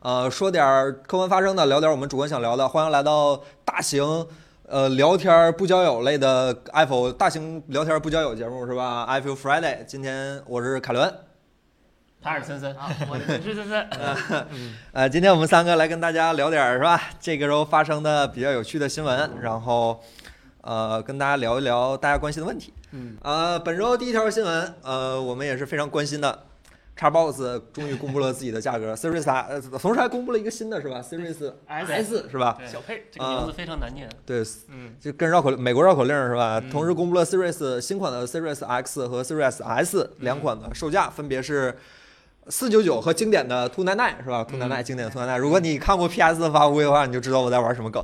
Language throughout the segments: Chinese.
呃，说点儿客观发生的，聊点儿我们主观想聊的。欢迎来到大型呃聊天儿不交友类的 iPhone 大型聊天儿不交友节目是吧？I Feel Friday，今天我是凯伦。他是森森，啊，我是森森，呃，今天我们三个来跟大家聊点儿是吧？这个周发生的比较有趣的新闻，然后呃，跟大家聊一聊大家关心的问题。嗯，呃，本周第一条新闻，呃，我们也是非常关心的。Xbox 终于公布了自己的价格，Series 啊，呃，同时还公布了一个新的是吧？Series S S 是吧？ 对啊小佩，这个名字非常难念。对，嗯，就跟绕口令美国绕口令是吧？嗯同时公布了 Series 新款的 Series X 和 Series S 嗯两款的售价，分别是四九九和经典的 Two 奶奶是吧？Two 嗯奶奶经典的 Two 奶奶，如果你看过 PS 的发布会的话，你就知道我在玩什么梗。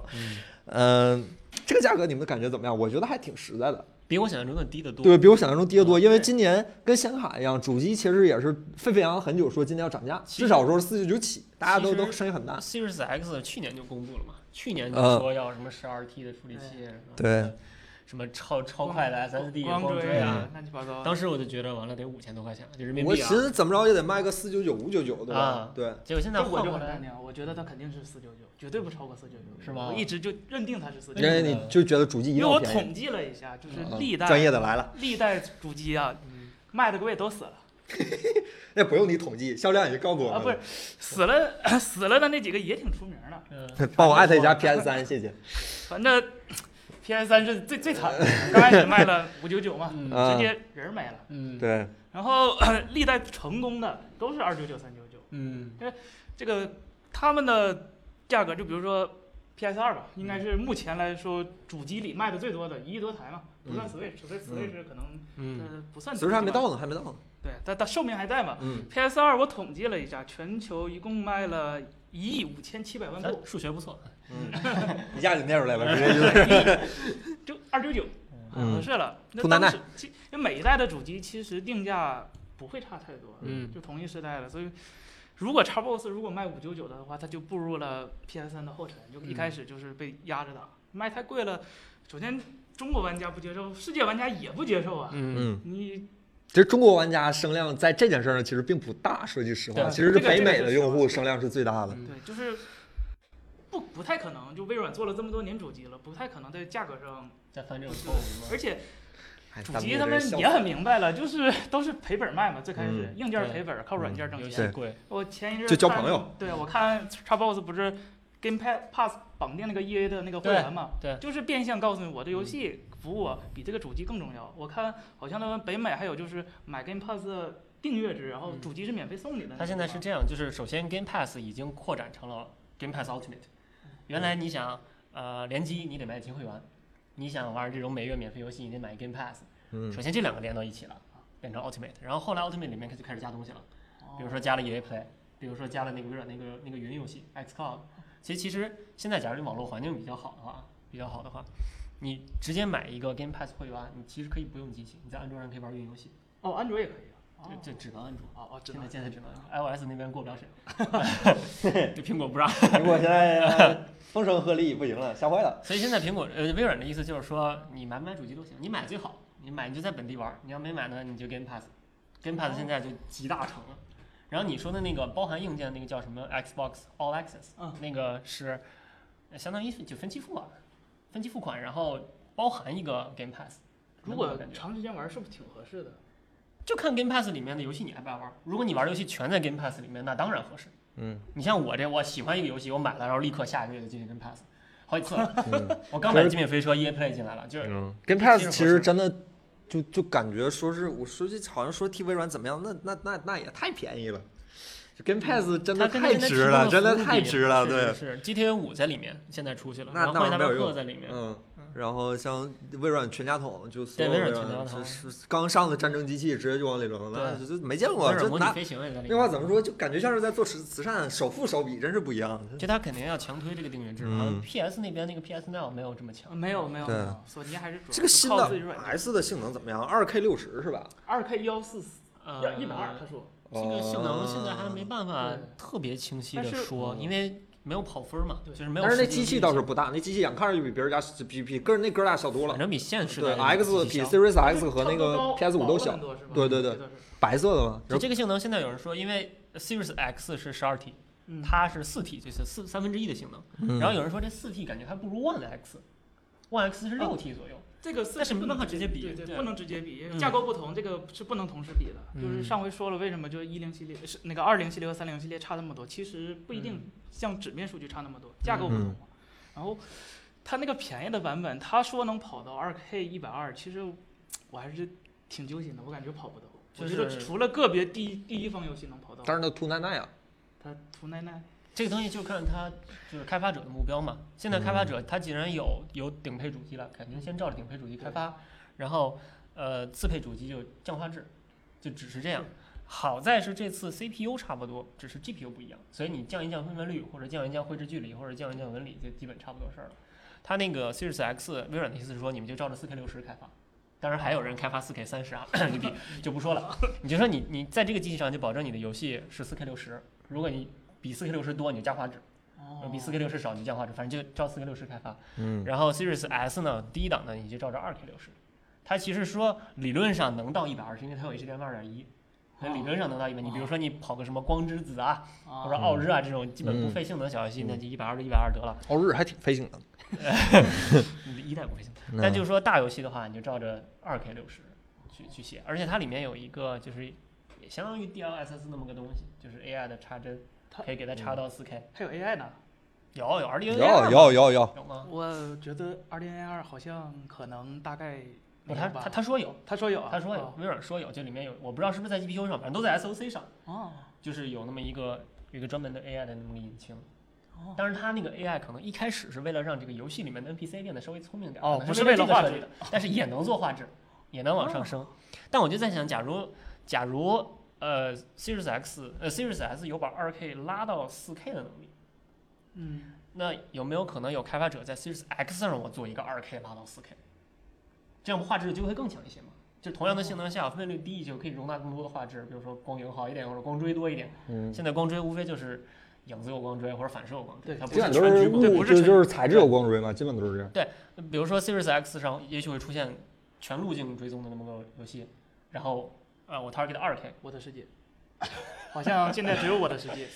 嗯，这个价格你们感觉怎么样？我觉得还挺实在的，比我想象中的低得多。对比我想象中低得多。嗯因为对今年跟显卡一样，主机其实也是沸沸扬扬很久，说今年要涨价，其至实少说是四九九起，大家都其实嗯都声音很啊大。 Series X 去年就公布了嘛，去年就嗯啊说要什么十二 T 的处理器，什么对，什么超超快的 SSD 光光追追啊啊。，乱七八糟的。当时我就觉得完了得五千多块钱，就人民我币寻啊。思怎么着也得卖个四九九、五九九，对吧啊？对。结果现在这我换就过很淡来，定，我觉得它肯定是四九九，绝对不超过四九九，是吗我一直就认定它是四九因九，为你就觉得主机一因定为要我便宜。统计了一下，就是嗯历代专业的来了，历代主机啊，卖的贵都死了那不用你统计，销量已经告诉我啊，们不了。是死了死了的那几个也挺出名的，嗯， 帮我艾特一下 PS 三，谢谢。反正 PS 三是最最惨的，刚开始卖了五九 九嘛，嗯啊直接人没了。嗯，对，然后 历代成功的都是二九九、三九九，嗯，这个他们的价格，就比如说 PS 二吧，应该嗯是目前来说主机里卖的最多的，一亿多台嘛，嗯不算 Switch，除非 Switch 可能嗯，呃不算主机此吧。时还没到呢，还没到呢。对，但但寿命还在嘛。嗯， PS 二我统计了一下，全球一共卖了一亿五千七百万咱部，数学不错，一下就念出来了，直接 就。就二九九，嗯合适了。那图南当时其因为每一代的主机其实定价不会差太多，嗯就同一时代了，所以。如果 Xbox 如果卖五九九的话，它就步入了 PS 3的后尘，就一嗯开始就是被压着打，卖太贵了。首先，中国玩家不接受，世界玩家也不接受啊。嗯，嗯，你其实中国玩家声量在这件事上其实并不大，说句实话，对其实是这个北美这个的是用实户话声量是最大的。嗯对，就是不不太可能，就微软做了这么多年主机了，不太可能在价格上，再犯这种错误吗而？且哎主咱机也他真们是笑也很明白了，就是都是赔本卖嘛，最开始嗯硬件对嗯赔本，靠软件挣游钱戏。贵，我前一阵就交看朋友，对我看 Xbox 不是 Game Pa- Pass 绑定那个 EA 的那个会员嘛，对对嗯就是变相告诉你我的游戏服务啊比这个主机更重要。我看好像他们北美还有就是买 Game Pass 的订阅制，然后嗯主机是免费送你的那种嘛。它现在是这样，就是首先 Game Pass 已经扩展成了 Game Pass Ultimate。原来你想，呃，联机你得买金会员，你想玩这种每月免费游戏，你得买 Game Pass。嗯首先这两个连到一起了，变成 Ultimate。然后后来 Ultimate 里面就开始加东西了，哦，比如说加了 EA Play，比如说加了那个微软那个那个云游戏 xCloud。其实其实现在假如你网络环境比较好的话，比较好的话，你直接买一个 Game Pass 会员，你其实可以不用机器，你在安卓上可以玩云游戏，哦，安卓也可以啊。哦这这只能安卓。哦哦，真现的在现在只能 iOS 那边过不了审， 就苹果不让。苹果现在呃风声鹤唳已不赢了，吓坏了。所以现在苹果呃微软的意思就是说，你买不买主机都行，你买最好，你买你就在本地玩儿，你要没买呢你就 Game Pass，Game Pass 现在就集大成了。然后你说的那个包含硬件那个叫什么 Xbox All Access，、嗯那个是呃相当于就分期付啊，分期付款，然后包含一个 Game Pass。如果那么感觉长时间玩是不是挺合适的？就看 Game Pass 里面的游戏你爱不爱玩儿，如果你玩儿游戏全在 Game Pass 里面，那当然合适。嗯，你像我这，我喜欢一个游戏，我买了，然后立刻下个月就进去跟 pass，好几次了。 嗯 我刚买《极品飞车》，EA Play 进来了，就是嗯，Game 这个 Pass 合适其实真的就就感觉说是我说句好像说替微软怎么样，那那那那也太便宜了。就 Game Pass 真的嗯它跟它太现在值提供了，的真的服务太比值了，是对。是是 GTA 五在里面，现在出去了，那然后那《玩意儿大没有镖客用》在里面，嗯嗯，然后像微软全家桶，就所对有微软的全家桶是是刚上的战争机器，直接就往里扔了，对就就没见微过，软这模拟拿飞行也在里面。那话怎么说，就感觉像是在做慈慈善，手腹手笔，真是不一样。就它肯定要强推这个订阅制，嗯然后 PS 那边那个 PS Now 没有这么呃强，没有没有，对没有索尼还是主要这个是新靠的自己软件。 S 的性能怎么样？二 K 六十是吧？二 K 幺四嗯呃，一百二，他说这个性能现在还没办法哦特别清晰的但是说，嗯因为没有跑分嘛，对就是没有但实是那际的运机行。器倒是不大，那机器眼看着就比别人家比比个那哥俩小多反了。正比现实对的，X 比 Series X 和那个 PS 五都小，对对对，白色的嘛。就这个性能，现在有人说，因为 Series X 是十二 T，嗯它是四 T，就是四三分之一的性能。嗯然后有人说这四 T 感觉还不如 One X，One X 是哦六 T 左右。这个四但是不没能办法直接比对对，对不能直接比，嗯架构不同，这个是不能同时比的。就是嗯上回说了，为什么就是一零系列是那个二零系列和三零系列差那么多？其实不一嗯定像纸面数据差那么多，架构不同嗯。然后它那个便宜的版本，他说能跑到二 K 一百二，其实我还是挺揪心的，我感觉跑不到。就我觉得是除了个别第第一方游戏能跑到，但是那兔奈奈啊，它图奈奈，这个东西就看它就是开发者的目标嘛。现在开发者他既然有有顶配主机了，肯定先照着顶配主机开发，然后呃自配主机就降画质，就只是这样。好在是这次 CPU 差不多，只是 GPU 不一样，所以你降一降分辨率，或者降一降绘制距离，或者降一降纹理，就基本差不多事儿了。它那个 Series X 微软的意思是说，你们就照着 4K 六十开发，当然还有人开发 4K 三十啊， 你比就不说了，你就说你你在这个机器上就保证你的游戏是 4K 六十，如果你比 4K 六十多，你就加画质。哦比四 K 六十少，你降画质，反正就照四 K 六十开发。嗯然后 Series S 呢，低档呢，你就照着二 K 六十。它其实说理论上能到一百二十，因为它有 HDMI 二点一，它理论上能到一百。你比如说你跑个什么光之子啊，或者啊，奥日啊这种基嗯本不费性能的小游戏，那就一百二十、一百二得了。奥日还挺费劲的。你的一代不费性嗯能。但就是说大游戏的话，你就照着二 K 六十去去写，而且它里面有一个就是也相当于 DLSS 那么个东西，就是 AI 的插帧，它可以给它插到四 K。还有 AI 呢。有有 RDNA 嗯有有有有，有吗？我觉得二零 A 二好像可能大概不，没哦他有吧他他说有。他说有啊，他说有哦，微软说有，这里面有，我不知道是不是在 GPU 上，反正都在 SOC 上，哦，就是有那么一个有一个专门的 AI 的那么个引擎。哦当然，它那个 AI 可能一开始是为了让这个游戏里面的 NPC 变得稍微聪明点儿，哦可能不是是为这了个画设质哦计的，但是也能做画质，也能往上升。但我就在想，假如假如呃 Series X 呃 Series S 有把 2K 拉到 4K 的能力，嗯，那有没有可能有开发者在 Series X 上我做一个 2K 拉到 4K，这样画质就会更强一些嘛？就同样的性能下，分辨率低一些，可以容纳更多的画质，比如说光源好一点，或者光追多一点。嗯，现在光追无非就是影子有光追或者反射有光追，对它不基本是都全是局光对物，不是就全就是材质有光追嘛，基本都是这样。比如说 Series X 上也许会出现全路径追踪的那么个游戏，然后呃我 target 2K，我的 世界，好像现在只有我的世界，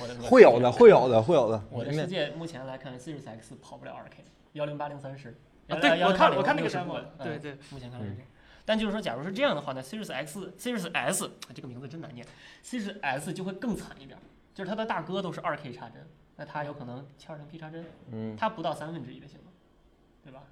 我的会有的，会有的，会有的。我的因为世界目前来看，Series X 跑不了 2K，幺零八零三十。啊对我看了我看那个 demo 版，对对，目前看嗯来是这样。但就是说，假如是这样的话呢，Series X、Series S 啊这个名字真难念，Series S 就会更惨一点，就是它的大哥都是 2K 插帧，那它有可能七二零 P 插帧，嗯，它不到三分之一的性能，对吧？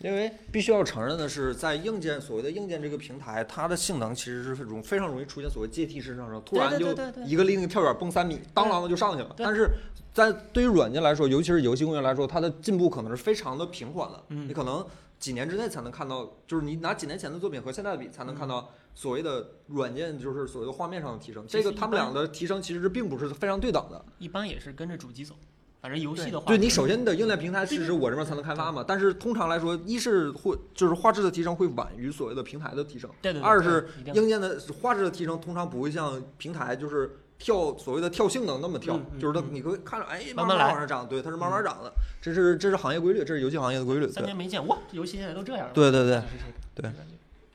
因为必须要承认的是，在硬件所谓的硬件这个平台，它的性能其实是容非常容易出现所谓阶梯式上升，突然就对对对对一个另一个跳远蹦三米，当啷的就上去了。对但是在对于软件来说，尤其是游戏工业来说，它的进步可能是非常的平缓的，嗯你可能几年之内才能看到，就是你拿几年前的作品和现在比，才能看到所谓的软件就是所谓的画面上的提升。嗯其实这个他们一般俩的提升其实是并不是非常对等的。一般也是跟着主机走，反正游戏的话，对你首先你的硬件平台是指我这边才能开发嘛，但是通常来说，一是会就是画质的提升会晚于所谓的平台的提升，对对对二是对一定硬件的画质的提升通常不会像平台就是跳所谓的跳性能那么跳嗯，嗯就是它嗯你可以看着哎慢慢慢来嗯往上涨，对，它是慢慢涨的，这是这是行业规律，这是游戏行业的规律，对三年没见，哇，这游戏现在都这样了，对对对就。是这对个，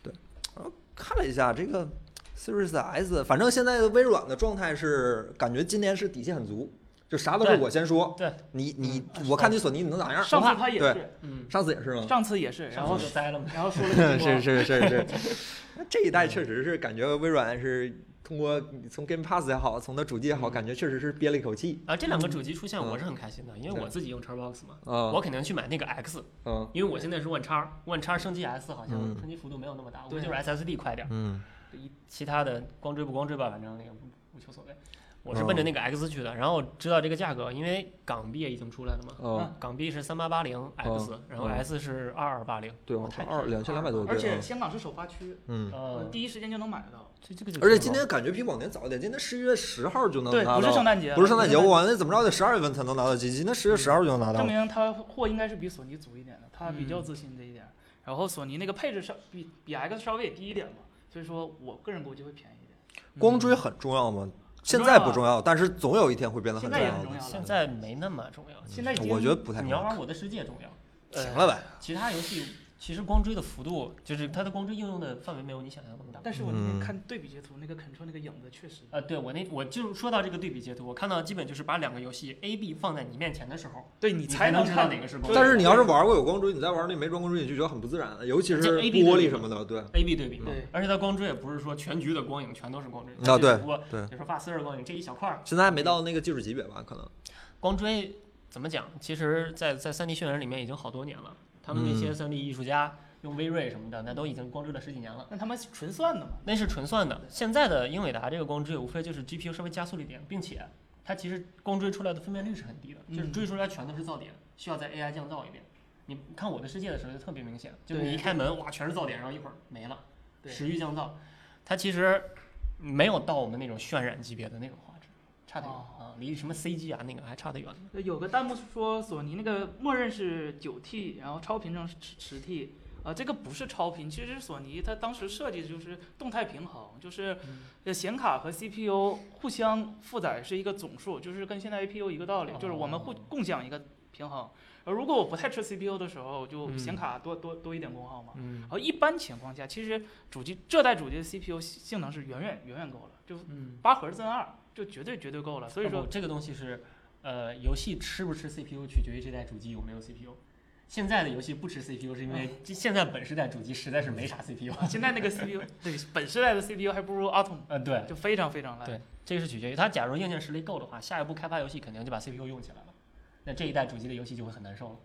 对，看了一下这个 Series S，反正现在的微软的状态是感觉今年是底气很足，就啥都是对我先说，对你你我看你索尼你能咋样？上次他也对是，嗯，上次也是吗？上次也是，然然后后就栽了嘛，然后说了是个是是是， 那这一代嗯确实是感觉微软是通过从 Game Pass 也好，从它主机嗯也好，感觉确实是憋了一口气。啊，这两个主机出现嗯我是很开心的，因为对我自己用 Xbox 嘛，啊我肯定去买那个 X，嗯因为我现在是万叉，万叉升级 S 好像嗯升级幅度没有那么大，无对非就是 SSD 快点儿，嗯其他的光追不光追吧，反正也无无求所谓。我是哦奔着那个 X 去的，然后知道这个价格，因为港币也已经出来了嘛，啊，港币是三八八零 X，然后嗯 S 是二二八零，对，我往太上便宜二 了两千两百多，而对且啊香港是首发区，嗯，我呃，第一时间就能买得到，这这个就而且挺今好天感觉比往年早一点，今天十一月十号就能对，嗯拿不是圣到，诞节，不是圣诞节，我往那怎么着得十二月份才能拿到机器，那十月十号就能拿到证了。明他货应该是比索尼足一点的，他比较嗯自信这一点。然后索尼那个配置稍比比 X 稍微也低一点嘛，所以说我个人估计会便宜一点。光追很重要吗？现重在要不啊重要，但是总有一天会变得很现在也很的重要了现在没那么重要，现在已经嗯我觉得不太你重要要。玩我的世界重要，行了呗，其他游戏其实光追的幅度，就是它的光追应用的范围没有你想象那么大。但是我那嗯天看对比截图，那个 Control 那个影子确实，呃，对我那我就是说到这个对比截图，我看到基本就是把两个游戏 A、B 放在你面前的时候，对你你才能能知道看哪个是光对追。但是你要是玩过有光追，你再玩那没装光追，你就觉得很不自然了，尤其这是 A B 玻对璃比什么的，对， A B 对比嘛对，而且它光追也不是说全局的光影全都是光追，啊它对只不过对比如说发丝儿光影这一小块儿现在还没到那个技术级别吧，可能。光追怎么讲？其实在，在三 D 渲染里面已经好多年了，他们那些嗯三 D 艺术家用微瑞什么的，那都已经光追了十几年了。那他妈纯算的嘛？那是纯算的。现在的英伟达这个光追，无非就是 GPU 稍微加速了一点，并且它其实光追出来的分辨率是很低的，就是嗯追出来全都是噪点，需要在 AI 降噪一遍。你看《我的世界》的时候就特别明显，就是你一对开门，哇，全是噪点，然后一会儿没了，对时域降噪，它其实没有到我们那种渲染级别的那种画质，差得远哦啊，离什么 CG 啊那个还差得远呢。呃有个弹幕说索尼那个默认是九 T，然后超频成十十 T，啊、这个不是超频，其实索尼它当时设计的就是动态平衡，就是嗯呃显卡和 CPU 互相负载是一个总数，就是跟现在 APU 一个道理，就是我们互哦共享一个平衡。而如果我不太吃 CPU 的时候，就嗯显卡多、多多一点功耗嘛。嗯然后一般情况下，其实主机这代主机的 CPU 性能是远远远远够了，就嗯，八核 Zen 二就绝对绝对够了。所以要说不这个东西是，呃，游戏吃不吃 CPU 取决于这代主机有没有 CPU。现在的游戏不吃 CPU 是因为这现在本世代主机实在是没啥 CPU。现在那个 CPU 对本世代的 CPU 还不如 Atom，呃，对，就非常非常烂。对这个是取决于它。假如硬件实力够的话，下一步开发游戏肯定就把 CPU 用起来了，那这一代主机的游戏就会很难受了。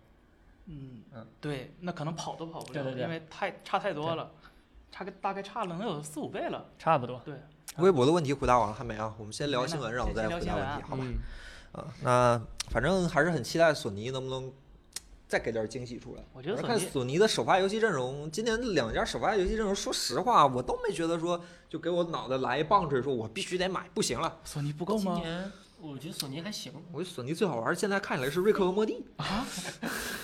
嗯嗯对，那可能跑都跑不对了，对对因为太差太多了，差个大概差了能有四五倍了。差不多，对，微博的问题回答完了还没啊？我们先聊没呢新闻，然后我再先回先答聊问新闻题，好吧？嗯啊，那反正还是很期待索尼能不能再给点惊喜出来。我觉得而索看尼索尼的首发游戏阵容，今年两家首发游戏阵容，说实话，我都没觉得说就给我脑袋来一棒槌，说我必须得买，不行了。索尼不够今吗？年我觉得索尼还行，我觉得索尼最好玩，现在看起来是瑞克和莫蒂，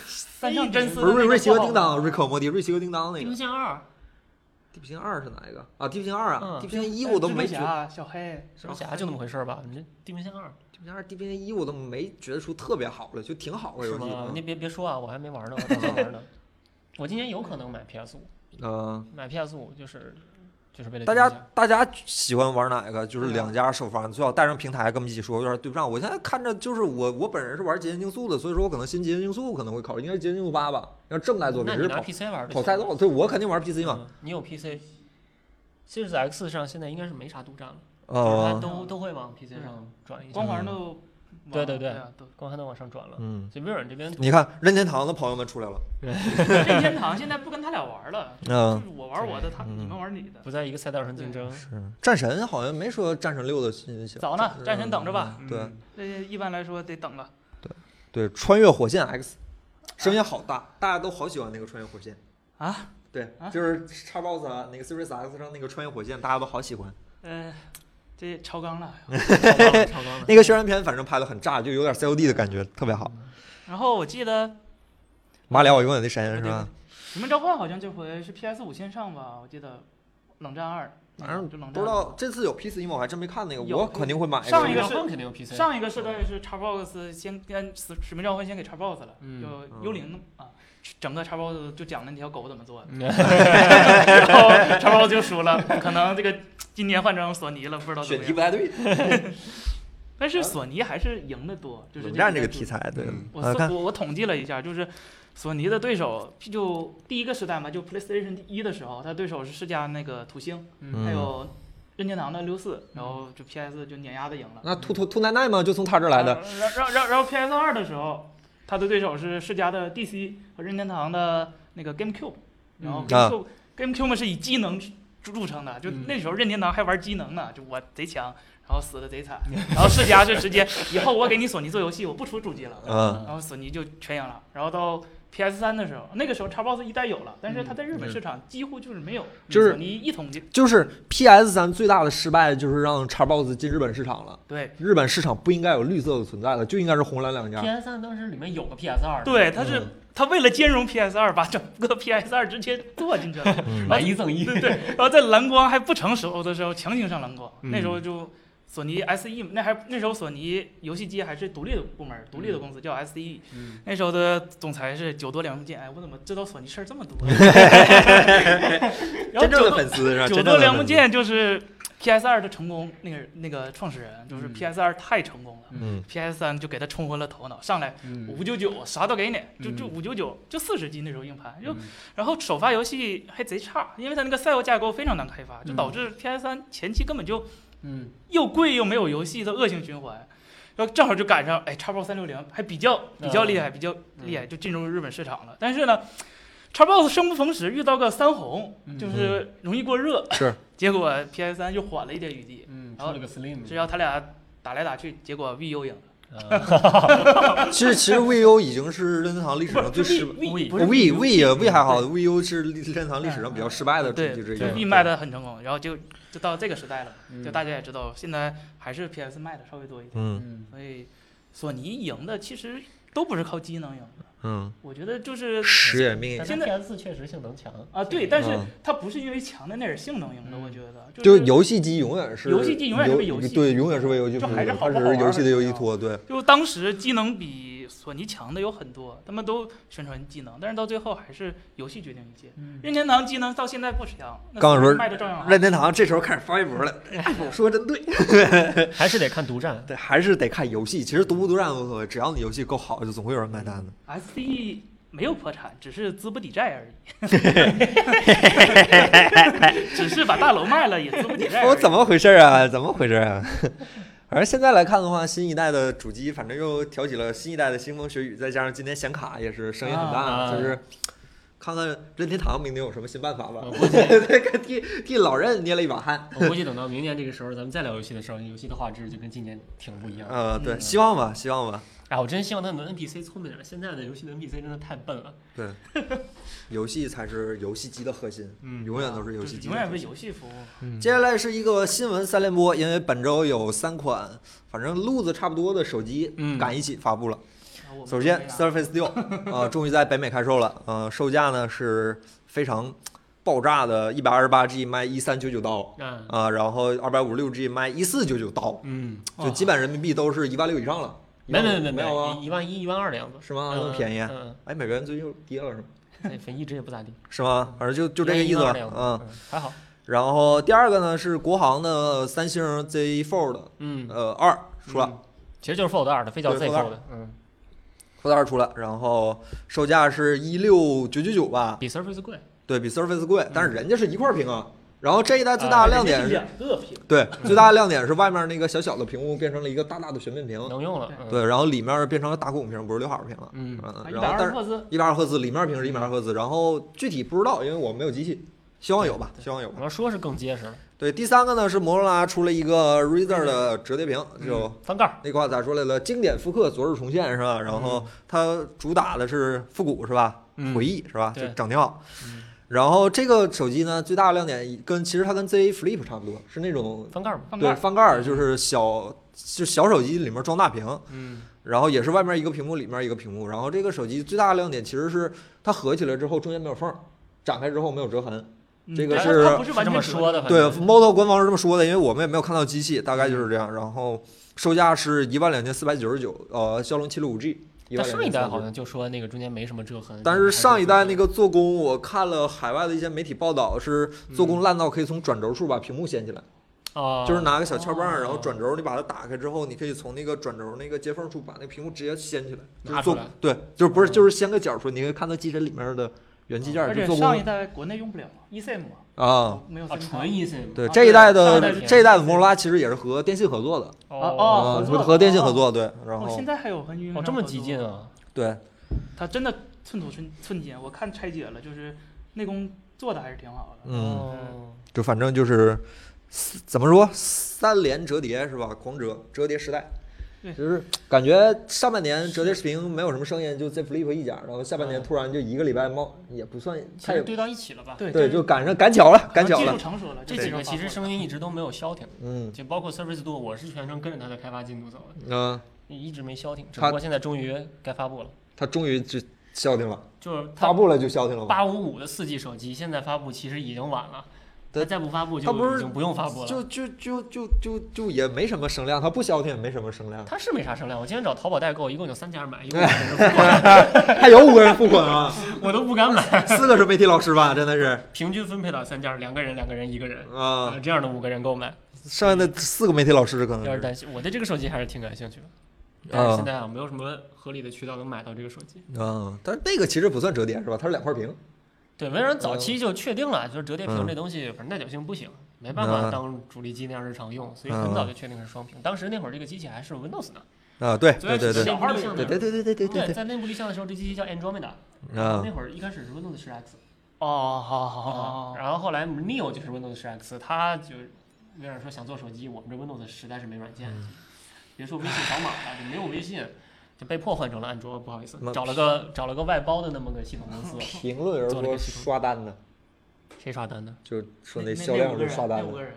三上真不丝是瑞瑞奇和叮当，瑞克和莫蒂，瑞奇和叮当那《地个平。线二》地平线二是哪一个啊？地平线二啊，嗯地平线一我都没觉得，呃侠、小黑、蜘蛛侠就那么回事儿吧？你这《地平线二地平线二、地平线一我都没觉得出特别好了，就挺好》的是游戏。吗？嗯你别别说啊，我还没玩呢，我还没玩呢。我今年有可能买 PS 五，嗯，买 PS 五就是就是为了大地平嗯家嗯线大家喜欢玩哪个？就是对啊两家首发，你最好带上平台，跟我们一起说，有点对不上。我现在看着就是我，我本人是玩《极限竞速》的，所以说我可能新《极限竞速》可能会考虑，应该是《极限竞速八》吧。要正代作品那只你是拿跑 PC 玩跑就行赛道，对我肯定玩 PC 嘛。嗯你有 PC。Series X 上现在应该是没啥独占了，就是它呃，都都会往 PC 上转一下光，环都、嗯对对对啊，都光还能往上转了。嗯，所以微软这边你看任天堂的朋友们出来了，任天堂现在不跟他俩玩了，嗯就是我玩我的，他嗯你们玩你的。不在一个赛道上竞争，是嗯战神好像没说战神六的信息。早呢，战神等着吧。对、嗯这一般来说得等了。对，穿越火线 X，声音好大，大家都好喜欢那个穿越火线啊。对，啊就是 Xbox 啊，那个 Series X 上那个穿越火线，大家都好喜欢。呃，这超纲了。嗯超纲 了超纲 了。那个宣传片反正拍的很炸，就有点 COD 的感觉，特别好。然后我记得马里奥永远的神是吧？使命召唤好像这回是 PS 五线上吧？我记得，冷战二，反正就冷不战知二。道这次有 PC 吗？我还真没看那个，有我肯定会买上一个个召是唤肯定有 PC，上一个世代是 Xbox 先跟使使命召唤先给 Xbox 了，嗯就嗯幽灵啊，整个 Xbox 就讲了那条狗怎么做的， 嗯然后 Xbox 就输了，可能这个今年换成索尼了，不知道怎选么题不样。太对。但是索尼还是赢得多，就是冷战这个一代题材，对嗯，我啊看我我统计了一下，就是索尼的对手就第一个时代嘛，就 PlayStation 一的时候，他对手是世嘉那个土星。嗯还有任天堂的六四，然后就 PS 就碾压的赢了。那兔兔兔奶奶嘛，就从他这儿来的。呃然然然然后 PS 二的时候，他的对手是世嘉的 DC 和任天堂的那个 GameCube，然后嗯 GameCube、GameCube 嘛是以机能著称的，就嗯那时候任天堂还玩机能呢，就我贼强，然后死的贼惨，然后世嘉就直接以后我给你索尼做游戏，我不出主机了，嗯，然后索尼就全赢了。然后到 PS 三的时候，那个时候 Xbox 一代有了，但是它在日本市场几乎就是没有，嗯就是索尼一统计，就是 PS 三最大的失败就是让 Xbox 进日本市场了。对。日本市场不应该有绿色的存在了，就应该是红蓝两家。 PS 三当时里面有个 PS 二，，对，他是、嗯他为了兼容 PS 二，把整个 PS 二直接做进去 了。嗯买一赠一，对对，然后在蓝光还不成熟的时候，强行上蓝光，嗯那时候就索尼 SE 那还那时候索尼游戏机还是独立的部门儿，独立的公司叫 SE，、 嗯，那时候的总裁是久多良介，哎，我怎么知道索尼事儿这么多？ 然后真正久的多粉丝是吧？啊久真正多的良木粉丝。健就是 PS 二的成功那个那个创始人，就是嗯 PS 二太成功了、嗯 p s 三就给他冲昏了头脑，上来嗯五九九啥都给你，就就嗯五九九，就四十 G 那时候硬盘，就嗯然后首发游戏还贼差，因为它那个赛后架构非常难开发，就嗯导致 PS 三前期根本就嗯又贵又没有游戏的恶性循环。然后正好就赶上，哎，x box 三六零还比较比较嗯厉害，比较厉害，就进入日本市场了。但是呢，x box 生不逢时，遇到个三红，嗯就是容易过热，是结果 PS 三又缓了一点余地，嗯，然后出了个 Slim，只要他俩打来打去，结果 VU 赢了， 啊其实其实 VU 已经是任天堂历史上不 最是失就败 V 不是 V VU V V 啊还好，VU 是历任天堂历史上比较失败的主对，机之一就了。 V 卖的很成功，然后就就到这个时代了，就嗯大家也知道，现在还是 PS 卖的稍微多一点，嗯嗯所以索尼赢的其实都不是靠机能赢的，嗯，我觉得就是石也命但现是在 PS 确实性能强啊，对，但是嗯它不是因为强的那点性能赢的，我觉得就是游戏机永远是游戏机永远是为游戏对，永远是为游戏就服务还是的，好它不只好是玩游儿戏的的游重戏要托，对，就当时机能比索尼强的有很多，他们都宣传机能，但是到最后还是游戏决定一切。嗯任天堂机能到现在不强，那刚索尼说卖的照样好。任天堂这时候开始发微博了，哎，说真对，还是得看独占。 对，还是得看游戏。其实独不独占无所谓，只要你游戏够好，就总会有人买单的。 SE E 没有破产，只是资不抵债 而已，只是把大楼卖了也资不抵债而已。我怎么回事啊？ 怎么回事啊？而现在来看的话，新一代的主机反正又挑起了新一代的腥风血雨，再加上今天显卡也是声音很大，啊就是看看任天堂明年有什么新办法吧我。估 计， 替替老任捏了一把汗。我估计等到明年这个时候，咱们再聊游戏的时候，游戏的画质就跟今年挺不一样。呃，对，嗯希望吧，希望吧。哎，我真希望他们 NPC 聪明点儿，现在的游戏的 NPC 真的太笨了。对， 游戏才是游戏机的核心，嗯啊永远都是游戏就是机的核心。永远为游戏服务。啊接下来是一个新闻三连播，因为本周有三款，反正路子差不多的手机嗯赶一起发布了。啊我们首先都这样，Surface 六， 呃，终于在北美开售了，呃，售价呢是非常爆炸的，一百二十八 G 卖一三九九刀，嗯啊、然后二百五十六 G 卖一四九九刀，嗯，就基本人民币都是一万六以上了。没没没没有啊？一万一一万二的样子。是吗？那么便宜？嗯，哎，美元最近又跌了是吗？嗯嗯粉一直也不咋地，是吗？反正就就这个意一思万吧二的样，子嗯。，还好。然后第二个呢是国行的三星 Z Fold，嗯，呃，二出了。嗯，其实就是 Fold 二的，非叫对 Z Fold 二 Fold，嗯， Fold 二出了，然后售价是一六九九九吧，比 Surface 贵。对比 Surface 贵，但是人家是一块屏嗯啊。然后这一代最大的亮点人是，家是两个屏，对，最大的亮点是外面那个小小的屏幕变成了一个大大的全面屏，能用了。嗯，对，然后里面变成了大孔屏，不是刘海屏了。嗯，嗯，一然百后但二十是赫兹，一百二十赫兹，里面屏是一百二赫兹，然后具体不知道，因为我没有机器，希望有吧，希望有吧我。要说是更结实了，对，第三个呢是摩托罗拉出了一个 Razer 的折叠屏，就嗯翻盖儿。那块咋说来了？经典复刻，昨日重现是吧？然后它主打的是复古是吧？嗯回忆是吧？就对整挺好嗯。然后这个手机呢，最大的亮点跟其实它跟 Z Flip 差不多，是那种翻盖儿嘛。翻盖对儿，翻盖儿，就是小就小手机里面装大屏，嗯然后也是外面一个屏幕，里面一个屏幕。然后这个手机最大的亮点其实是它合起来之后中间没有缝儿，展开之后没有折痕。嗯这个它是它不是是完这全么说的，的，反对正。 ，Moto 官方是这么说的，因为我们也没有看到机器，大概嗯就是这样。然后售价是一万两千四百九十九，呃，骁龙七六五 G。但上一代好像，像就说那个中间没什么折痕，但是上一代那个个做工，我看了海外的一些媒体报道，是做工烂到可以从转轴处把屏幕掀起来，啊，就是拿个小撬棒，嗯哦然后转轴，你把它打开之后，你可以从那个转轴那个接缝处把那屏幕直接掀起来，就是拿做出来对，就是不是哦就是掀个角出来，你可以看到机身里面的元器而件，就且做哦上一工代国内用不了，E eSIM，啊。没有啊 SIM 卡纯 eSIM，对啊这一代上一的代这一代的摩托罗拉其实也是和电信合作的，哦啊，合和作和电信哦合作，对，然哦，后现在还有和运营哦商这么合激作进啊，对，它真的寸土寸寸金。我看拆解了，就是内功做的还是挺好的。嗯，哦，就反正就是四怎么说三连折叠是吧？狂折折叠时代对。就是感觉上半年折叠视频没有什么声音，就 Z Flip 一家，然后下半年嗯突然就一个礼拜冒，也不算其太实堆到一起了吧？哦啊对对，这就赶上赶巧了，可赶能巧技术了。成熟了，这技几术个其发实布声音一直都没有消停，嗯就包括 Surface Duo，我是全程跟着它的开发进度走的，嗯，一直没消停，只它不过现在终于该发布了，他终于就消停了，就是它发布了就消停了吧？八五五的四 G 手机现在发布其实已经晚了，对它再不发布就它不是已经不用发布了。就就就就就就也没什么声量，它不消停也没什么声量，它是没啥声量。我今天找淘宝代购，一共有三家买，一共还有五个人付款啊， 我都不敢买。四个是媒体老师吧，真的是平均分配到三家，两个人，两个人，一个人，呃啊、这样的五个人购买，剩下的四个媒体老师可嗯有点能是担心。我对这个手机还是挺感兴趣的，但啊是现在啊，没有什么合理的渠道能买到这个手机。啊，但是那个其实不算折叠是吧？它是两块屏，对，微软早期就确定了，就是折叠屏嗯这东西，反正耐久性不行，没办法当主力机那样日常用，所以很嗯早就确定是双屏。当时那会儿这个机器还是 Windows 呢，啊，对虽然对对是对内部立项对的，对对对对对对在内部立项的时候，这机器叫 Andromeda，对啊那会儿一开始是 Windows 10 X，哦，好好啊，然后后来 Neo 就是 Windows 10 X，它就微软说想做手机，我们这 Windows 实在是没软件，别说微信扫码了，就没有微信，就被迫换成了安卓，不好意思那，找了个找了个外包的那么个系统公司，评论有人说刷单的，谁刷单呢？就说那那销量是刷那单五个的，人，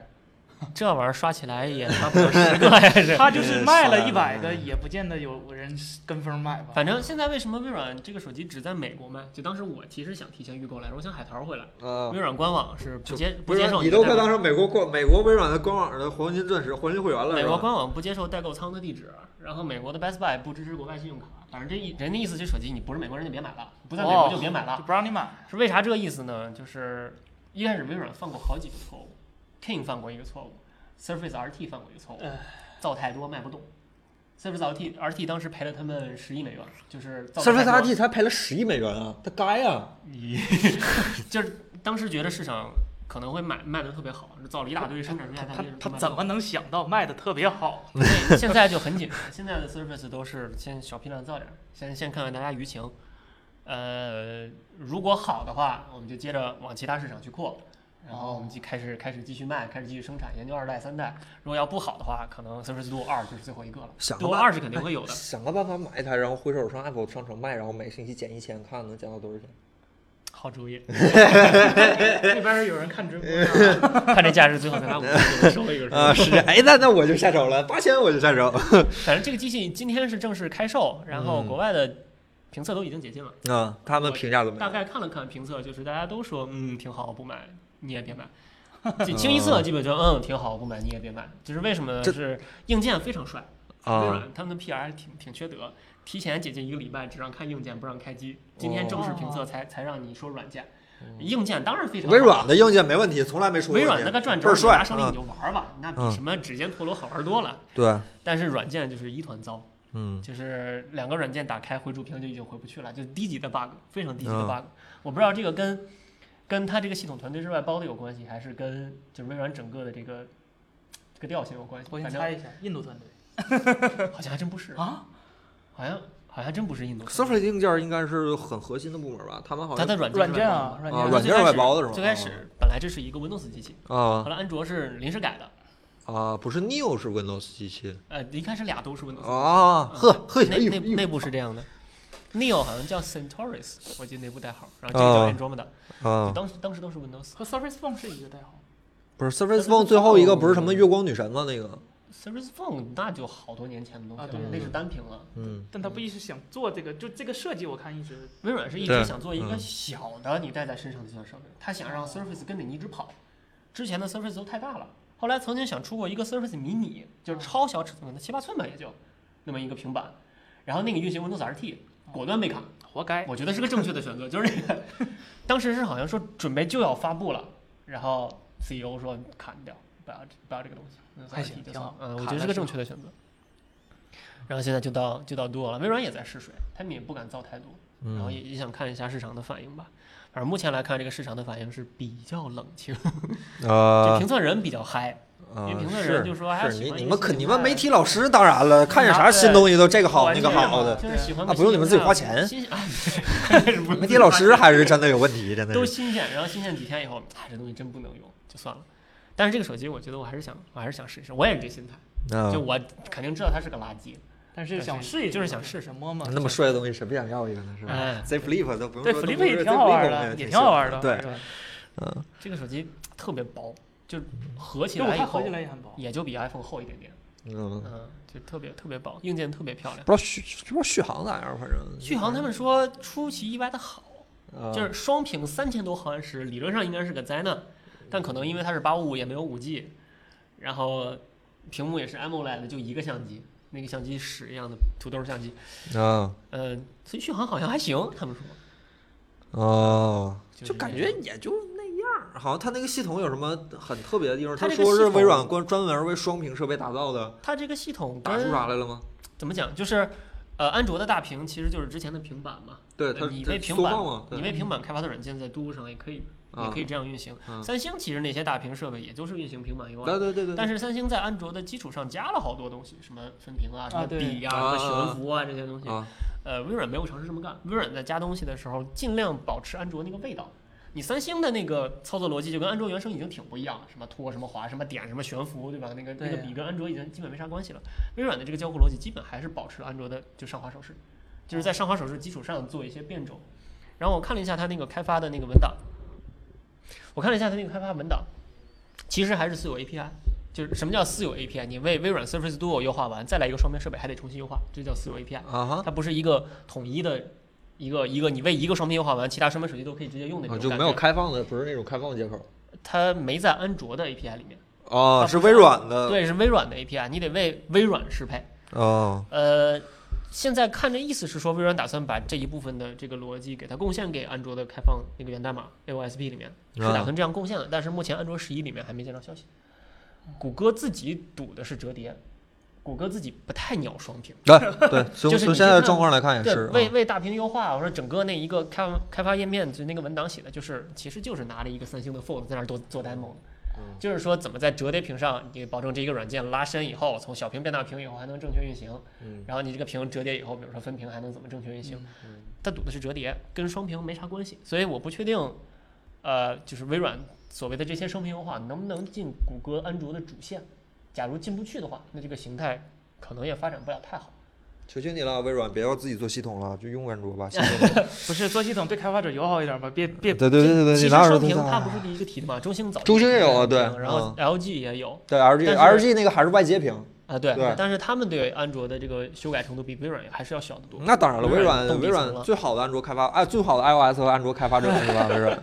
这玩意儿刷起来也差不多十个呀，是。 他就是卖刷了单一百嗯个，也不见得有人跟风买吧。反正现在为什么微软这个手机只在美国卖？就当时我其实想提前预购来着，我想海淘回来。啊。微软官网是不接不不接是受你代都快购当的，成美国官美国微软的官网的黄金钻石、黄金会员了美是国吧？官网不接受代购仓的地址，然后美国的 Best Buy 不支持国外信用卡。反正这一人的意思，这手机你不是美国人就别买了，不在美哦国就别买了。就不让你买。是为啥这个意思呢？就是一开始微软犯过好几个错误，King 犯过一个错误，Surface RT 犯过一个错误哎，造太多卖不动。Surface RT RT 当时赔了他们十亿美元，就是造得 Surface 太多 RT 才赔了十亿美元啊，他该啊！就是当时觉得市场可能会买卖的特别好，造了一大堆生产出来他大堆他怎么能想到卖的特别好？对现在就很紧张，现在的 Surface 都是先小批量造点儿，先先看看大家舆情。呃，如果好的话，我们就接着往其他市场去扩，然后我们就开始开始继续卖，开始继续生产，研究二代、三代。如果要不好的话，可能 Surface Duo 二就是最后一个了想，Duo 吧二是肯定会有的。想个办法买一台，然后回手上 Apple 商城卖，然后每星期减一千，看能减到多少钱。 好 主意，那边有人看 直播呢，看这架势，最后 咱俩五个收一个是吧啊，是这，哎，那那我就下手了，八千我就下手。反正这个机器今天是正式开售，然后嗯国外的评测都已经解禁了。啊，他们评价怎么大样？概看了看评测，就是大家都说嗯挺好，不买你也 别买。就清一色基本就嗯挺好，不买你也别买。就是为什么呢？这是硬件非常帅，微啊，软他们的 PR 还挺挺缺德，提前解禁一个礼拜，只让看硬件不让开机。今天正式评测才才让你说软件，硬件当然非常好哦微软的硬件没问题，从来没出过微问题。软那个转倍轴儿你帅拿手里你就玩吧，那比嗯什么指尖陀螺好玩多了。对，但是软件就是一团糟。嗯，就是两个软件打开回主屏就已经回不去了，就是低级的 bug，非常低级的嗯 bug。我不知道这个跟跟它这个系统团队之外包的有关系，还是跟就是微软整个的这个这个调性有关系。我先反猜正一下，印度团队好像还真不是，啊，好像好像真不是印度团队。 Surface 硬件应该是很核心的部门吧？他们好像它的软件软是件外包啊，啊软件软件是外包的的是吗？最开始本来这是一个 Windows 机器，啊后来安卓是临时改的，啊，不是 Neo 是 Windows 机器呃，一开始俩都是 Windows 机器。啊，呵呵，哎内呦内哎呦内部是这样的，Neo 好像叫 Centaurus，我记得内部代号，然后这哦个叫 Andromeda，、啊，当时当时都是 Windows。和 Surface Phone 是一个代号。不是 Surface Phone 最后一个不是什么月光女神吗？那个， Surface Phone 那就好多年前的东西啊了，对那是单屏了。嗯，但他不一直想做这个，就这个设计，我看一直微软是一对直想做一个嗯小的你带在身上的计算设备，它想让 Surface 跟着你一直跑。之前的 Surface 都太大了，后来曾经想出过一个 Surface mini，就是超小尺寸的，七八寸吧，也就那么一个平板，然后那个运行 Windows RT，果断被砍。活该。我觉得是个正确的选择，就是那个 当时是好像说准备就要发布了，然后 CEO 说砍掉，不要这不要这个东西，那还行就挺好嗯，我砍觉得了是个是正吧确的选择。然后现在就到就到多了，微软也在试水，他们也不敢造太多，嗯嗯然后也也想看一下市场的反应吧。反正目前来看，这个市场的反应是比较冷清，就啊评测人比较嗨，啊因为评测人是就说哎呀是喜你欢你一个们可新你形们态媒体老师当然了，看见啥新东西都这个 好那个好的，就是喜欢啊个不用你新们形自己花态钱新 啊不用媒自体己老花师还是真的有问题，真的都是。新鲜，然后新鲜几天以后，哎，这东西真不能用，就算了。但是这个手机，我觉得我还是想，我还是想试一试。我也是这心态，啊就，我肯定知道它是个垃圾，但是想试一试，就是想试试想摸摸。那么帅的东西谁不想要一个呢？是吧哎？Z Flip 都不用对说，Flip 都不是也 Z 挺好玩 Flip 我们的，也也挺好玩喜的。欢对，是吧？嗯，这个手机特别薄，就合起就来以它后合起来也很薄。也就比 iPhone 厚一点点，嗯，嗯，就特别特别薄，硬件特别漂亮。不知道续不知道续航咋样，反正续航他们说出其意外的好，啊就是双屏三千多毫安时，理论上应该是个灾难，嗯但可能因为它是八五五也没有五 G，然后屏幕也是 AMOLED 的，就一个相机，那个相机屎一样的土豆相机，啊呃，所以续航好像还行，他们说，哦，是就感觉也就那样儿，好像它那个系统有什么很特别的地方？它他这个说系是统微软关专门为双屏设备打造的，它这个系统打出跟啥来了吗？怎么讲，就是呃，安卓的大屏其实就是之前的平板嘛，对，呃它你它为平缩板放嘛，你对为平板开发的软件在嘟上也可以，也啊可以，这样运行。嗯三星其实那些大屏设备也就是运行平板 UI，对对对对，但是三星在安卓的基础上加了好多东西，什么分屏啊，什啊么对笔呀、啊什么悬浮啊这些东西。啊，呃，微软没有尝试这么干。微软在加东西的时候，尽量保持安卓那个味道。你三星的那个操作逻辑就跟安卓原生已经挺不一样了，什么拖、什么滑、什么点、什么悬浮，对吧？那个那个对笔跟安卓已经基本没啥关系了。微软的这个交互逻辑基本还是保持了安卓的就上滑手势，就是在上滑手势基础上做一些变种。然后我看了一下它那个开发的那个文档，我看了一下它那个开发文档，其实还是私有 API。就是什么叫私有 API？你为微软 Surface Duo 优化完，再来一个双边设备，还得重新优化，这叫私有 API。啊哈，它不是一个统一的一个一个你为一个双屏优化完，其他双屏手机都可以直接用的那啊种就感觉。没有开放的，不是那种开放的接口。它没在安卓的 API 里面，哦它，是不微是软的对，是微软的 API，你得为微软适配。哦，呃，现在看这意思是说，微软打算把这一部分的这个逻辑给它贡献给安卓的开放那个源代码 AOSP 里啊面，是打算这样贡献的。但是目前安卓十一里面还没见到消息。谷歌自己赌的是折叠，谷歌自己不太鸟双屏。对 对，从就是从你现在现的在状况来看也对，是，啊嗯为为大屏优化，我说整个那一个开开发页面就那个文档写的就是，其实就是拿了一个三星的 Fold 在那儿做做 demo 的嗯就是说怎么在折叠屏上，你保证这一个软件拉伸以后，从小屏变大屏以后还能正确运行，嗯然后你这个屏折叠以后，比如说分屏还能怎么正确运行，嗯它赌的是折叠，跟双屏没啥关系，所以我不确定，呃，就是微软所谓的这些双屏优化能不能进谷歌安卓的主线，假如进不去的话，那这个形态可能也发展不了太好。求求你了，微软别要自己做系统了，就用安卓 吧。系统不是做系统对开发者友好一点吧？别别对对对对对，其你实哪有双这屏东西它啊不是第一个提的嘛，中兴早就中兴也有啊提了嗯对然后 LG 也有对 LG 但是 LG 那个还是外接屏，啊，对对，但是他们对安卓的这个修改程度比微软还是要小得多。那当然了，微微软软动微力怎么软了最好的安卓开发，哎，最好的 iOS 和安卓开发 者是吧？微软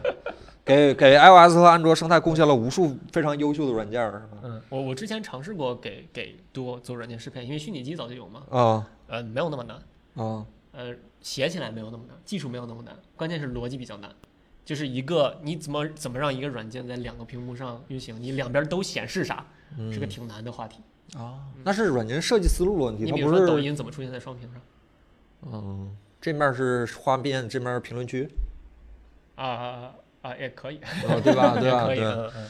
给给 iOS 和安卓生态贡献了无数非常优秀的软件儿，是吧？嗯，我我之前尝试过给给多做软件适配，因为虚拟机早就有嘛，啊呃，没有那么难，啊呃，写起来没有那么难，技术没有那么难，关键是逻辑比较难。就是一个你怎么怎么让一个软件在两个屏幕上运行，你两边都显示啥，是个挺难的话题。啊，嗯那是软件设计思路的问题，嗯你它比如不说抖是音怎么出现在双屏上嗯，这面是画面，这面是评论 区，啊啊啊啊，也可以，啊对吧？对吧？ 也可以，对，嗯嗯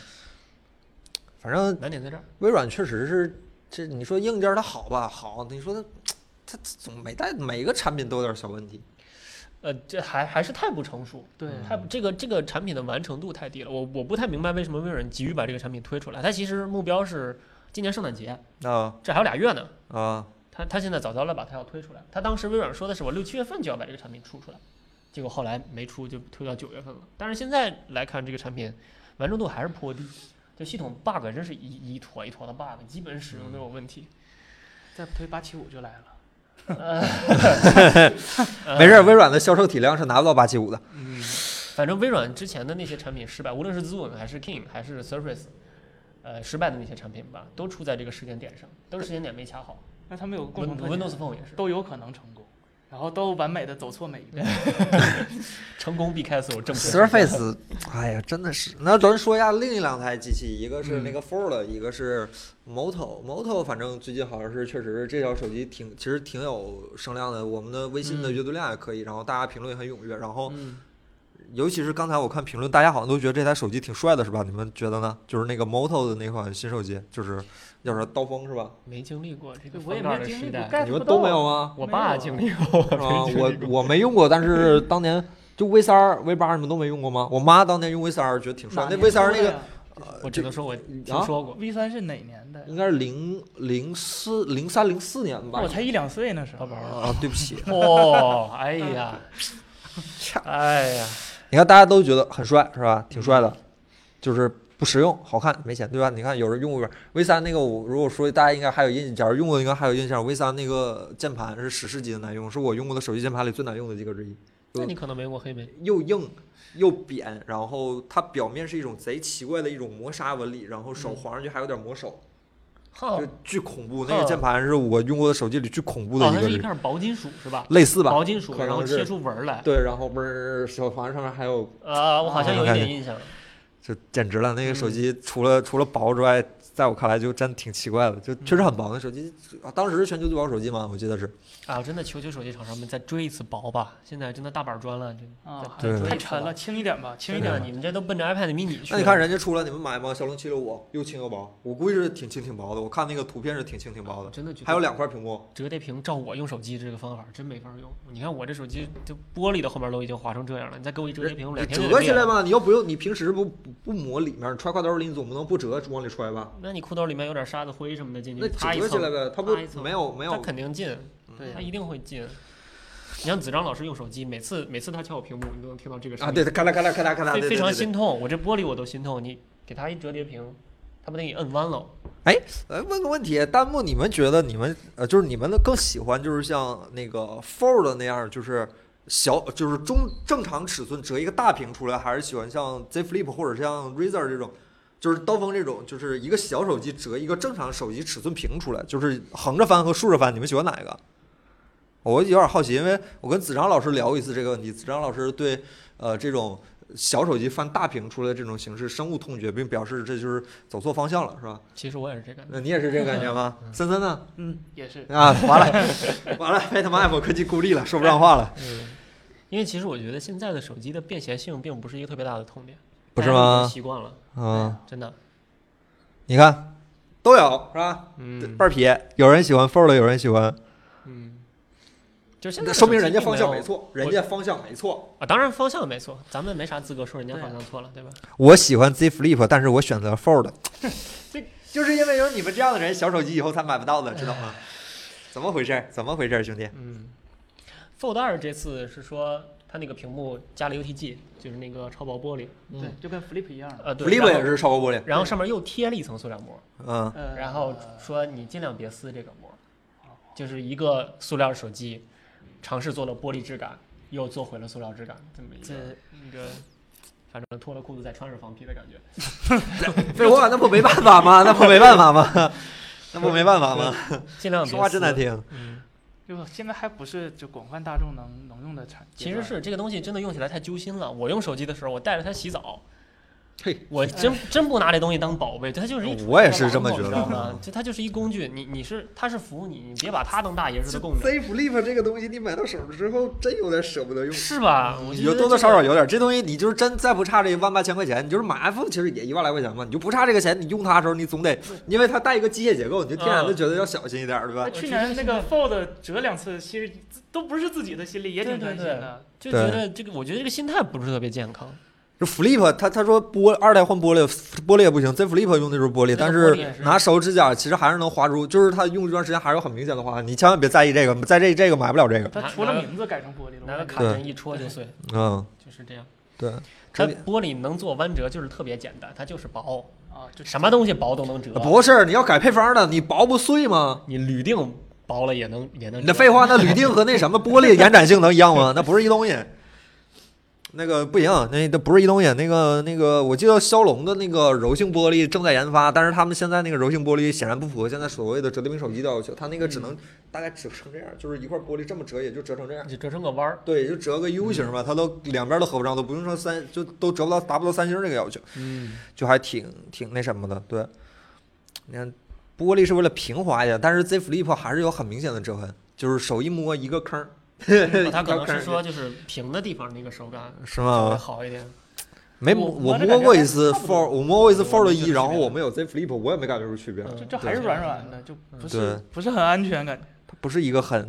反正难点在这儿。微软确实是，这你说硬件它好吧好，你说它它总每代每个产品都有点小问题。呃，这还还是太不成熟，对太不这个这个产品的完成度太低了。我我不太明白为什么微软急于把这个产品推出来。它其实目标是今年圣诞节，啊这还有俩月呢。啊它它现在早早了把它要推出来。它当时微软说的是我六七月份就要把这个产品出出来，结果后来没出，就推到九月份了。但是现在来看，这个产品完成度还是颇低，就系统 bug 真是一一坨一坨的 bug，基本使用都有问题。再不推八七五就来了。呃没事儿，微软的销售体量是拿不到八七五的。嗯，反正微软之前的那些产品失败，无论是 Zoom 还是 King 还是 Surface，呃，失败的那些产品吧，都出在这个时间点上，都是时间点没卡好。那他们有个共 Win 同特点， Windows Phone 也是，都有可能成功，然后都完美的走错每嗯一步。成功避开所有正确。 Surface，哎呀，真的是。那咱说一下另一两台机器，一个是那个 Fold，、一个是 Moto。Moto 反正最近好像是确实是这条手机挺，其实挺有声量的。我们的微信的阅读量也可以，然后大家评论也很踊跃。然后嗯，尤其是刚才我看评论，大家好像都觉得这台手机挺帅的，是吧？你们觉得呢？就是那个 Moto 的那款新手机，就是叫啥刀锋是吧？没经历过这个我也翻盖没的经时历过代， ，get 你不们到都没有吗？我爸经历过，啊，没经我历过。我没用过，但是当年就 V 三儿、V 八你们都没用过吗？我妈当年用 V 三儿觉得挺帅，那 V 三儿那啊个，呃我这只能说我啊听说过。 V 三是哪年的？应该是零零四、零三、零四年吧我。才一两岁那时好候。吧啊，对不起，哦，哎呀，哎呀，你看大家都觉得很帅是吧？挺帅的，就是不实用、好看、没钱，对吧？你看有人用过 V 三那个，我如果说大家应该还有印，假如用过应该还有印象，V 三那个键盘是史诗级的难用，是我用过的手机键盘里最难用的一个之一。那你可能没过黑莓。又硬又扁，然后它表面是一种贼奇怪的一种磨砂纹理，然后手嗯滑上去还有点磨手，哈，就巨恐怖。哦那个键盘是我用过的手机里巨恐怖的哦，一它个是一类，片薄金属是吧？类似吧？薄金属，可能然后是切出纹儿来。对，然后不是手滑上面还有，啊，我好像有一啊点印象了。就简直了。那嗯个手机除了、除了薄之外，在我看来就真挺奇怪的，就确实很薄。那手机啊当时是全球最薄手机嘛，我记得是。啊，真的求求手机厂商们再追一次薄吧！现在真的大板砖了，这啊对对，对太沉了，轻一点吧，轻一真点的，吧。你们这都奔着 iPad mini 去了。那你看人家出了，你们买吗？骁龙七六五又轻又薄，我估计是挺轻挺薄的。我看那个图片是挺轻挺薄的，真的觉得还有两块屏幕。折叠屏，照我用手机这个方法真没法用。你看我这手机，就玻璃的后面都已经划成这样了，你再给我一折叠屏，我你两天就折裂起来了。嘛，你又不用，你平时不不不抹里面，你揣挎兜里，你总不能不折往里揣吧？那你裤兜里面有点沙子灰什么的进那去，啪一折起来蹭，呗，它啪一不层没有没它有，嗯肯定进，对它一定会进。你像子章老师用手机，每次每次他敲我屏幕，你都能听到这个声啊，音，对，咔啦咔啦咔啦咔啦，非对非常。对对对心痛。我这玻璃我都心痛，你给他一折叠屏，他不得给你摁弯了？哎，问个问题，弹幕你们觉得你们呃，就是你们的更喜欢就是像那个 Fold 那样，就是小就是中正常尺寸折一个大屏出来，还是喜欢像 Z Flip 或者像 Razer 这种，就是刀锋这种，就是一个小手机折一个正常手机尺寸屏出来，就是横着翻和竖着翻，你们喜欢哪一个？我有点好奇，因为我跟子章老师聊过一次这个问题，子章老师对呃这种小手机翻大屏出来的这种形式深恶痛绝，并表示这就是走错方向了，是吧？其实我也是这个。那你也是这个感觉吗？森森呢？嗯，也是。啊，完了，完了，被他们 Apple 科技孤立了，说不上话了，嗯，因为其实我觉得现在的手机的便携性并不是一个特别大的痛点，不是大家已经吗？习惯了，嗯，真的。你看，都有是吧？嗯倍儿撇，有人喜欢 Fold，有人喜欢，嗯，就是现在的说明人家手方机并向没没有错，人家方向没错。啊，当然方向没错，咱们没啥资格说人啊家方向错了，对吧？我喜欢 Z Flip，但是我选择 Fold，这就是因为有你们这样的人，小手机以后才买不到的，知道吗？怎么回事儿？怎么回事儿，兄弟？嗯，Fold 二这次是说它那个屏幕加了 UTG，就是那个超薄玻璃，对，就跟 Flip 一样的。呃，对，Flip 然也后是超薄玻璃，然后上面又贴了一层塑料膜，嗯，呃，然后说你尽量别撕这个膜，就是一个塑料手机，尝试做了玻璃质感，又做回了塑料质感，这么一个这一个，反正脱了裤子再穿上防皮的感觉。 废话，那不没办法吗？那不没办法吗？ 那不没办法吗？尽量别说话真撕难。听。嗯，就现在还不是就广泛大众能能用的产。其实是这个东西真的用起来太揪心了。我用手机的时候，我带着它洗澡，嘿，我真真不拿这东西当宝贝，它就是一哦我也是这么你知觉得嗯道吗？就它就是一工具，你你是它是服务你，你别把它当大爷似的供着， Z Flip 这个东西，你买到手之后，真有点舍不得用。是吧？我就觉有得嗯多多这少个少有点，这东西你就是真再不差这一万八千块钱，你就是买 iPhone 其实也一万来块钱嘛，你就不差这个钱，你用它的时候你总得，因为它带一个机械结构，你就天然的觉得要小心一点，对吧那？去年那个 Fold 折两次，其实自都不是自己的心里，也挺对对担心对的。就觉得这个，我觉得这个心态不是特别健康。这 Flip 它它说玻二代换玻璃，玻璃也不行，Z Flip 用的就是玻璃，但那个是玻璃也是拿手指甲其实还是能划出，就是它用这段时间还是有很明显的划，痕，你千万别在意这个，在这这个买不了这个，它除了名字改成玻璃了，拿我个感觉卡针一戳就碎，嗯，就是这样。对，这它里玻璃能做弯折，就是特别简单，它就是薄，啊，就什么东西薄都能折。啊不是你要改配方的，你薄不碎吗？你铝锭薄了也能也能折。你的废话，那铝锭和那什么玻璃延展性能一样吗？那不是一东西。那个不行，那那不是一东西。那个那个，我记得骁龙的那个柔性玻璃正在研发，但是他们现在那个柔性玻璃显然不符合现在所谓的折叠屏手机的要求，它那个只能大概折成这样，就是一块玻璃这么折，也就折成这样。就折成个弯儿。对，也就折个 U 型吧，它都两边都合不上，都不用说三，就都折不到达不到三星这个要求。嗯，就还挺挺那什么的。对，你看玻璃是为了平滑一点，但是 Z Flip 还是有很明显的折痕，就是手一摸一个坑儿。哦 它哦可能一个坑儿是说就是平的地方那个手感是稍微吗？好一点。没，我我摸着摸感觉过还一次差不 Fold，多我摸过一次嗯我 Fold 没觉一，得然后区别我没有 Z Flip，我也没感觉出区别。嗯这这还是对软软的，就对嗯不是不是很安全感觉。它不是一个很，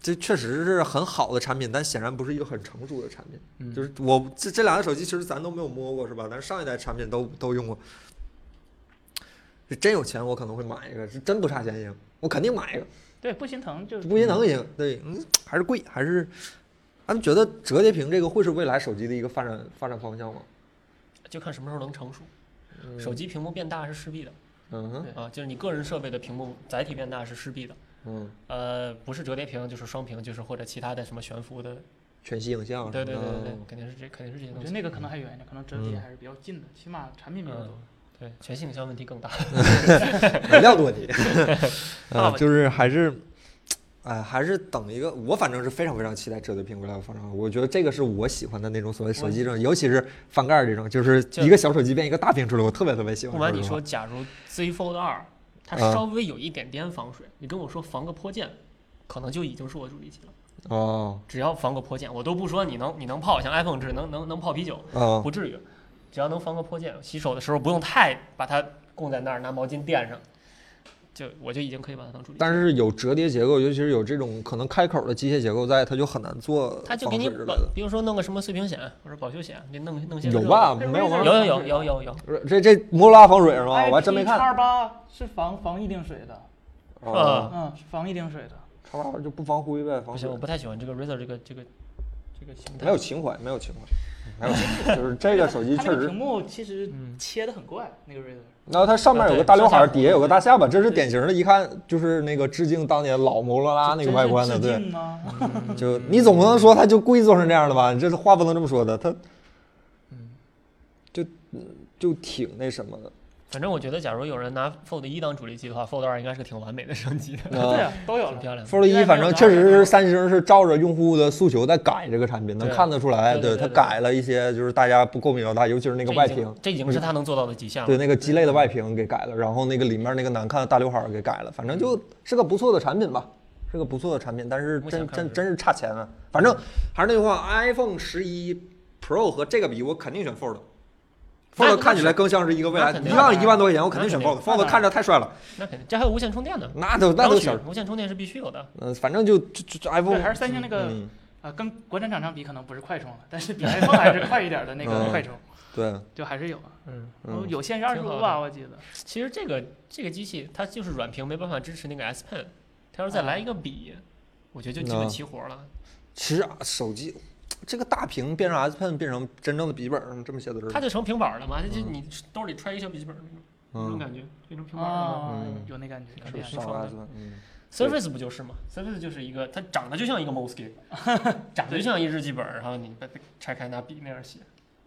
这确实是很好的产品，但显然不是一个很成熟的产品。嗯就是我这这两个手机其实咱都没有摸过是吧？咱上一代产品都都用过。是真有钱，我可能会买一个，是真不差钱行，我肯定买一个。对，不心疼就是不心疼行，对，嗯，还是贵，还是，他们觉得折叠屏这个会是未来手机的一个发展发展方向吗？就看什么时候能成熟。嗯手机屏幕变大是势必的嗯哼，啊，就是你个人设备的屏幕载体变大是势必的。嗯，呃，不是折叠屏就是双屏，就是或者其他的什么悬浮的全息影像，对对对对对嗯，肯定是这肯定是这些我东觉西啊得。那个可能还远一点，可能整体嗯还是比较近的，起码产品比较多。对，全息影像问题更大。能量多 低，好啊，吧就是还是，哎，还是等一个。我反正是非常非常期待折叠屏未来的发展，啊我觉得这个是我喜欢的那种所谓手机这种，尤其是翻盖儿这种，就是就一个小手机变一个大屏出来，我特别特别喜欢。不瞒你实话说，，假如 Z Fold 二它啊稍微有一点点防水，你跟我说防个破溅，可能就已经是我主力机了。哦只要防个破溅，我都不说你能你能泡像 iPhone 似的能能能泡啤酒，哦，不至于。只要能防个破溅，洗手的时候不用太把它供在那儿，拿毛巾垫上，就我就已经可以把它当主力机了。但是有折叠结构，尤其是有这种可能开口的机械结构在，它就很难做它防就给水你之类保的，。比如说弄个什么碎屏险或者保修险，你弄弄些有个这吧？个没有吗有？有有有有有，哎这这摩托罗拉防水是吗？我还真没看。叉八是防防一定水啊的，哦，嗯，是防一定水的。叉八就不防灰呗，防不水行，我。不太喜欢这个 Razer 这个这个这个形态。没有情怀，没有情怀，没有情怀。就是这个 手机它确那个实屏幕其实嗯切的很怪，那个 Razer。然后它上面有个大刘海儿，底下有个大下巴，这是典型的，一看就是那个致敬当年老摩托罗拉那个外观的，真是致对。敬吗？嗯就你总不能说它就故意做成这样的吧？你这话不能这么说的，它嗯，就就挺那什么的。反正我觉得，假如有人拿 Fold 一当主力机的话，Fold 二应该是个挺完美的升级的， 嗯 对啊，都有挺了。漂亮的。 Fold 一反正确实是三星是照着用户的诉求在改这个产品，能啊对看得出来，对对它对对改了一些就是大家不诟病老大，尤其是那个外屏，这已经是他能做到的极限了。对那个鸡肋的外屏给改了，然后那个里面那个难看的大刘海儿给改了，反正就是个不错的产品吧，是个不错的产品，但是嗯目前真看真是嗯真是差钱啊！反正还是那句话，iPhone 十一 Pro 和这个比，我肯定选 Fold。那 Fold 那看起来更像是一个未来，那肯一定万一万多块钱，我肯定选那嗯肯 Fold。Fold 看着太帅了，那肯定，这还有无线充电呢。那都那都刚需小，无线充电是必须有的。嗯，反正就就就就对， iPhone 还是三星那个嗯，呃，跟国产厂商比，可能不是快充了，但是比 iPhone 还是快一点的那嗯个快充，对，就还是有啊。嗯，嗯有线是二十挺好五的啊吧，我记得。其实这个这个机器它就是软屏，没办法支持那个 S Pen。它要是再来一个笔，我觉得就基啊本齐活了。其实啊，手机这个大屏变成 S Pen 变成真正的笔记本上这么些字它儿，就成平板儿了嘛，就嗯你兜里揣一个小笔记本儿那种那种嗯，感觉，变成平板儿了嘛。啊嗯，有那感觉，是有那感是觉。上爽了的 S Pen，嗯。 Surface 不就是吗？Surface 就是一个，它长得就像一个 Mosky，长得就像一日记本儿，然后你把它拆开拿笔那样写，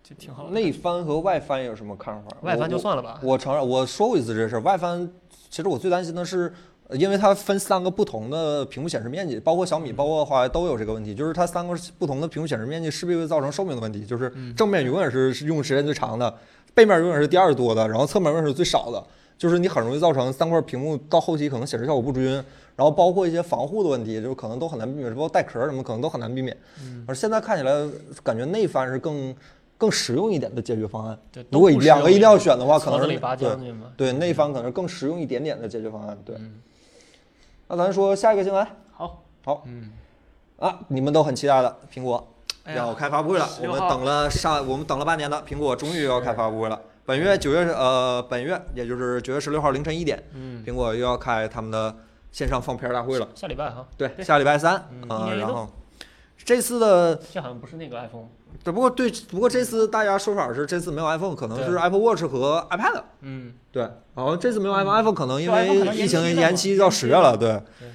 就挺好的。内翻和外翻有什么看法？外翻就我算了吧。我承认，我说过一次这事儿。外翻，其实我最担心的是，呃因为它分三个不同的屏幕显示面积，包括小嗯米、包括华为都有这个问题，就是它三个不同的屏幕显示面积势必会造成寿命的问题，就是嗯正面永远是是用时间最长的，背面永远是第二多的，然后侧面永远是最少的。就是你很容易造成三块屏幕到后期可能显示效果不均，然后包括一些防护的问题，就是可能都很难避免，包括带壳儿什么可能都很难避免。嗯而现在看起来，感觉内翻是更更实用一点的解决方案。对，如果都不两个一定要实选的话，用可矬能子是里拔对将军嘛。对，那一方可能更实用一点点的解决方案。对，嗯那咱说下一个新闻好，嗯，啊，你们都很期待的苹果哎呀要开发布会了，我16们号等了上我们等了半年的苹果终于要开发布会了。本月九月呃，本月也就是九月十六号凌晨一点，嗯，苹果又要开他们的线上放片大会了。下礼拜哈，对，对下礼拜三嗯一啊，年一然度后这次的这好像不是那个 iPhone。只不过对，不过这次大家说法是这次没有 iPhone，可能对是 Apple Watch 和 iPad。嗯，对，然后这次没有 iPhone，iPhone、可能因对，iPhone 可为能疫延期情了嘛延期到十月了，对。对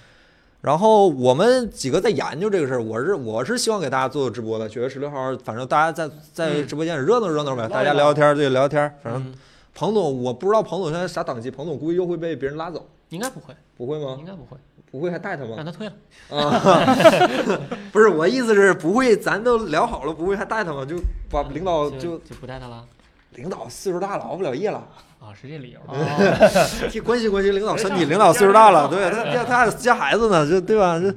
然后我们几个在研究这个事儿，我是我是希望给大家做个直播的，九月十六号，反正大家在在嗯直播间里热闹热闹呗，唠嗯一大家唠聊聊天儿，对，聊聊天儿。反正嗯彭总，我不知道彭总现在啥档期，彭总估计又会被别人拉走，应该不会，不会吗？应该不会，不会还带他吗让？嗯他退了。啊， 不是，我意思是不会，咱都聊好了，不会还带他吗？就把嗯领导嗯就就就不带他了。领导岁数大了，熬不了夜了。啊，是这理由。哦，替 关心关心领导身体，没事领导岁数大了，没对他他他还接孩子呢，这对吧？这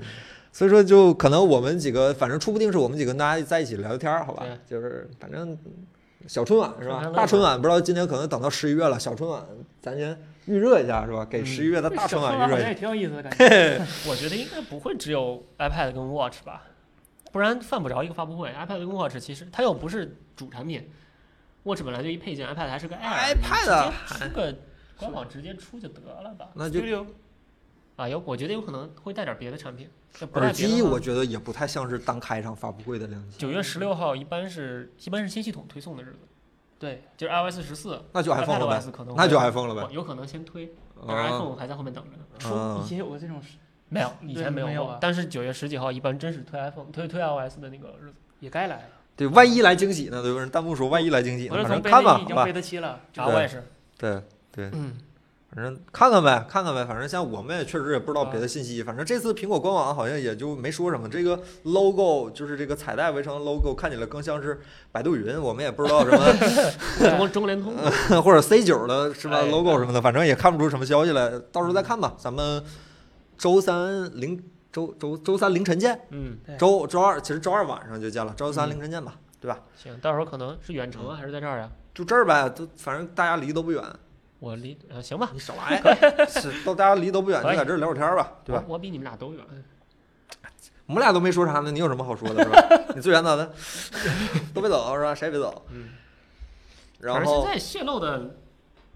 所以说就可能我们几个，反正初步定是我们几个跟大家在一起聊聊天儿，好吧对？就是反正小春晚是吧春晚？乐大春晚不知道今年可能等到十一月了，小春晚咱先预热一下是吧？给嗯十一月的大春啊晚预热好一像下。也挺有意思的感 觉。 我觉得应该不会只有 iPad 跟 Watch 吧，不然犯不着一个发布会。iPad 跟 Watch 其实它又不是主产品，Watch 本来就一配件，iPad 还是个哎 Air，你 iPad 啊直接出个官网直接出就得了吧。那就 Studio 啊，有我觉得有可能会带点别的产品。这不带耳别的机话我觉得也不太像是单开一场发布会的亮相，九月十六号一般是一般是新系统推送的日子，对，就是 iOS 十四，那就 iPhone 了呗， iPadOS 可能那就会 iPhone 了呗。有可能先推，但是啊嗯 iPhone 还在后面等着呢。出以前有过这种事 没有，对以前没有过啊。但是九月十几号一般真是推 iPhone 推推 iOS 的那个日子。也该来了。对，万一来惊喜呢？对不对？弹幕说万一来惊喜我呢，这反从正背看吧，内衣已好经吧背。到期了，啊，我 也是。对对，嗯，反正看看呗，看看呗。反正像我们也确实也不知道啊别的信息，反正这次苹果官网好像也就没说什么。这个 logo 就是这个彩带围成 logo，看起来更像是百度云，我们也不知道什 么中国中国联通，或者 C 九的是吧哎 logo 什么的，反正也看不出什么消息来，到时候再看吧。咱们周三凌周周周三凌晨见，嗯，对周周二其实周二晚上就见了，周三嗯凌晨见吧，对吧？行，到时候可能是远程啊还是在这儿呀？就这儿呗，都反正大家离都不远，我离啊，行吧，你少 来，是都大家离都不远，就可以在这儿聊会儿天儿吧，对吧？我？我比你们俩都远。我们俩都没说啥呢，你有什么好说的，是 吧？你最远咋的？都别走是吧？谁也别走。嗯，然反正后现在泄露的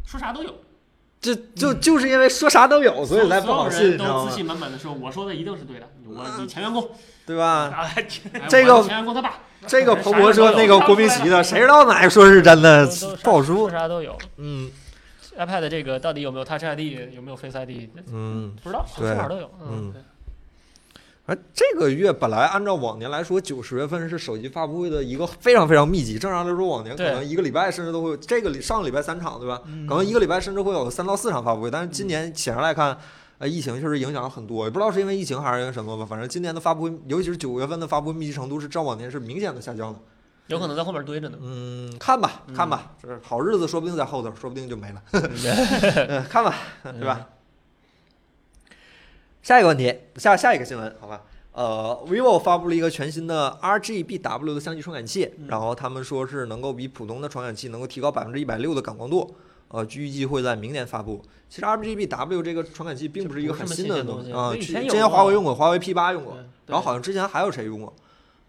说啥都有，就就就是因为说啥都有，所以才不嗯所有好信，你人知道都吗自？信满满的说我说的一定是对的，我 嗯你前员工，对吧？啊，哎这个我前员工他爸这个彭博啥说都有那个国民席的，谁知道哪个说是真都的都啥？不好说。说啥都有。嗯 iPad 这个到底有没有 Touch ID，有没有 Face ID，嗯。不知道，对说法都有。嗯对啊，这个月本来按照往年来说，九十月份是手机发布会的一个非常非常密集。正常来说，往年可对能一个礼拜甚至都会有，这个礼上个礼拜三场，对吧？嗯可能一个礼拜甚至会有三到四场发布会。但是今年显然来看，呃，疫情确实影响了很多，也不知道是因为疫情还是因为什么吧。反正今年的发布会，尤其是九月份的发布会密集程度是照往年是明显的下降的。有可能在后面堆着呢。嗯，看吧，看吧，嗯这好日子说不定在后头，说不定就 没了。嗯看吧，对吧？下一个问题，下下一个新闻，好吧？呃，vivo 发布了一个全新的 RGBW 的相机传感器，嗯然后他们说是能够比普通的传感器能够提高百分之一百六的感光度，呃，预计会在明年发布。其实 RGBW 这个传感器并不是一个这很不是新什么的新鲜东西啊，对之以前之有前过华为用过，华为 P 八用过，嗯然后好像之前还有谁用过，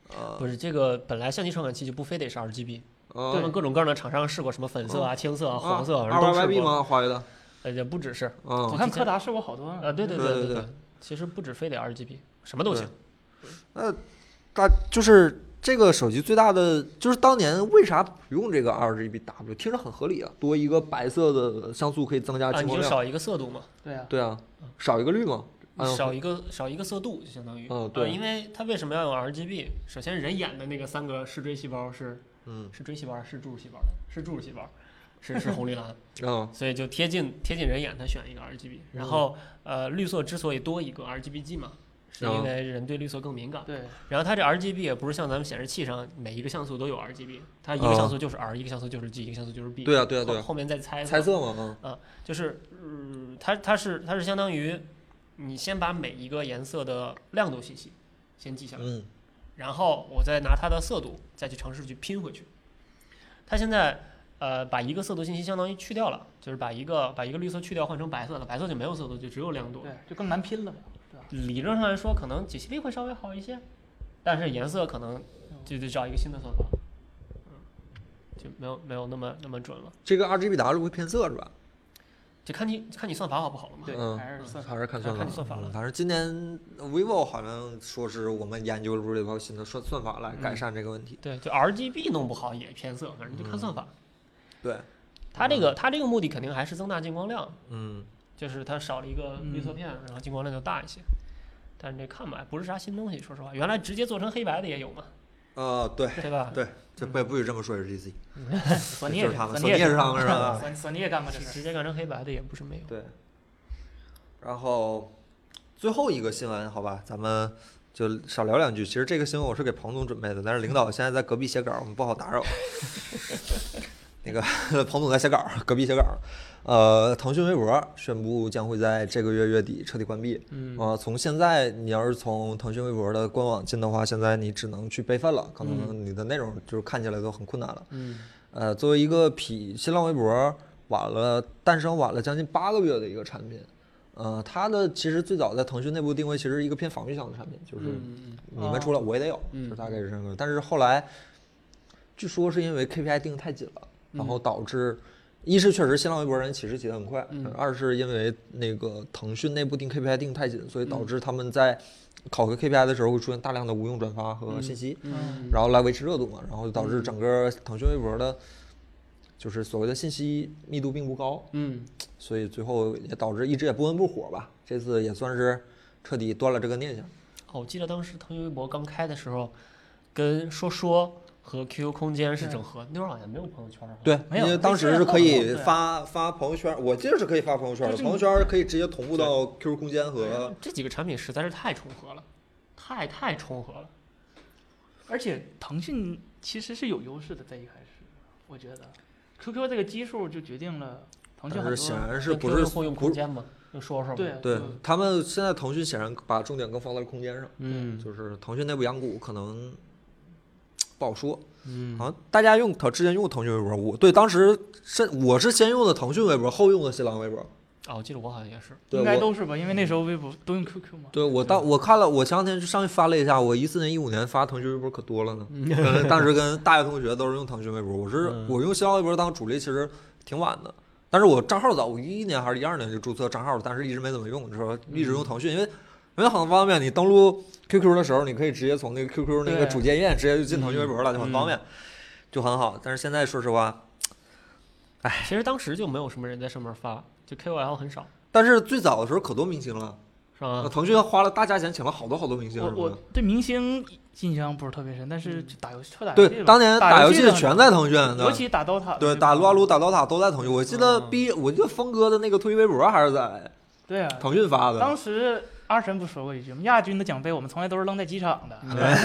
呃不是这个，本来相机传感器就不非得是 RGB，呃，他们各种各样的厂商试过什么粉色啊、青色啊、黄色啊，嗯二都 Y 试 Y B 过。吗？华为的，呃，也不只是，嗯我，看柯达试过好多呢呃，对对对对对对对，其实不止非得 RGB，什么都行。大就是这个手机最大的就是当年为啥不用这个 RGBW？听着很合理啊，多一个白色的像素可以增加啊，进你光就量。少一个色度嘛，对啊，对啊，少一个绿嘛。嗯，少一个少一个色度，就相当于。嗯呃对因为它为什么要用 RGB？首先，人眼的那个三个视锥细胞是嗯是锥细胞，是注入细胞的，是注入细胞，是是红 绿蓝，嗯所以就贴近贴近人眼，它选一个 RGB。然后，呃，绿色之所以多一个 RGBG 嘛，是因嗯为人对绿色更敏感。对，然后它这 RGB 也不是像咱们显示器上每一个像素都有 RGB，它一个哦像素就是 R，、一个像素就是 G，一个像素就是 B。对啊对啊对啊后后面再猜猜测嘛，嗯就是，嗯，它它是它是相当于你先把每一个颜色的亮度信息先记下来，嗯然后我再拿它的色度再去尝试去拼回去。它现在呃把一个色度信息相当于去掉了，就是把一个把一个绿色去掉换成白色了，白色就没有色度，就只有亮度。对，就更难拼了，对吧？理论上来说，可能解析力会稍微好一些，但是颜色可能就得找一个新的算法，嗯，就没有没有那么那么准了，这个 RGBW 会偏色是吧？就看你看你算法好不好了嘛。对嗯，还是算还是看算法。还是看算法了嗯反正今年 vivo 好像说是我们研究出了一套新的算算法来改善这个问题。对，就 RGB 弄不好也偏色，反正就看算法。对，它这个它这个目的肯定还是增大进光量，嗯，就是它少了一个绿色片，然后进光量就大一些。但是这看吧，不是啥新东西，说实话，原来直接做成黑白的也有嘛，呃，对对吧？对，这不不许这么说 HTC。索尼就也是他们索尼索尼也是他们是吧 索尼索尼也干过这事儿。直接干成黑白的也不是没有。对，然后最后一个新闻，好吧，咱们就少聊两句。其实这个新闻我是给彭总准备的，但是领导现在在隔壁写稿，我们不好打扰。 那个 彭总在写稿，隔壁写稿。呃，腾讯微博宣布将会在这个月月底彻底关闭。嗯，呃，从现在你要是从腾讯微博的官网进的话，现在你只能去备份了，可能你的内容就是看起来都很困难了。嗯，呃，作为一个比新浪微博晚了诞生晚了将近八个月的一个产品，呃，它的其实最早在腾讯内部定位其实是一个偏防御向的产品，就是嗯嗯你们出来我也得有，嗯就是大概是这样的。但是后来据说是因为 KPI 定得太紧了，然后导致。一是确实新浪微博人起势起得很快，嗯二是因为那个腾讯内部定 KPI 定太紧，所以嗯导致他们在考核 KPI 的时候会出现大量的无用转发和信息。嗯然后来维持热度嘛，然后就导嗯致整个腾讯微博的，就是所谓的信息密度并不高，嗯所以最后也导致一直也不温不火吧。这次也算是彻底断了这个念想。哦，我记得当时腾讯微博刚开的时候，跟说说和 QQ 空间是整合，那会儿好像没有朋友圈儿哈。对，没因有为当时是现在可后以来发发朋友圈，我记得是可以发朋友圈的，啊就是朋你啊友圈可以直接同步到 QQ 空间和这几个产品实在是太重合了，太太重合了。而且腾讯其实是有优势的，在一开始，我觉得 QQ 这个基数就决定了腾讯但很是显多然是那不 QQ 是用户用不空是间吗？用说说吗？对对嗯他们现在腾讯显然把重点更放在了空间上，嗯就是腾讯内部养股可能不好说。嗯好像大家用腾之前用腾讯微博，我对当时是我是先用的腾讯微博，后用的新浪微博。啊，我记得我好像也是。对应该我都是吧，因为那时候微博都用 QQ 嘛。对我当我看了，我前两天上去翻了一下，我一四年、一五年发腾讯微博可多了呢。嗯呃当时跟大学同学都是用腾讯微博，我是嗯我用新浪微博当主力，其实挺晚的。但是我账号早，我一一年还是一二年就注册账号了，但是一直没怎么用，说一嗯直用腾讯，因为因为很方便。你登录 QQ 的时候，你可以直接从那个 QQ 那个对主界面直接就进腾讯微博了，就很嗯方便，就很好。但是现在说实话，其实当时就没有什么人在上面发，就 KOL 很少，但是最早的时候可多明星了，是吧？腾讯花了大价钱请了好多好多明星嗯我什么的我对明星印象不是特别深，但是就打游戏特打游戏对，吧当年打打游戏戏的全在腾讯，尤对其打 DOTA 的对，那打帮撸啊撸、打 DOTA 都在腾讯。我记得嗯逼，我记得峰哥的那个推微博还是在对啊，腾讯发的当。时二神不说过一句吗？亚军的奖杯我们从来都是扔在机场的，嗯现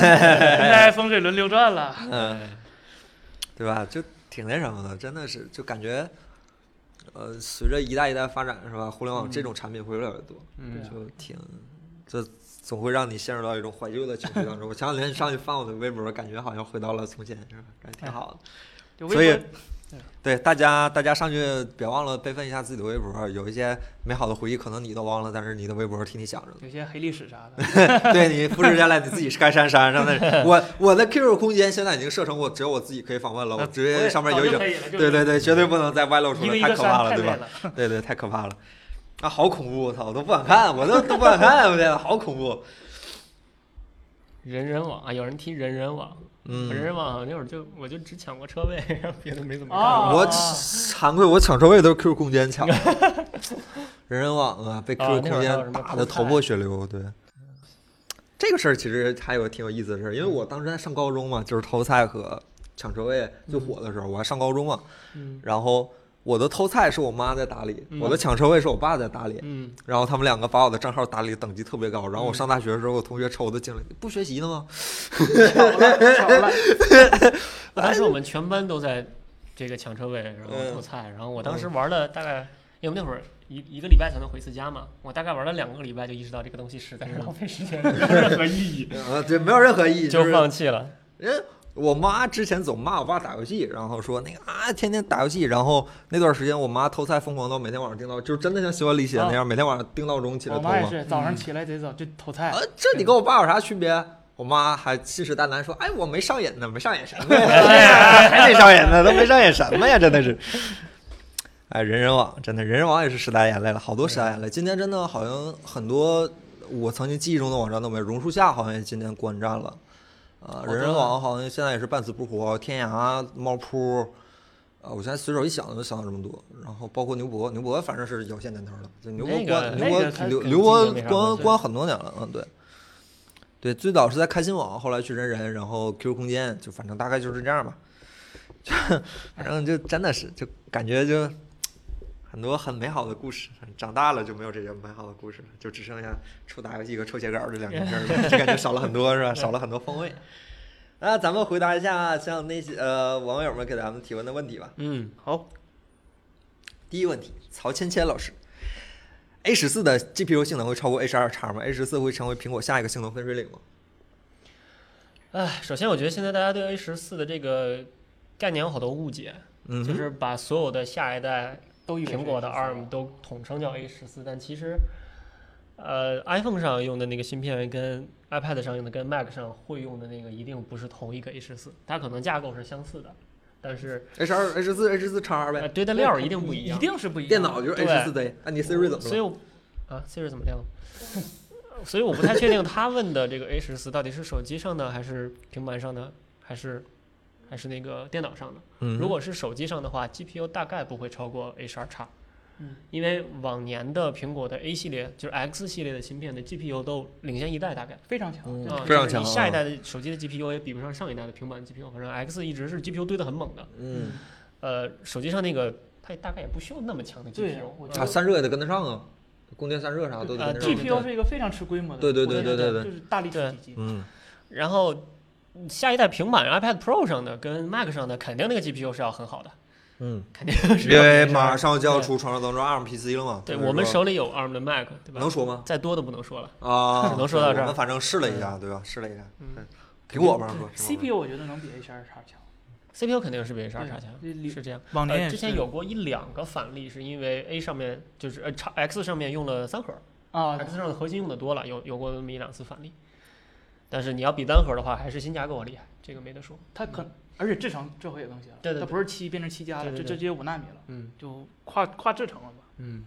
在风水轮流转了。嗯，对吧？就挺那什么的，真的是就感觉，呃，随着一代一代发展，是吧？互联网这种产品会越来越多，嗯就挺，这总会让你陷入到一种怀旧的情绪当中。我前两天上去翻我的微博，感觉好像回到了从前，是吧？感觉挺好的。嗯就所以微博对大家，大家上去别忘了备份一下自己的微博，有一些美好的回忆，可能你都忘了，但是你的微博替你想着呢。有些黑历史啥的，对你复制下来，你自己是该删删上的。我我的 QQ 空间现在已经设成我只有我自己可以访问了，我直接上面有一啊早就种，可以了，就对是对对，绝对不能再外露出一来个，一太个可怕删，了，太对累吧？了。 对对，太可怕了，啊，好恐怖！我操，我都不敢看，我都都不敢看，我天呐，好恐怖。人人网啊，有人提人人网，我人嗯，人网那会儿就我就只抢过车位，别的没怎么干过。哦我惭愧，我抢车位都是 QQ 空间抢的，人人网啊，被啊 QQ 那会空儿还有间什么打的头破血流，对。这个事儿其实还有挺有意思的事儿，因为我当时在上高中嘛，就是偷菜和抢车位最火的时候，我还上高中嘛，嗯然后我的偷菜是我妈在打理，嗯我的抢车位是我爸在打理。嗯，然后他们两个把我的账号打理等级特别高，然后我嗯上大学的时候，我同学抽我的经理，不学习呢吗？巧了，巧了，当时我们全班都在这个抢车位，然后嗯偷菜，然后我当时玩了大概，因为那会儿一一个礼拜才能回一次家嘛，我大概玩了两个礼拜就意识到这个东西实在是嗯浪费时间，没有任何意义，啊，对，没有任何意义，就是放弃了。人我妈之前总骂我爸打游戏，然后说那个啊，天天打游戏。然后那段时间，我妈偷菜疯狂到每天晚上定闹，就真的像新闻里写的那样，每天晚上定闹钟起来我偷妈也嘛。是早上起来得早就偷菜啊，，呃这你跟我爸有啥区别？我妈还信誓旦旦说：“哎，我没上瘾呢，没上瘾什 么哎呀？还没上瘾呢，都没上瘾什么呀？真的是。”哎，人人网真的，人人网也是时代眼泪了，好多时代眼泪。今天真的好像很多我曾经记忆中的网站都没有，榕树下好像也今年关站了，呃好，多人人网好像现在也是半死不活，天涯、猫扑，啊，我现在随手一想就想到这么多，然后包括牛博，牛博反正是有线年头了，就牛博那个关那牛个博他牛肯牛定博没啥关关系关很多年了，嗯，对，对，最早是在开心网，后来去人人，然后 QQ 空间，就反正大概就是这样吧， 就反正就真的是就感觉就很多很美好的故事，长大了就没有这些美好的故事了，就只剩下臭打游戏和臭写稿这两件事儿了，就感觉少了很多是吧？少了很多风味。那咱们回答一下像那些呃网友们给咱们提问的问题吧。嗯，好，第一问题，曹芊芊老师，A 十四的 GPU 性能会超过 A 十二叉吗？A 十四会成为苹果下一个性能分水岭吗？唉，首先我觉得现在大家对 A 十四的这个概念有好多误解，嗯就哼，是把所有的下一代都以为是苹果的14 ARM 都统称叫 A 十四，但其实，呃，iPhone 上用的那个芯片跟 iPad 上用的跟 Mac 上会用的那个一定不是同一个 A 十四，它可能架构是相似的，但是 a 十二、A 十四、A 十四叉呃呗。堆的料儿一定不一样一。定是不一样。电脑就是对 A 十四 Z，那你 Siri 怎么所以说？我啊，Siri 怎么亮了？ 所以我不太确定他问的这个 A 十四到底是手机上的，还是平板上的，还是还是那个电脑上的。嗯如果是手机上的话，GPU 大概不会超过 A 十二叉。嗯，因为往年的苹果的 A 系列就是 X 系列的芯片的 GPU 都领先一代大概。非常强。嗯对啊非常就是你强下啊一代的手机的 GPU 也比不上上一代的平板 GPU，反正 X 一直是 GPU 堆得很猛的。嗯，呃，手机上那个它也大概也不需要那么强的对 GPU，我觉啊，得呃散热也得跟得上啊，供电散热啥都得跟得对上。啊嗯对，GPU 是一个非常吃规模的，对对对对对对就是大力对士体积。嗯，然后嗯下一代平板 iPad Pro 上的跟 Mac 上的肯定那个 GPU 是要很 好的，嗯，肯定是因要为比上马上就要出《传说当中 ARM PC 了嘛。对就是我们说手里有 ARM 的 Mac，对吧？能说吗？再多的不能说了。啊，只能说到对这儿我们反正试了一下，对吧？试了一下，嗯对苹果吧，不是苹果 CPU 我觉得能比 H 2 x 强， CPU 肯定是比 H 2对差强，这里是这样。往呃年也之是前有过一两个反例，是因为 A 上面就是呃叉 X 上面用了三核啊， ，X 上的核心用的多了，有有过那么一两次反例。但是你要比单核的话，还是新架构厉害，这个没得说。它可而且制程这回也更新了，对对对它不是七变成七加了，对对这对这直接五纳米了，嗯就跨跨制程了吧？嗯，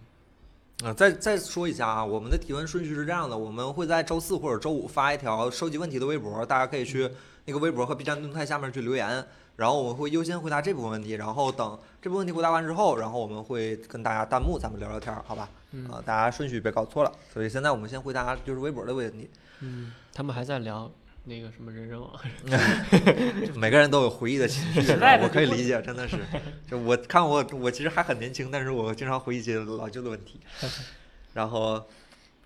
啊，再再说一下啊，我们的提问顺序是这样的，我们会在周四或者周五发一条收集问题的微博，大家可以去那个微博和 B 站动态下面去留言，然后我们会优先回答这部分问题，然后等这部分问题回答完之后，然后我们会跟大家弹幕咱们聊聊天儿，好吧？嗯啊，大家顺序别搞错了。所以现在我们先回答就是微博的问题，嗯，他们还在聊那个什么人人网， 每个人都有回忆的情绪，时代的我可以就不理解，真的是。就我看我我其实还很年轻，但是我经常回忆一些老旧的问题。然后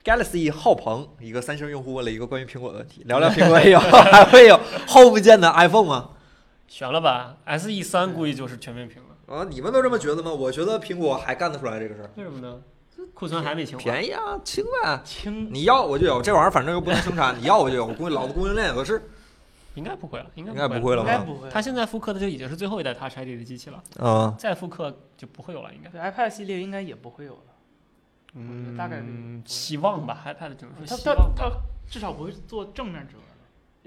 Galaxy 浩鹏，一个三星用户问了一个关于苹果的问题，聊聊苹果也有还会有后部件的 iPhone 吗？悬了吧？S E 三估计就是全面屏了，啊，你们都这么觉得吗？我觉得苹果还干得出来这个事儿，为什么呢？库存还没清完，便宜啊，轻呗，轻你要我就有，这玩意儿反正又不能生产，你要我就有，供应老的供应链有的是。应该不会了，应应该不不会会了应吧该不会。它现在复刻的就已经是最后一代 Touch ID 的机器了，嗯，再复刻就不会有了，应该。对 iPad 系列应该也不会有了，我觉得大概率嗯，希望吧，iPad 只能说它希它望吧。哦它至少不会做正面指纹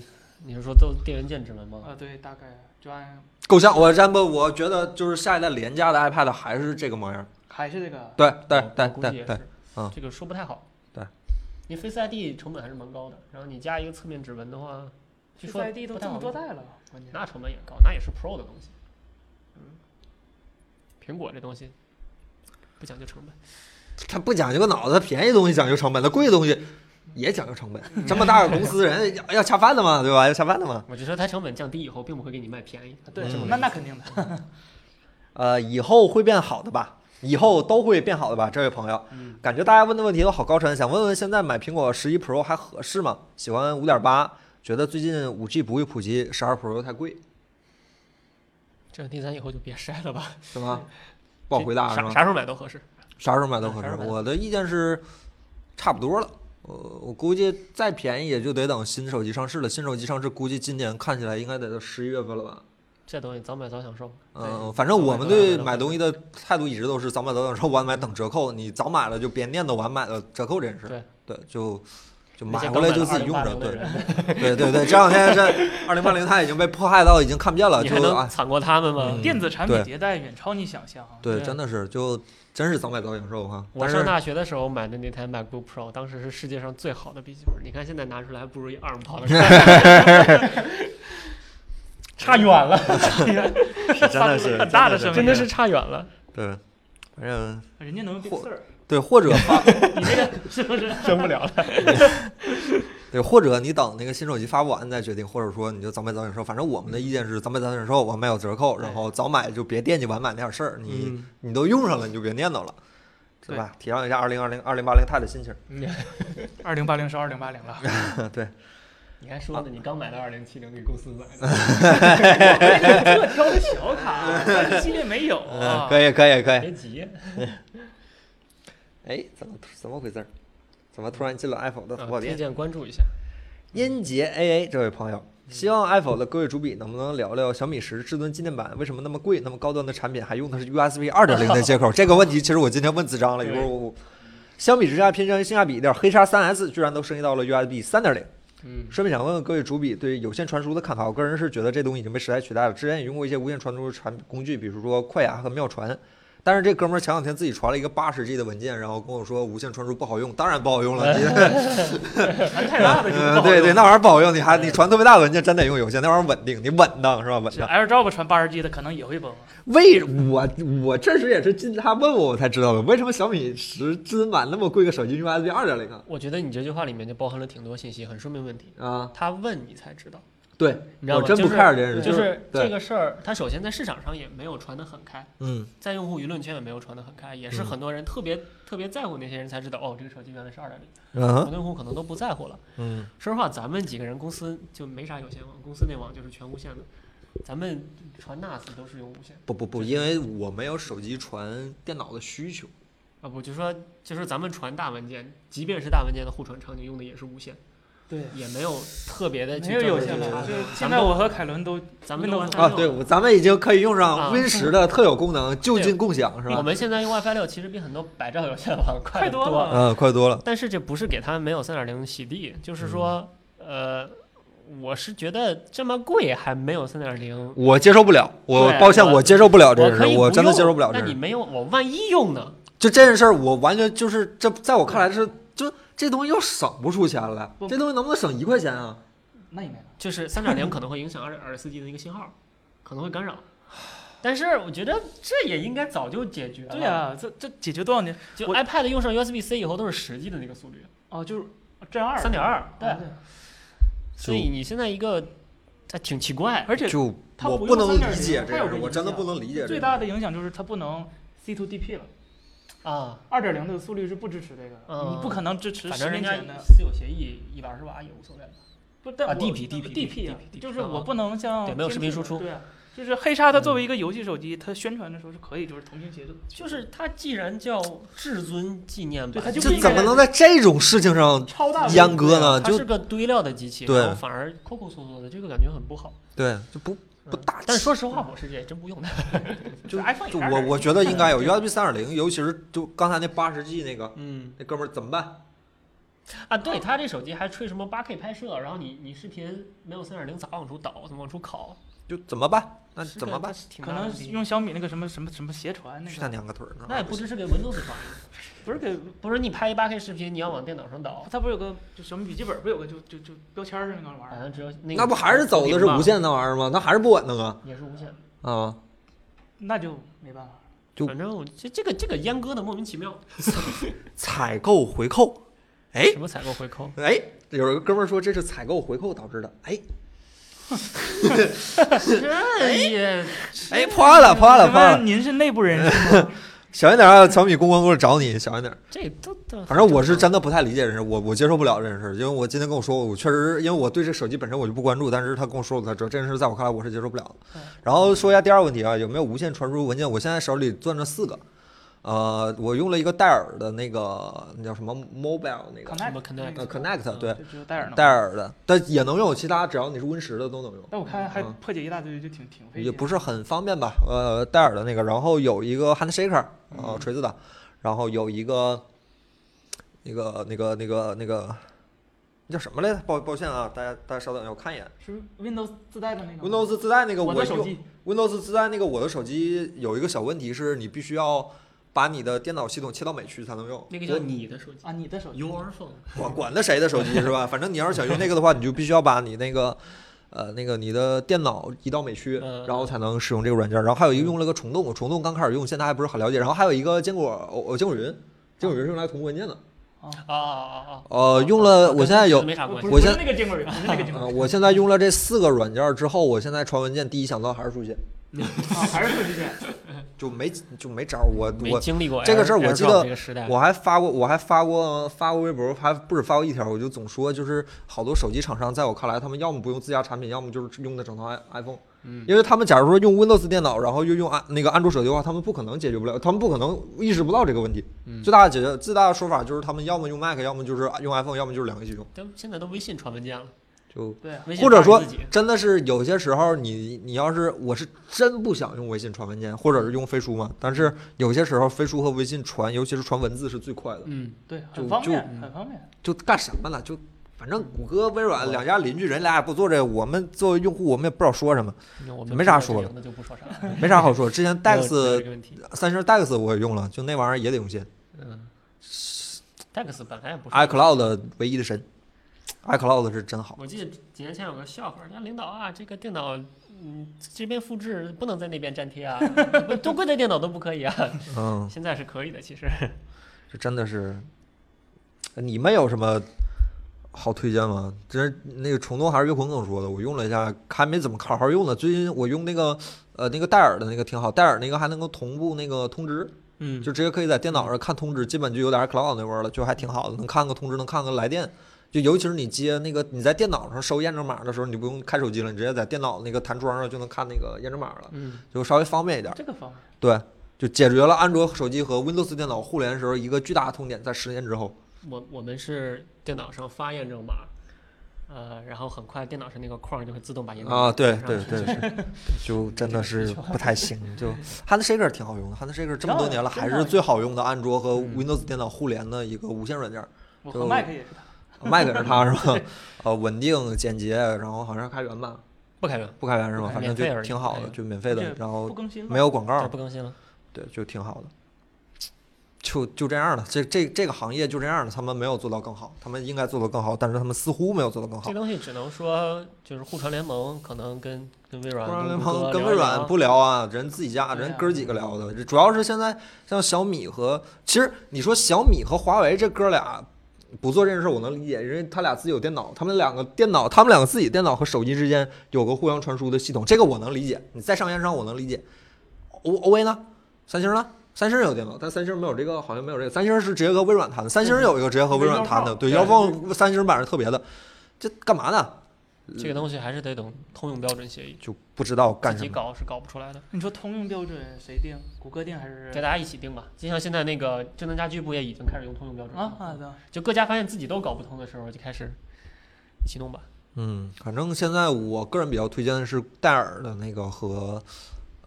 呃，你是说都电源键指纹了吗？啊，对，大概就按够呛。我真不，我觉得就是下一代廉价的 iPad 还是这个模样。还是这个对对我对我估计对也对是，嗯这个说不太好。对，你 Face ID 成本还是蛮高的，然后你加一个侧面指纹的话，据说 Face ID 都不太这么好多用，代了，关键那成本也高，那也是 Pro 的东西。嗯，苹果这东西不讲究成本，他不讲究个脑子，它便宜东西讲究成本，那贵的东西也讲究成本。这么大个公司，人 要要恰饭的嘛，对吧？要恰饭的嘛。我就说它成本降低以后，并不会给你卖便宜。对嗯，那那肯定的。呃，以后会变好的吧？以后都会变好的吧？这位朋友，嗯感觉大家问的问题都好高深，想问问现在买苹果十一 Pro 还合适吗？喜欢五点八，觉得最近五 G 不会普及，十二 Pro 太贵，这第三以后就别筛了吧，是吗？不好回答是啥吗？啥时候买都合适。啥时候买都合嗯啥适时候。买我的意见是，差不多了。我我估计再便宜也就得等新手机上市了。新手机上市估计今年看起来应该得到十一月份了吧？这东西早买早享受。嗯，反正我们对买东西的态度一直都是早买早享受，晚买等折扣。你早买了就别念叨晚买了折扣这件事。对对，就就那买些回刚来买就了自己用着。 2080的对人对对对，这两天这二零八零它已经被迫害到已经看不见了，你就还能啊，惨过他们吗嗯？电子产品对迭代远超你想象啊！对，对真的是就真是早买早享受哈。我但上是大学的时候买的那台 MacBook Pro，当时是世界上最好的笔记本，你看现在拿出来还不如一 ARM 跑的快，差远了，是真的是很大的真声的是音真的是差远了。对，反正人家能用 Big 或 Sur，对，或者发你这个是不是？扔不了了。对，或者你等那个新手机发布完再决定，或者说你就早买早享受。反正我们的意见是早买早享受，晚买有折扣，然对嗯后早买就别惦记晚买那点事儿。你、你都用上了，你就别念叨了，对对吧？体谅一下二零二零二零八零钛的心情。二零八零是二零八零 了， 对，你还说呢，你刚买的二零七零给公司买的，特挑的小卡，三系列没有啊。可以，可以，可以。别急。哎，怎么怎么回事儿？怎么突然进了 iPhone 的啊淘宝推店？荐关注一下。音节 AA 这位朋友，希望 iPhone 的各位主笔能不能聊聊小米十至尊纪念版为什么那么贵？那么高端的产品还用的是 USB 二点零的接口？这个问题其实我今天问子章了，一会儿我我相比之下偏向于性价比一点，黑鲨 3S 居然都升级到了 USB 三点零。嗯，顺便想问问各位主笔对有线传输的看法，我个人是觉得这东西已经被时代取代了。之前也用过一些无线传输产工具，比如说快雅和妙传，但是这哥们儿前两天自己传了一个八十 G 的文件，然后跟我说无线传输不好用，当然不好用了。你传太大了就不好嗯，对对，用那玩意儿不好用，你还你传特别大的文件，真得用有线，那玩意儿稳定，你稳当是吧？稳是当。 AirDrop 传八十 G 的可能也会崩，啊为我我这时也是今他问我我才知道的，为什么小米十真买那么贵个手机 USB 二点零啊？我觉得你这句话里面就包含了挺多信息，很说明问题。啊，他问你才知道，对，你知道我吗？真不就是 care 这件事，就是对这个事儿，它首先在市场上也没有传得很开，嗯在用户舆论圈也没有传得很开，也是嗯很多人特别、特别在乎那些人才知道，哦，这个手机原来是二点零，嗯很哼多用户可能都不在乎了。嗯说实话，咱们几个人公司就没啥有线网，公司那网就是全无线的，咱们传 NAS 都是用无线不不不，因为我没有手机传电脑的需求。啊，不就说就是咱们传大文件，即便是大文件的互传场景用的也是无线，对，也没有特别的没有有线这了。个就这是个现在我和凯伦都咱们用 Windows 啊， WiFi 对，六我咱们已经可以用上啊 Win 十的特有功能，就近共享是我吧？们现在用 WiFi 六其实比很多百兆有线网快快得多多了。嗯，快多了。但是这不是给他们没有三点零洗地，就是说，嗯呃，我是觉得这么贵还没有三点零，我接受不了，我对抱歉，我我接受不了啊这件事可以，我不真的用接受不了这那件你事。没有，我万一用呢？就这件事儿，我完全就是这，在我看来是，就这东西又省不出钱来，不这东西能不能省一块钱啊？那也没有。就是三点零可能会影响二二十四 G 的一个信号，可能会干扰。但是我觉得这也应该早就解决了。对啊，这这解决多少年？就我 iPad 用上 USB C 以后都是十 G 的那个速率，哦，就是真二三点二。对啊，所以你现在一个，它挺奇怪。而且就它我不不用能3.0理解这它有个事个儿，我影真的响不能理解这个。最大的影响就是它不能 C to DP 了，啊，二点零的速率是不支持这个的，嗯你不可能支持反十正人年家前的。私有协议一百二十瓦也无所谓了。不，但啊我 DP DP DP 啊 DP 就是啊我不能像对没有视频输出嗯对啊，就是黑鲨它作为一个游戏手机，它宣传的时候是可以，就是同 屏协作，就是它既然叫至尊纪念对版，它就这不应怎该么能在这种事情上超大阉割呢？它就是个堆料的机器，对然后反而抠抠搜搜的，这个感觉很不好。对，就不不嗯大但气。说实话，我是也真不用的。就 iPhone 就也是我我觉得应该有对 USB 三点零，尤其是就刚才那八十 G 那个嗯那哥们儿怎么办？ 啊，对，它这手机还吹什么八 K 拍摄，然后你你视频没有三点零咋往出导，怎么往出拷？就怎么办？那是怎个么办？？是挺可大的能问题用小米那个什么什么什么协传那去他个，娘个腿儿！那也不支持给 Windows 传，不是给不是你拍一八 K 视频，你要往电脑上导，它不是有个就小米笔记本不有个就就就标签儿似的那个玩好意儿，像只有那个那不还是走的是无，线那玩意儿吗？那还是不稳当啊也是无线。啊！那就没办法。就反正我这这个这个阉割的莫名其 妙，采购回扣，哎什么采购回扣，哎，有一个哥们儿说这是采购回扣导致的，哎 这也哎，破案了破案了请破案问了！您是内部人士， 小心点儿啊！小米公关过来找你，小心点儿。这都都，反正我是真的不太理解这事，我我接受不了这件事，因为我今天跟我说，我确实因为我对这手机本身我就不关注，但是他跟我说我才知道这件事，在我看来我是接受不了的嗯。然后说一下第二个问题啊，有没有无线传输文件？我现在手里攥着四个，呃，我用了一个戴尔的那个那叫什么 mobile 那个什么 connect Connect 呃 connect 对，就只有戴尔能戴。尔的，但也能用，其他只要你是 Win 十的都能用。但我看还嗯破解一大堆，就挺挺费劲。也不是很方便吧？呃，戴尔的那个，然后有一个 Handshaker，呃，嗯锤子的，然后有一个那个那个那个那个那叫什么来着？抱抱歉啊，大家大家稍等一下，我看一眼。是不是 Windows 自带的那个吗 Windows 自带那个我我的手用机 Windows 自带那个我的手机有一个小问题是，你必须要把你的电脑系统切到美区才能用。那个叫你的手机啊，你的手机，Your phone。我管管他谁的手机是吧？ 反正你要是想用那个的话，你就必须要把你那个。呃，那个你的电脑移到美区嗯，然后才能使用这个软件。然后还有一个用了个虫洞，我虫洞刚开始用，现在还不是很了解。然后还有一个坚果，哦哦，坚果云，坚果云是用来同步文件的。啊啊啊！呃，用了，我现在有，没啥不关不系是我不是现那个坚果云，不是那个坚呃，果我现在用了这四个软件之后，我现在传文件第一想到还是书写，嗯云啊，还是手机键。就没就没招儿。我没我经历过这个事儿我 Air- 记得 AirDrop 这个时代，我还发过，我还发过发过微博，还不止发过一条，我就总说，就是好多手机厂商，在我看来，他们要么不用自家产品，要么就是用的整套 i iPhone，嗯因为他们假如说用 Windows 电脑，然后又用安那个安卓手机的话，他们不可能解决不了，他们不可能意识不到这个问题。嗯最大的解决最大的说法就是，他们要么用 Mac，要么就是用 iPhone，要么就是两个一起用，都现在都微信传文件了，就。对啊，微信或者发给说自己，真的是有些时候你，你要是我是真不想用微信传文件，或者是用飞书嘛，但是有些时候飞书和微信传，尤其是传文字是最快的。嗯，对，就很方便就，嗯很方便。就干什么呢？就反正谷歌、微软两家邻居，人俩也不做这个，我们作为用户，我们也不知道说 什么，那我就们没啥知道说这个那就不说啥了。没啥好说。之前 Dex 这个问题，三星 Dex 我也用了，就那玩意儿也得用信嗯，Dex 本来也不啊是。 ，iCloud 唯一的神，iCloud 是真好。我记得几年前有个笑话，人家领导啊，这个电脑，嗯，这边复制不能在那边 粘贴啊，不中国的电脑都不可以啊。嗯，现在是可以的，其实。这真的是，你们有什么好推荐吗？这那个虫洞还是岳坤跟我说的，我用了一下，还没怎么好好用呢。最近我用那个呃那个戴尔的那个挺好，戴尔那个还能够同步那个通知，嗯就直接可以在电脑上看通知，基本就有点 cloud 那味儿了，就还挺好的，能看个通知，能看个来电。就尤其是你接那个你在电脑上收验证码的时候，你就不用开手机了，你直接在电脑那个弹窗上就能看那个验证码了，嗯，就稍微方便一点。这个方法对，就解决了安卓手机和 Windows 电脑互联时候一个巨大的痛点，在十年之后。我我们是电脑上发验证码，呃，然后很快电脑上那个框就会自动把验证码啊，对上对去对， 是，就真的是不太行。就 Hand Shaker 挺好用的，Hand Shaker 这么多年了，还是最好用的安卓和嗯 Windows 电脑互联的一个无线软件儿。我就和麦克也是他， Mac 是它是吧？呃，稳定、简洁，然后好像是开源吧，不开源，不开源是吧？不开源反正免费就而已挺好哎的，呀就免费的对，然不后更新了没有广告这，不更新了。对，就挺好的。就就这样了，这这这个行业就这样了，他们没有做到更好，他们应该做到更好，但是他们似乎没有做到更好这。东西只能说就是互传联盟，可能跟跟微软、不然跟跟谷朋歌跟聊微一软聊不聊啊，人自己家对啊人哥儿几个聊的，主要是现在像小米和，其实你说小米和华为这哥俩不做这件事，我能理解，因为他俩自己有电脑，他们两个电脑，他们两个自己电脑和手机之间有个互相传输的系统，这个我能理解。你在商言商我能理解，O O A 呢？三星呢？三星有电脑，但三星没有这个，好像没有这个。三星是直接和微软谈的，三星有一个直接和微软谈的，嗯对，对要放三星版是特别的，这干嘛呢？这个东西还是得等通用标准协议，就不知道干自什己么。搞是搞不出来的。你说通用标准谁定？谷歌定还是给大家一起定吧。就像现在那个智能家居不也已经开始用通用标准了啊吗？啊的？就各家发现自己都搞不通的时候，就开始一起弄吧。嗯，反正现在我个人比较推荐的是戴尔的那个和，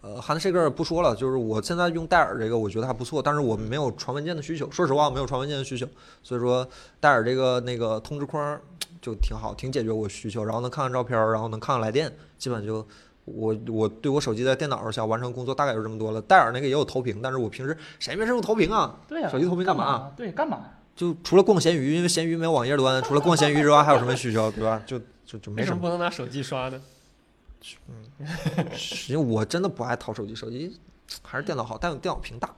呃，Handshaker 不说了，就是我现在用戴尔这个，我觉得还不错，但是我没有传文件的需求，说实话我没有传文件的需求，所以说戴尔这个那个通知框就挺好，挺解决我需求，然后能看看照片儿，然后能看看来电，基本就。我我对我手机在电脑上想完成工作大概就这么多了，戴尔那个也有投屏，但是我平时谁没事用投屏啊？对呀，手机投屏干干嘛嘛？对，干嘛？就除了逛闲鱼，因为闲鱼没有网页端，除了逛闲鱼之外还有什么需求，对吧？就就就没为什什么么。不能拿手机刷呢？实际我真的不爱掏手机，手机还是电脑好，但电脑屏大，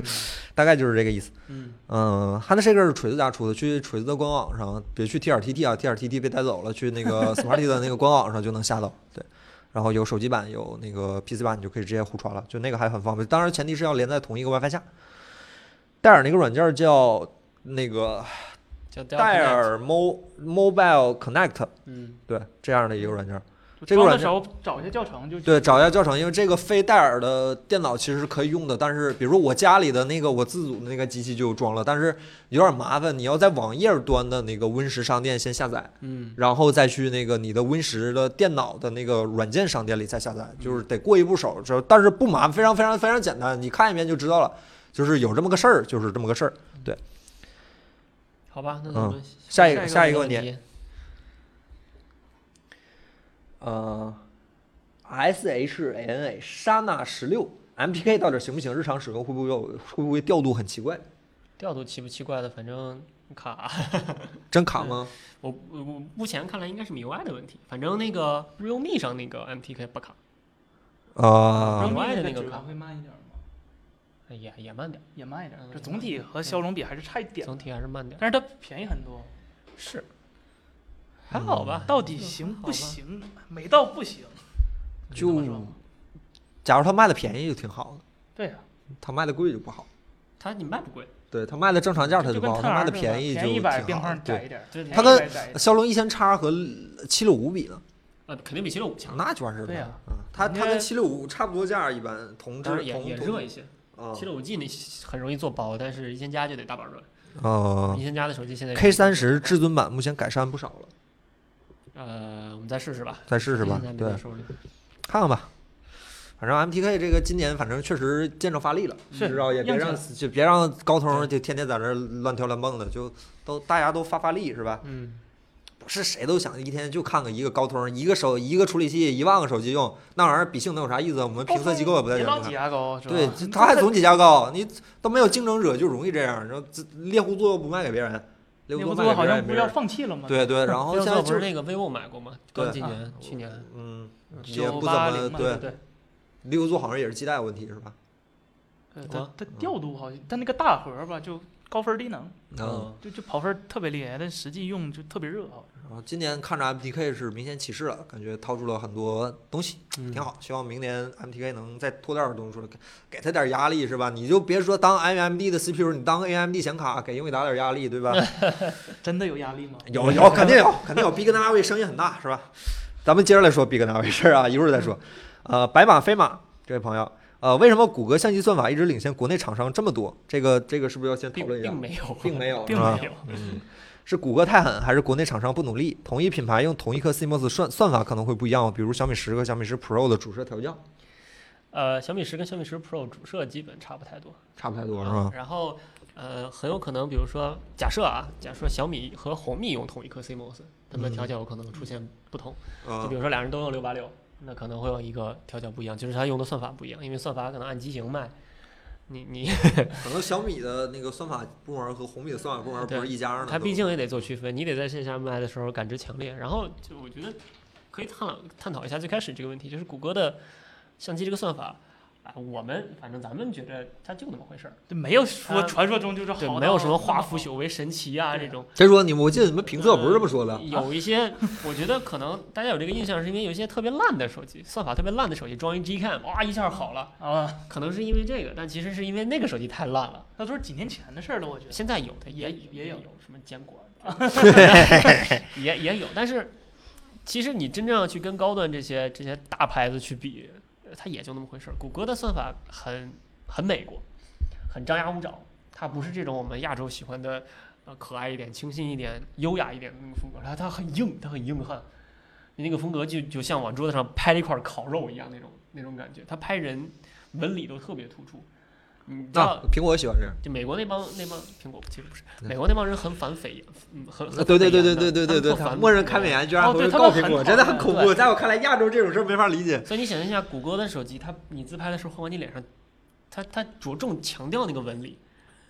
大概就是这个意思。嗯，嗯，Hand Shaker 是锤子家出的，去锤子的官网上，别去 TRTT 啊，TRTT 被带走了，去那 个 Smarty 的那个官网上就能下到。对，然后有手机版，有那个 PC 版，你就可以直接互传了，就那个还很方便。当然前提是要连在同一个 WiFi 下。戴尔那个软件叫那个叫 Dell 戴 Connect，尔 Mo Mobile Connect，嗯，对，这样的一个软件。就这个装软的时候找一下教程就去对，找一下教程，因为这个非戴尔的电脑其实是可以用的，但是比如我家里的那个我自主的那个机器就有装了，但是有点麻烦，你要在网页端的那个 Win 十商店先下载，嗯，然后再去那个你的 Win 十的电脑的那个软件商店里再下载，就是得过一步手，这但是不麻烦，非常非常非常简单，你看一遍就知道了，就是有这么个事儿，就是这么个事儿。好吧，那我们下一个嗯下一一个个问题题，呃，S H A N A 沙纳十六 M P K 到底行不行？日常使用会不会有会不会调度很奇怪？调度奇不奇怪的，反正卡。真卡吗？我我我目前看来应该是 MIUI 的问题，反正那个 Realme 上那个 MTK 不卡，啊、国外的那个指卡纹会慢一点吗？哎也也慢点，也慢一点嗯，这总体和骁龙比还是差一点，总体还是慢点。但是它便宜很多。是，还好嗯吧？到底行不行？没到不行，就你这么说吗假如他卖的便宜就挺好的，对啊，他卖的贵就不好。它你卖不贵，对他卖的正常价他就不跟好，特他卖尔的似的便宜就便宜挺百边好框的。窄对，一点，对便它宜跟百窄一点骁龙一千叉和七六五比呢，呃，肯定比七六五强，那就完事儿了。对呀嗯，它它人跟家七六五差不多价，一般同质当然也嗯同也同热一些。啊七六五 G 那很容易做薄，但是一千加就得大板热。呃一千加的手机现在，K 三十至尊版目前改善不少了，呃，我们再试试吧，再试试吧现在。没对在，手里看看吧。反正 MTK 这个今年反正确实见着发力了，是知道也别硬气让就别让高通就天天在那儿乱跳乱蹦的，就都大家都发发力是吧？嗯，不是谁都想一天就看个一个高通，一个手一个处理器，一万个手机用，那玩意儿比性能有啥意思？我们评呃测机构也不在别这老儿挤看。牙膏是吧？对，这他还总几家高，你都没有竞争者就容易这样，然后这猎户座又不卖给别人，猎猎户户座卖座给别好人像也不没是要人。放弃了吗？对对，然后要现做在不就是那个 vivo 买过吗？刚对今啊年、去年嗯，也九不怎八么零对对，对，猎户座好像也是基带问题是吧？呃，它啊它调度好像，它那个大核吧，就高分低能，嗯，嗯就就跑分特别厉害，但实际用就特别热啊。然后今年看着 MTK 是明显起势了，感觉掏出了很多东西，嗯挺好。希望明年 MTK 能再拖点儿东西出来，给给他点儿压力是吧？你就别说当 AMD 的 CPU，你当 AMD 显卡，给英伟达点儿压力对吧？哎真的有压力吗？有有肯定有肯定有，比格纳位声音很大是吧？咱们接着来说比格纳位事儿啊，一会儿再说。嗯呃，白马飞马这位朋友，呃，为什么谷歌相机算法一直领先国内厂商这么多？这个这个是不是要先讨并论一下并？没有，并没有并是吧没有，嗯，是谷歌太狠，还是国内厂商不努力？同一品牌用同一颗 CMOS 算算法可能会不一样，哦比如小米十和小米十 Pro 的主摄调教呃，小米十跟小米十 Pro 主摄基本差不太多，差不太多是啊吧？然后呃，很有可能，比如说假设啊，假设小米和红米用同一颗 CMOS，它嗯们的调教有可能出现不同。啊就比如说俩人都用六八六，那可能会有一个调教不一样，就是它用的算法不一样，因为算法可能按机型卖。你你可能小米的那个算法部门和红米的算法部门不是一家的，它毕竟也得做区分，你得在线下卖的时候感知强烈。然后就我觉得可以探讨探讨一下最开始这个问题，就是谷歌的相机这个算法啊，我们反正咱们觉得它就那么回事儿，就没有说它传说中就是好对到，没有什么化腐朽为神奇啊对这种。谁说你们？我记得你们评测不是这么说的。有一些，我觉得可能大家有这个印象，是因为有一些特别烂的手机，算法特别烂的手机装一 Gcam，哇一下好了，啊。可能是因为这个，但其实是因为那个手机太烂了。那都是几年前的事儿了，我觉得。现在有的也也也有有什么坚 果，也也有，但是其实你真正要去跟高端这些这些大牌子去比，呃它也就那么回事儿。谷歌的算法很很美国，很张牙舞爪，它不是这种我们亚洲喜欢的呃可爱一点、清新一点、优雅一点的那个风格，它它很硬，它很硬汉。你那个风格就就像往桌子上拍了一块烤肉一样那种那种感觉，它拍人纹理都特别突出。你知道啊，苹果喜欢这样。就美国那帮那帮苹果其实不是对啊美国那帮人很反匪言，嗯，很很对对对反对言对对对的他们对，特他反默认开美美国颜居然哦会对他告们苹很果，讨真的很厌恐怖。对在我看来，亚洲这种事儿没法理解。所以你想象一下，谷歌的手机，它你自拍的时候会往你脸上，它它着重强调那个纹理，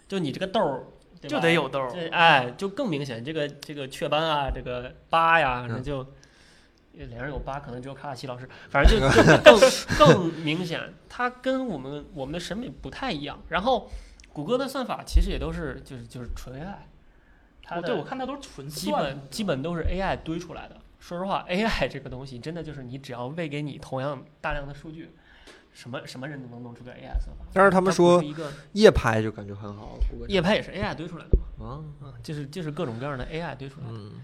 就你这个痘儿对吧就得有哦痘儿这哎就更明显，这个这个雀斑啊，这个疤呀，嗯那就。脸上有疤，可能只有卡卡西老师，反正就就更更明显，它跟我们我们的审美不太一样。然后，谷歌的算法其实也都是就是就是纯 AI，它我的哦对我看它都是纯基算本基本都是 AI 堆出来的。说实话，AI 这个东西真的就是你只要喂给你同样大量的数据，什么什么人都能弄出个 AI 算法。但是他他们说一个夜拍就感觉很好，谷歌夜拍也是 AI 堆出来的嘛，啊，啊，就是就是各种各样的 AI 堆出来的。嗯，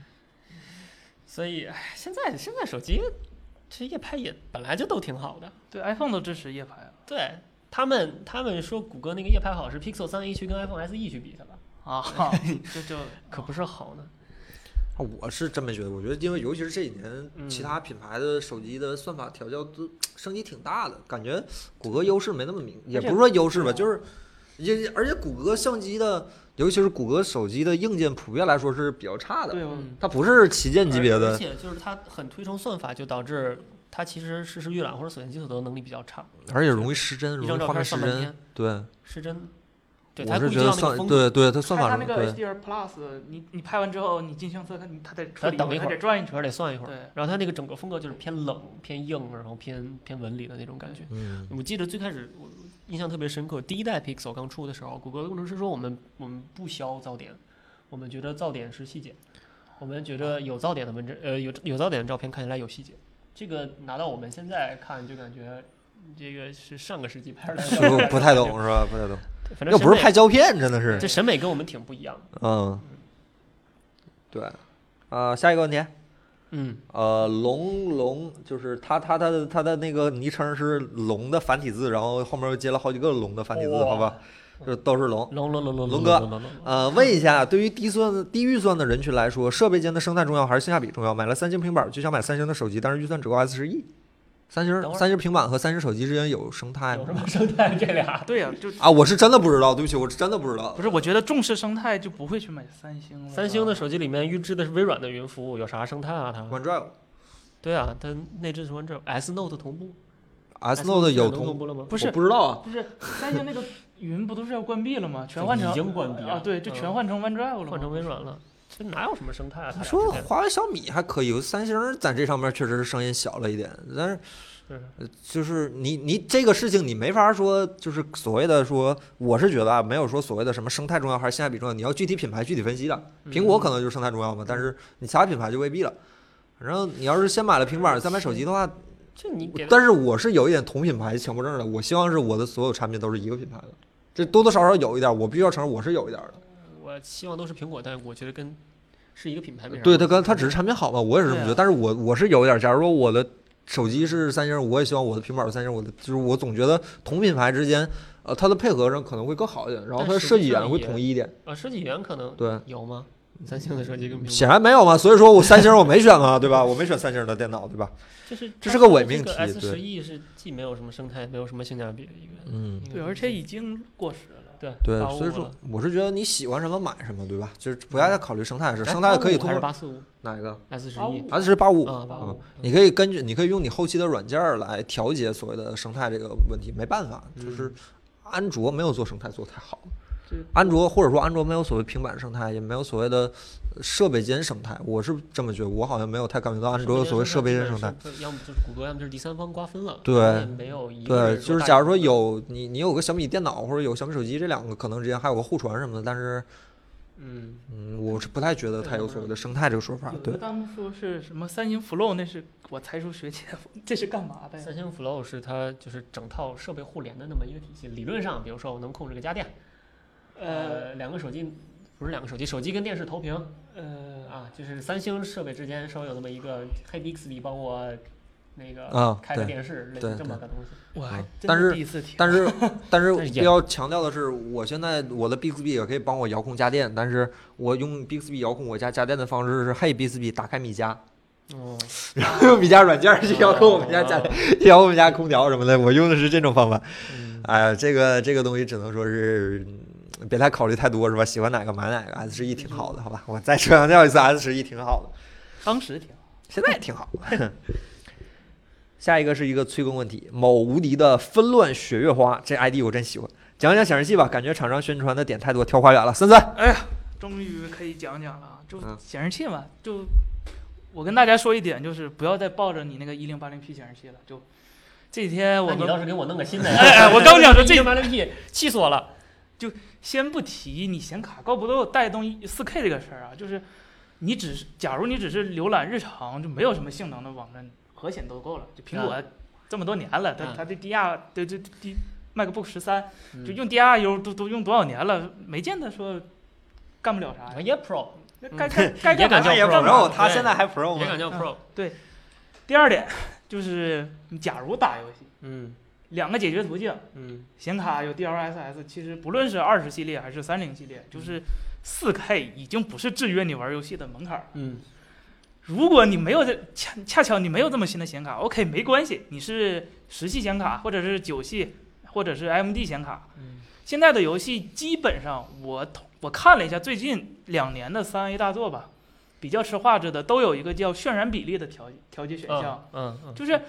所以唉现在现在手机这夜拍也本来就都挺好的。对 iPhone 都支持夜拍对他们他们说谷歌那个夜拍好是 Pixel 3a 去跟 iPhone SE 去比去了，啊，啊， 就就可不是好呢。啊我是真没觉得，我觉得因为尤其是这几年，嗯其他品牌的手机的算法调教都升级挺大的，感觉谷歌优势没那么明，也不是说优哦势吧，就是也而且谷歌相机的，尤其是谷歌手机的硬件普遍来说是比较差的，对我嗯它不是旗舰级别而而的，且就是它很推崇算法，就导致它其实实时预览或者锁线解锁的能力比较差。而且容易失真，一容张易照画片面失算半真天，，对，是真的。对，我他是估计觉到得那个算风格，对对，它算它法那上个对 HDR Plus，你你拍完之后，你进相册，看你它得处它理，等一它会得儿转一圈主要儿。得算一会儿。对，然后他那个整个风格就是偏冷、偏硬，然后偏偏纹理的那种感觉。 嗯，我记得最开始我印象特别深刻，第一代 Pixel 刚出的时候，谷歌的工程师说我们我们不削噪点，我们觉得噪点是细节，我们觉得有噪点的文字呃有有噪点的照片看起来有细节。这个拿到我们现在看就感觉这个是上个世纪拍出来的照片，不不太懂是吧？不太懂，对。反正要不是审美拍胶片，真的是这，审美跟我们挺不一样的。嗯，对，啊，下一个问题，嗯，呃，龙龙就是他他他的他的那个昵称是龙的繁体字，然后后面又接了好几个龙的繁体字，哇好吧，就是都是龙。龙龙龙龙龙哥哥，龙龙龙呃，问一下，对于低算低预算的人群来说，设备间的生态重要还是性价比重要？买了三星平板就想买三星的手机，但是预算只够 S 十 E。三星等会儿三星平板和三星手机之间有生态有吗什？么生态这俩？对呀、就啊，我是真的不知道，对不起，我是真的不知道 不。是我觉得重视生态就不会去买三星了。三星的手机里面预置的是微软的云服务，有啥生态啊？它 OneDrive、对啊，它内置什么这 S Note 同步哎 S Note 有同同，步了吗？不是我不知道啊。不是三星那个云不都是要关闭了吗？全换成已经关闭了嗯啊，对，就全换成 OneDrive 了吗，换成微软了，这哪有什么生态啊？它你俩说之间华为、小米还可以，三星在这上面确实是声音小了一点，但是呃是就是你你这个事情你没法说，就是所谓的说，我是觉得啊，没有说所谓的什么生态重要还是性价比重要，你要具体品牌具体分析的。苹果可能就是生态重要嘛，但是你其他品牌就未必了。反正你要是先买了平板儿再买手机的话，这你给它但是我是有一点同品牌强迫症的，我希望是我的所有产品都是一个品牌的，这多多少少有一点，我必须要承认我是有一点的。我希望都是苹果，但我觉得跟是一个品牌没啥关系。对，它跟它只是产品好嘛，我也是这么对啊觉得。但是我我是有一点，假如说我的手机是三星，我也希望我的平板是三星，我的就是我总觉得同品牌之间，呃，它的配合上可能会更好一点，然后它的但实际设计语上言会也统一一点。啊，设计员可能对，有吗？ 三星的设计跟苹显果，然没有嘛，所以说我三星我没选嘛， 对吧？我没选三星的电脑，对吧？这是这是个伪命题 S 对十 E 是既没有什么生态，没有什么性价比的一个。嗯，一个对，而且已经过时了。对对， 85所以说了我是觉得你喜欢什么买什么，对吧？就是不要再考虑生态的事，哎生态可以85通还是过八四五哪一个 S 十85一？S 是八五啊八五，嗯你可以根据，你可以用你后期的软件儿来调节所谓的生态这个问题，没办法，嗯就是安卓没有做生态做得太好对。安卓或者说安卓没有所谓平板生态，也没有所谓的呃设备间生态，我是这么觉得，我好像没有太感觉到安卓有所谓设备间生态。，要么就是谷歌，要么就是第三方瓜分了。对它也没有一个对，人就是大假于如说谷歌有你你有个小米电脑或者有小米手机，这两个可能之间还有个互传什么的，但是嗯，嗯，我是不太觉得它有所谓的生态这个说法有。对的，弹幕说是什么三星 Flow，那是我才疏学浅， 这是干嘛的呀三？星 Flow 是它就是整套设备互联的那么一个体系。理论上，比如说我能控制个家电，呃呃，两个手机不是两个手机，手机跟电视投屏呃，啊，就是三星设备之间稍微有那么一个黑 Bixby 帮我那个啊，开个对。电视，类对似这么个东西。我还嗯真但是第一次听。但 是，但是但是也要强调的是，我现在我的 Bixby 也可以帮我遥控家电，但是我用 Bixby 遥控我家家电的方式是，嘿 Bixby 打开米家，哦，然后用米家软件儿去遥控我们家家电电，，遥控我们家空调什么的，我用的是这种方法。嗯哎呀，这个这个东西只能说是。嗯别太考虑太多是吧？喜欢哪个买哪个，S 十一挺好的，好吧？我再强调一次，S 十一挺好的，当时挺好现在也挺好。 下一个是一个催更问题，某无敌的纷乱雪月花，这 ID 我真喜欢。讲讲显示器吧，感觉厂商宣传的点太多，挑花园了。森森，终于可以讲讲了，啊，就嗯显示器嘛，就我跟大家说一点，就是不要再抱着你那个一零八零 P 显示器了，就这几天我那你们倒是给我弄个新 的。哎哎我刚想说这一零八零 P，气死我了。先不提你显卡够不够带动4 K 这个事儿啊，就是你只是假如你只是浏览日常，就没有什么性能的网站，核显都够了。就苹果这么多年了，它嗯它这 DR 对这 D MacBook 十三嗯就用 DRU 都都用多少年了，没见它说干不了啥呀。啊也 Pro，该该该也干敢嘛叫哎干 Pro，嘛然后他现在还 Pro 也敢吗？叫嗯 Pro。第二点就是，你假如打游戏，嗯两个解决途径，嗯显卡有 DLSS，其实不论是二十系列还是三零系列，就是4 K 已经不是制约你玩游戏的门槛儿了。嗯如果你没有这恰恰巧你没有这么新的显卡，OK 没关系，你是十系显卡或者是九系或者是 AMD 显卡，嗯现在的游戏基本上我统我看了一下最近两年的三 A 大作吧，比较吃画质的都有一个叫渲染比例的调调节选项，嗯嗯，就是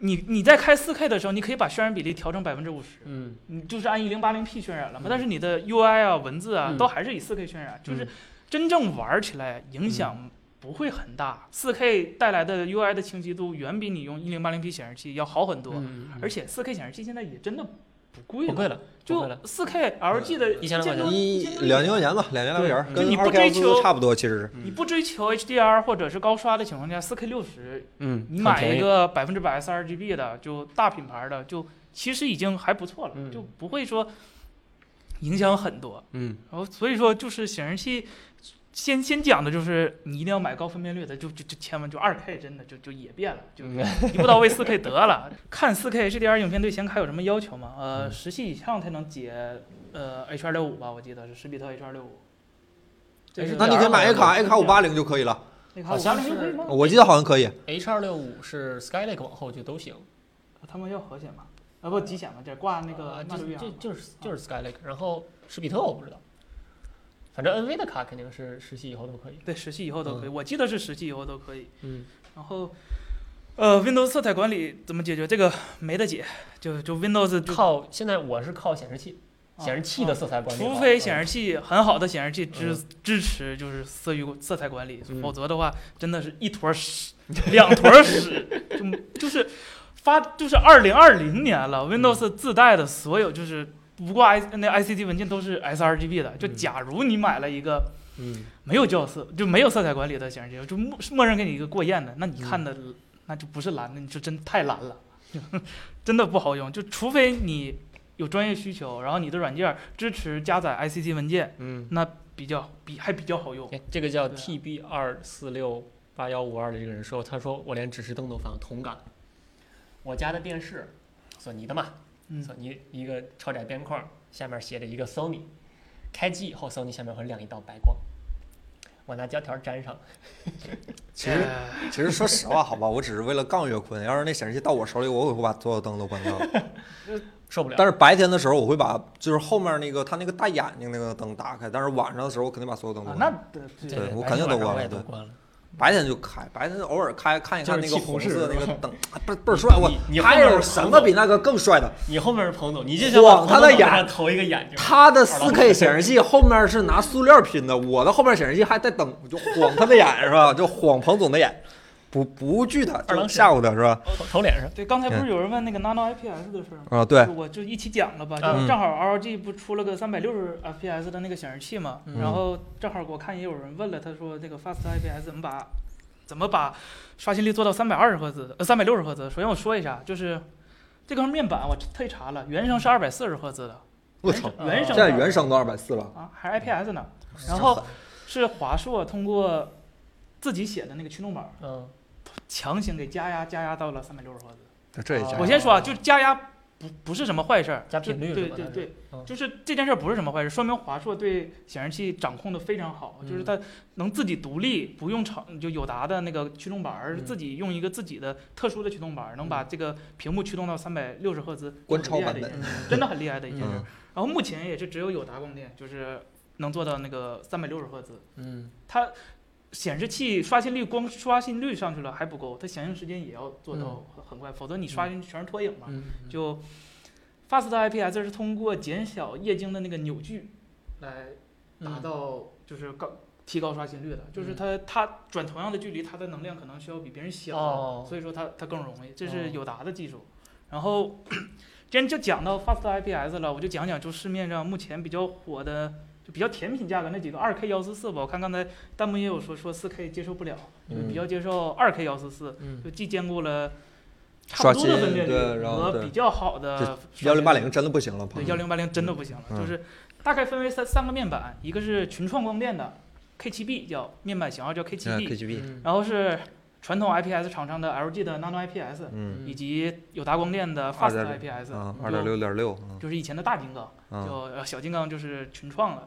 你你在开 4K 的时候，你可以把渲染比例调成百分之五十，嗯你就是按一零八零 P 渲染了嘛嗯，但是你的 UI 啊、文字啊嗯，都还是以四 K 渲染，就是嗯真正玩起来影响不会很大。四 K 带来的 UI 的清晰度远比你用一零八零 P 显示器要好很多，嗯嗯而且四 K 显示器现在也真的不贵不了，贵了，不贵就了四 K LG 的一千来块钱这个一两千块钱吧，两千来块钱，对跟你不二追 K 求 S 差不多，其实是。你不追求 HDR 或者是高刷的情况下，四 K 六十，嗯你买一，个百分之百 sRGB 的，就大品牌的，就其实已经还不错了，嗯就不会说影响很多。嗯，然后所以说就是显示器，先先讲的就是你一定要买高分辨率的，就就就千万就二 K 真的就就也变了，就嗯一步到位四 K 得了。看四 K HDR 影片对显卡有什么要求吗？呃，嗯十系以上才能解呃 H 二六五吧，我记得是十比特 H 二六五。这是那你可以买 A 卡，A 卡五八零就可以了。那个好还像有是可以吗？我记得好像可以。 H 二六五是 Skylake 往后就都行，哦他们要核显吗？啊不，极显吗？这挂那个啊纳就瑞亚就吗。就是就是 Skylake，然后史比特我不知道，反正 NV 的卡肯定是实习以后都可以。对，十期以后都可以，我记得是十期以后都可以。嗯，然后，呃，Windows 色彩管理怎么解决？这个没得解，就就 Windows 就靠现在我是靠显示器，啊显示器的色彩管理好，除非示显示器很好的显示器支、嗯支持就是色域色彩管理，嗯否则的话真的是一坨屎，两坨屎，就就是发就是二零二零年了，Windows 嗯自带的所有就是不挂 I 那 ICD 文件都是 sRGB 的。就嗯假如你买了一个嗯没有校色就没有色彩管理的显示器，就默默认给你一个过艳的，那你看的、那就不是蓝的，你就真太蓝了， 真的不好用。就除非你有专业需求，然后你的软件儿支持加载 ICC 文件，嗯，比较比还比较好用。哎这个叫对啊 TB 二四六八幺五二的这个人说，他说我连指示灯都防同感，我家的电视，索尼的嘛，嗯，索尼一个超窄边框，下面写着一个 Sony，开机以后 Sony 下面会亮一道白光，我拿胶条粘上，其实呃其实说实话，好吧，我只是为了杠岳坤。要是那显示器到我手里，我也会把所有灯都关掉。受不了。但是白天的时候，我会把就是后面那个他那个大眼睛那个灯打开，但是晚上的时候，我肯定把所有灯都啊，关。那了。对对对我白肯定都天晚上关我了也都对关了。白天就开，白天偶尔开看一看就那是个气红同事色的那是个吧灯，啊倍倍儿帅！我你你后还面有是什彭么总比那个更帅的？你后面是彭总，你就想往晃他的彭总眼上投一个眼睛。他的好了4 K 显示器后面是拿塑料拼的，我的后面显示器还带灯，我就晃他的眼是吧？就晃彭总的眼，不不惧他，二就郎神吓唬他是吧？投投脸上。对，刚才不是有人问那个 Nano IPS 的事儿吗？啊，对就，我就一起讲了吧，就嗯正好 ROG 不出了个三百六十 FPS 的那个显示器嘛，嗯然后正好我看也有人问了，他说那个 Fast IPS 怎么把怎么把刷新率做到三百二十赫兹呃三百六十赫兹？首先我说一下，就是这块面板我特意查了，原生是二百四十赫兹的我操，哎嗯原生现的在原生都二百四哦了，啊，还是 IPS 呢，然哦后是华硕通过自己写的那个驱动板嗯，强行给加压加压到了三百六十赫兹。这也加加我先说啊，就加压不不是什么坏事儿，加频率就是吧对对对嗯，就是这件事儿不是什么坏事，说明华硕对显示器掌控的非常好，就是嗯它能自己独立，不用厂就友达的那个驱动板儿，嗯自己用一个自己的特殊的驱动板儿，能把这个屏幕驱动到三百六十赫兹，观超很厉害版的一本件事 真的很厉害的一件事。嗯然后目前也是只有友达光电就是能做到那个三百六十赫兹，嗯它。显示器刷新率光刷新率上去了还不够，它响应时间也要做到很很快，否则你刷新全是拖影嘛。嗯，就 Fast IPS 是通过减小液晶的那个扭矩来嗯达到就是高提高刷新率的，就是它它转同样的距离，它的能量可能需要比别人小，哦所以说它它更容易，这哦是友达的技术。然后既然就讲到 Fast IPS 了，我就讲讲就市面上目前比较火的。就比较甜品价格那几个二 K 幺四四吧，我看刚才弹幕也有说说四 K 接受不了，就嗯比较接受二 K 幺四四，嗯就既兼顾了差不多的分辨率刷新对然后和对比较好的幺零八零，真的不行了，对彭幺总。零八零真的不行了，嗯就是大概分为三三个面板，一个是群创光电的 K 7 B 叫面板型号叫 K 7 B， KGB，然后是传统 IPS 厂商的 LG 的 Nano IPS，嗯以及友达光电的 Fast IPS，啊，就二点六点六啊就是以前的大金刚，就啊，呃小金刚就是群创了。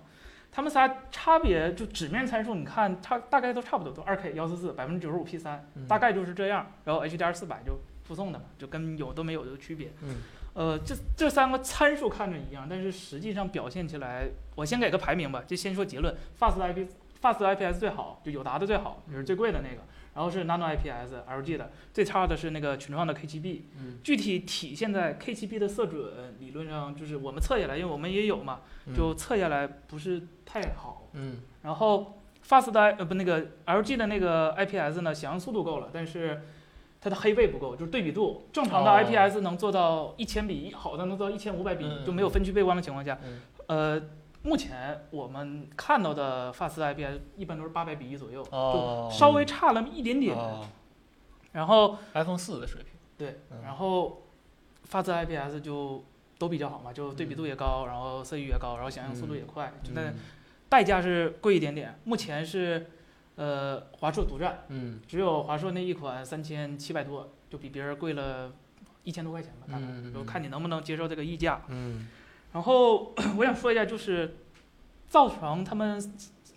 他们仨差别就纸面参数，你看差大概都差不多，都二 K 幺四四百分之九十五 P 三，嗯大概就是这样。然后 HDR 四百就附送的嘛，就跟有都没有的区别。嗯，呃，这这三个参数看着一样，但是实际上表现起来，我先给个排名吧，就先说结论，Fast IP Fast IPS 最好，就友达的最好，也是最贵的那个。然后是 Nano IPS LG 的，最差的是那个群创的 KGB。嗯，具体体现在 KGB 的色准，理论上就是我们测下来，因为我们也有嘛，嗯就测下来不是太好。嗯然后 Fast 的呃不那个 LG 的那个 IPS 呢，响应速度够了，但是它的黑位不够，就是对比度。正常的哦 IPS 能做到一千比一，好的能做到一千五百比嗯一，就没有分区背光的情况下，嗯呃，目前我们看到的 Fast IPS 一般都是八百比一左右，哦，就稍微差了一点点。哦然后 iPhone 四的水平，对嗯，然后 Fast IPS 就都比较好嘛，就对比度也高，然后色域也高，然后响应速度也快，就但嗯代价是贵一点点。目前是，呃，华硕独占，嗯只有华硕那一款三千七百多，就比别人贵了一千多块钱吧，大概，嗯嗯嗯就看你能不能接受这个溢价。嗯然后 我想说一下，就是造成他们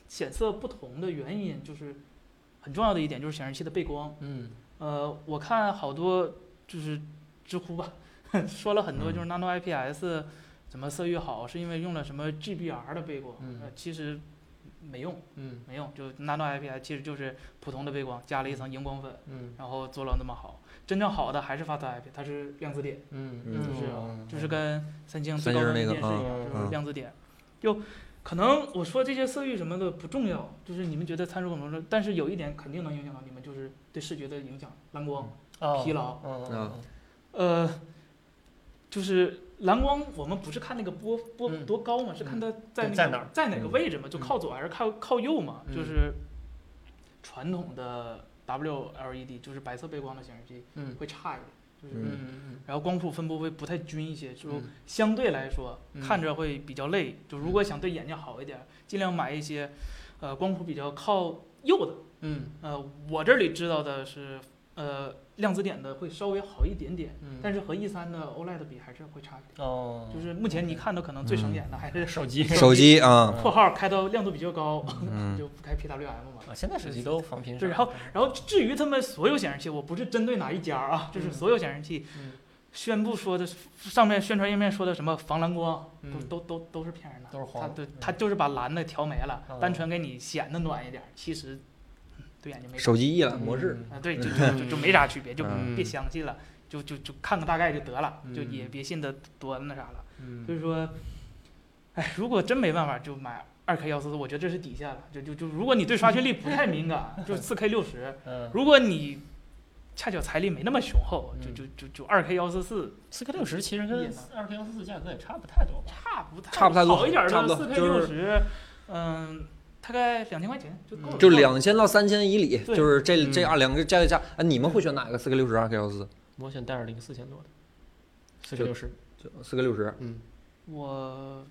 显色不同的原因，就是很重要的一点就是显示器的背光。嗯呃，我看好多就是知乎吧， 说了很嗯多就是 Nano IPS 怎么色域好，是因为用了什么 GBR 的背光，嗯呃，其实没用，嗯没用，就 Nano IPS 其实就是普通的背光，加了一层荧光粉，嗯然后做了那么好。真正好的还是发达 IP，它是量子点，嗯嗯就是啊嗯就是跟三星三最高星端的那电个视一样，就嗯是量子点。就可能我说这些色域什么的不重要，就是你们觉得参数很重要，但是有一点肯定能影响到你们，就是对视觉的影响，蓝光。哦疲劳嗯嗯呃，就是蓝光，我们不是看那个波波嗯多高嘛，是看它对在那个在哪儿在嗯哪个位置嘛，就靠左还是靠靠右嘛，嗯就是传统的 WLED 就是白色背光的显示器嗯会差一点，就是。嗯嗯然后光谱分布会不太均一些，就嗯相对来说、嗯看着会比较累。就如果想对眼睛好一点，尽量买一些，呃，光谱比较靠右的。嗯呃，我这里知道的是，呃，量子点的会稍微好一点点，嗯，但是和 E 3的 OLED 比还是会差一点。哦，就是目前你看到可能最省眼的还是手机嗯手机啊，括号开到亮度比较高，嗯 就不开 PWM 嘛。啊，现在手机都防频闪，对然然后至于他们所有显示器，我不是针对哪一家啊，就是嗯所有显示器嗯宣布说的上面宣传页面说的什么防蓝光，都嗯都都都是骗人的，都是他黄对嗯他就是把蓝的调没了哦，单纯给你显得暖一点，其实嗯对眼睛没手机一览模式，啊，对，就就就就没啥区别，就嗯别相信了，就就就看个大概就得了，就嗯也别信的多那啥了。嗯所以说，哎，如果真没办法，就买二 K 幺四四，我觉得这是底线了。就就就，如果你对刷新率不太敏感，就四 K 六十；嗯，如果你恰巧财力没那么雄厚，就嗯就就就二 K 幺四四四 K 六十其实跟嗯二 K 幺四四价格也差不太多吧？差不太差不太多好一点差不的多四 K 就六是十，嗯，大概两千块钱就够了。就两千到三千以里，对就是这这嗯二两个价位下，哎，你们会选哪个？四个六十，二个幺四我选戴尔零四千多的，四 K 六十，四，四个六十，嗯我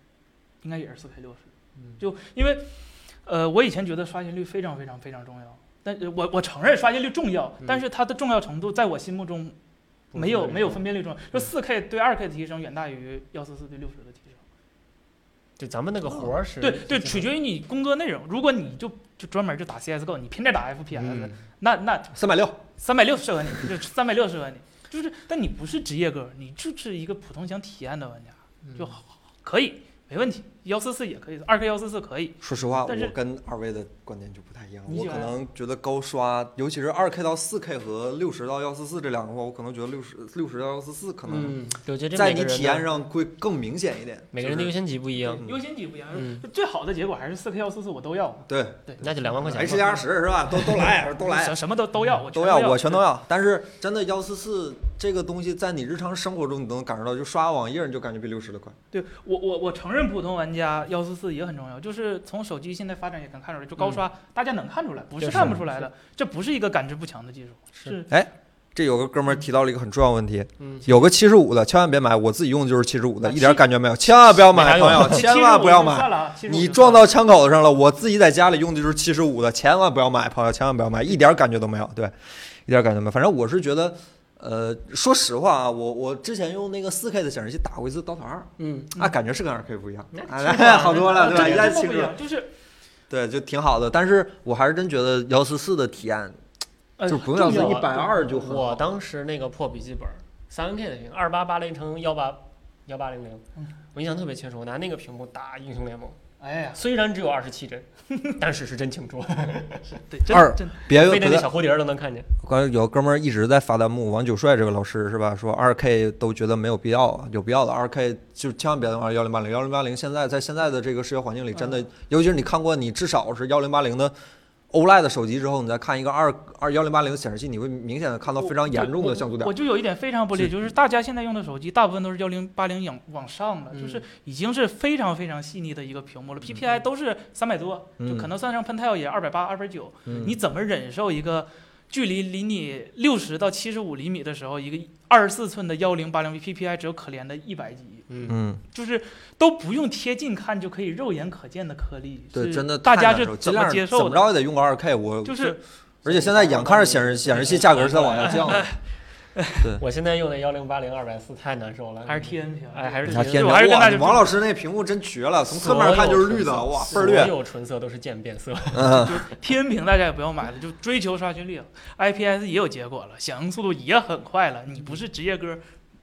应该也是四 K 六十。嗯就因为，呃，我以前觉得刷新率非常非常非常重要，但呃我我承认刷新率重要，但嗯是它的重要程度在我心目中不没是有那没有种分辨率重要，就四 K 对二 K 的提升远大于幺四四对六十的提升。就咱们那个活儿是，对对，取决于你工作内容。如果你就就专门就打 CSGO，你偏得打 FPS，、那那三百六，三百六适合你，就三百六适合你。就是，但你不是职业哥，你就是一个普通想体验的玩家，嗯嗯就好可以没问题，幺四四也可以，二 K 幺四四可以。说实话，但是我跟二位的观点就不太一样。你我喜可欢能觉得高刷，尤其是二 K 到四 K 和六十到幺四四这两个话，我可能觉得六十六十到幺四四可能嗯，我觉得这在每你个人体的验上会更明显一点。每个人的就优是先级不一样，优先级不一样，嗯最好的结果还是四 K 幺四四我都要，对那就两万块钱 H 吧。加十是吧？都都来，都来什。什么都都要，我都要，我全都。要。但是真的幺四四这个东西，在你日常生活中你都能感受到，就刷网页你就感觉比六十的快。对我我我承认普通玩家幺四四也很重要，就是从手机现在发展也能看出来，就高刷、嗯大家能看出来，不就是是看不出来的，这不是一个感知不强的技术，是这有个哥们儿提到了一个很重要的问题，嗯，有个七十五的千万别买，我自己用的就是七十五的，啊一点感觉没有，千万不要没啥买，用朋 友，千万不要买。算了啊，75你就撞算了到枪口上了，我自己在家里用的就是七十五的，千万不要买，朋友，千万不要买，一点感觉都没有，对，一点感觉都没有。反正我是觉得，呃，说实话啊，我我之前用那个四 K 的显示器打过一次《刀塔二》，嗯，啊，感觉是跟二 K 不一样，那啊挺好 的 好多了，对吧？真一的下真的清不楚一了，样，就是对，就挺好的。但是我还是真觉得幺四四的体验，哎呃就不用重要要一啊百二就很好我当时那个破笔记本，三 K 的屏，二八八零乘幺八幺八零零嗯，我印象特别清楚，我拿那个屏幕打英雄联盟，哎呀，虽然只有二十七帧， 但是是真清哎楚，对，真二真别飞别着那小蝴蝶都能看见。刚才有哥们儿一直在发弹幕，王九帅这个老师是吧？说二 K 都觉得没有必要啊，有必要的二 K 就千万别玩幺零八零，幺零八零现在在现在的这个视觉环境里，真的，嗯尤其是你看过你至少是幺零八零的 OLED 手机之后，你再看一个二二幺零八零显示器，你会明显的看到非常严重的像素点我。我就有一点非常不理解，就是大家现在用的手机大部分都是幺零八零往往上了，嗯就是已经是非常非常细腻的一个屏嗯幕了，PPI 都是三百多，就可能算上 Pentel 也二百八、二百九，嗯你怎么忍受一个？距离离你六十到七十五厘米的时候，一个二十四寸的幺零八零 PPI 只有可怜的一百几，嗯，嗯，就是都不用贴近看就可以肉眼可见的颗粒。对，是真的大太家难受是尽么量接怎受么的？着也得用个二 K，我就是而且现在眼看着显示显示器价格是在往下降的，我现在用的幺零八零二百四太难受了，还是 TN 屏，哎还是对 TN 对天我还是跟大哇，家王老师那屏幕真绝了，从侧面看就是绿的，哇，倍儿所绿。有纯色都是渐变色。嗯，天平大家也不要买了，就追求刷新率，IPS 也有结果了，响应速度也很快了。你不是职业歌，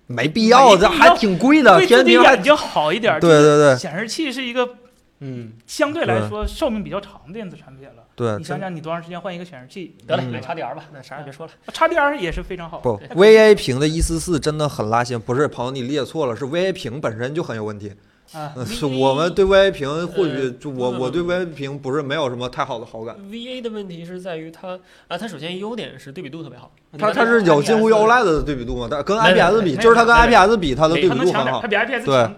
没必要，这还挺贵的，对自天己平还眼睛好一点。对对对显示器是一个嗯，相对来说寿命比较长的电子产品了。对，你想真想，你多长时间换一个显示器？ 得了，嗯买 XDR 吧，那啥也别说了。 XDR 也是非常好。不，VA 屏的一四四真的很拉新，不是朋友你列错了，是 VA 屏本身就很有问题。啊嗯是我们对 VA 屏或许呃就我不不我对不 VA 屏不是没有什么太好的好感， VA 的问题是在于它啊，它首先优点是对比度特别好，它它是有近乎于 OLED 的对比度嘛，但跟没没 IPS 没比，没就是它跟没没 IPS 比，它的对比它能度强很点，好它。比 IPS 对强。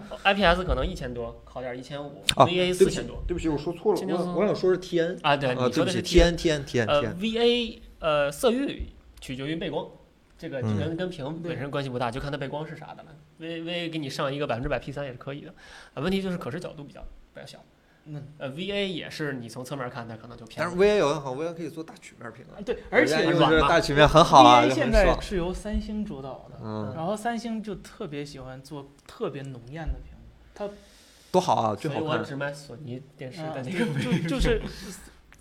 IPS 可能一千多，好点一千五啊，VA 对四不起千多对不起，我说错了今天我我想说是 TN 啊，对，啊，你对说不的起是 TN TN TN 呃 TN， ，VA 呃色域取决于背光，这个嗯就跟跟屏本身关系不大，就看它背光是啥的了。V VA 给你上一个百分之百 P 三也是可以的，啊，问题就是可视角度比较比较小。嗯，呃，VA 也是你从侧面看它可能就偏但了是。VA 有很好，VA 可以做大曲面屏啊，对，而且人家有用的软是嘛大曲面很好啊， VA 就现很在爽。是由三星主导的，嗯，然后三星就特别喜欢做特别浓艳的屏幕。多好啊，最所以好我看。只买索尼电视啊的那个就位就置。 就是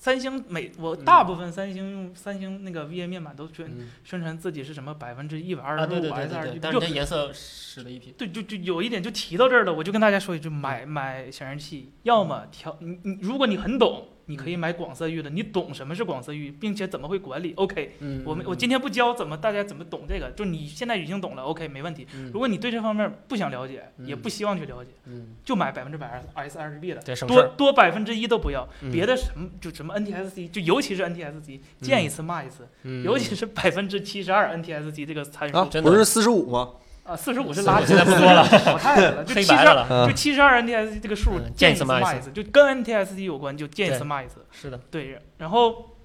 三星每我嗯大部分三星用三星那个 VA 面板都宣嗯宣传自己是什么百分之一百二啊，十对对五对 S 对二对，十但是它颜色使了一批。对，就就有一点就提到这儿了，我就跟大家说一句，嗯买买显示器，要么调你你，如果你很懂，你嗯可以买广色域的，你懂什么是广色域，并且怎么会管理，OK，嗯我们我今天不教怎么大家怎么懂这个，就你现在已经懂了，OK，没问题。嗯如果你对这方面不想了解，也嗯不希望去了解，嗯，就买百分之百 S 二十 B 的，对，省事嗯多儿。多百分之一都不要，嗯别的什么就什么 NTSC，就尤其是 NTSC，见一次骂一次，嗯尤其是百分之七十二 NTSC 这个参数啊，真的不是四十五吗？啊，四十五45是垃圾，现在不说了45是淘汰了，就黑七白十的 二，了，嗯就七十二 NTSC 这个数嗯见见一一次次骂骂一一次次，就跟 NTSC 有关，就见一次对骂一次。是的，对，然后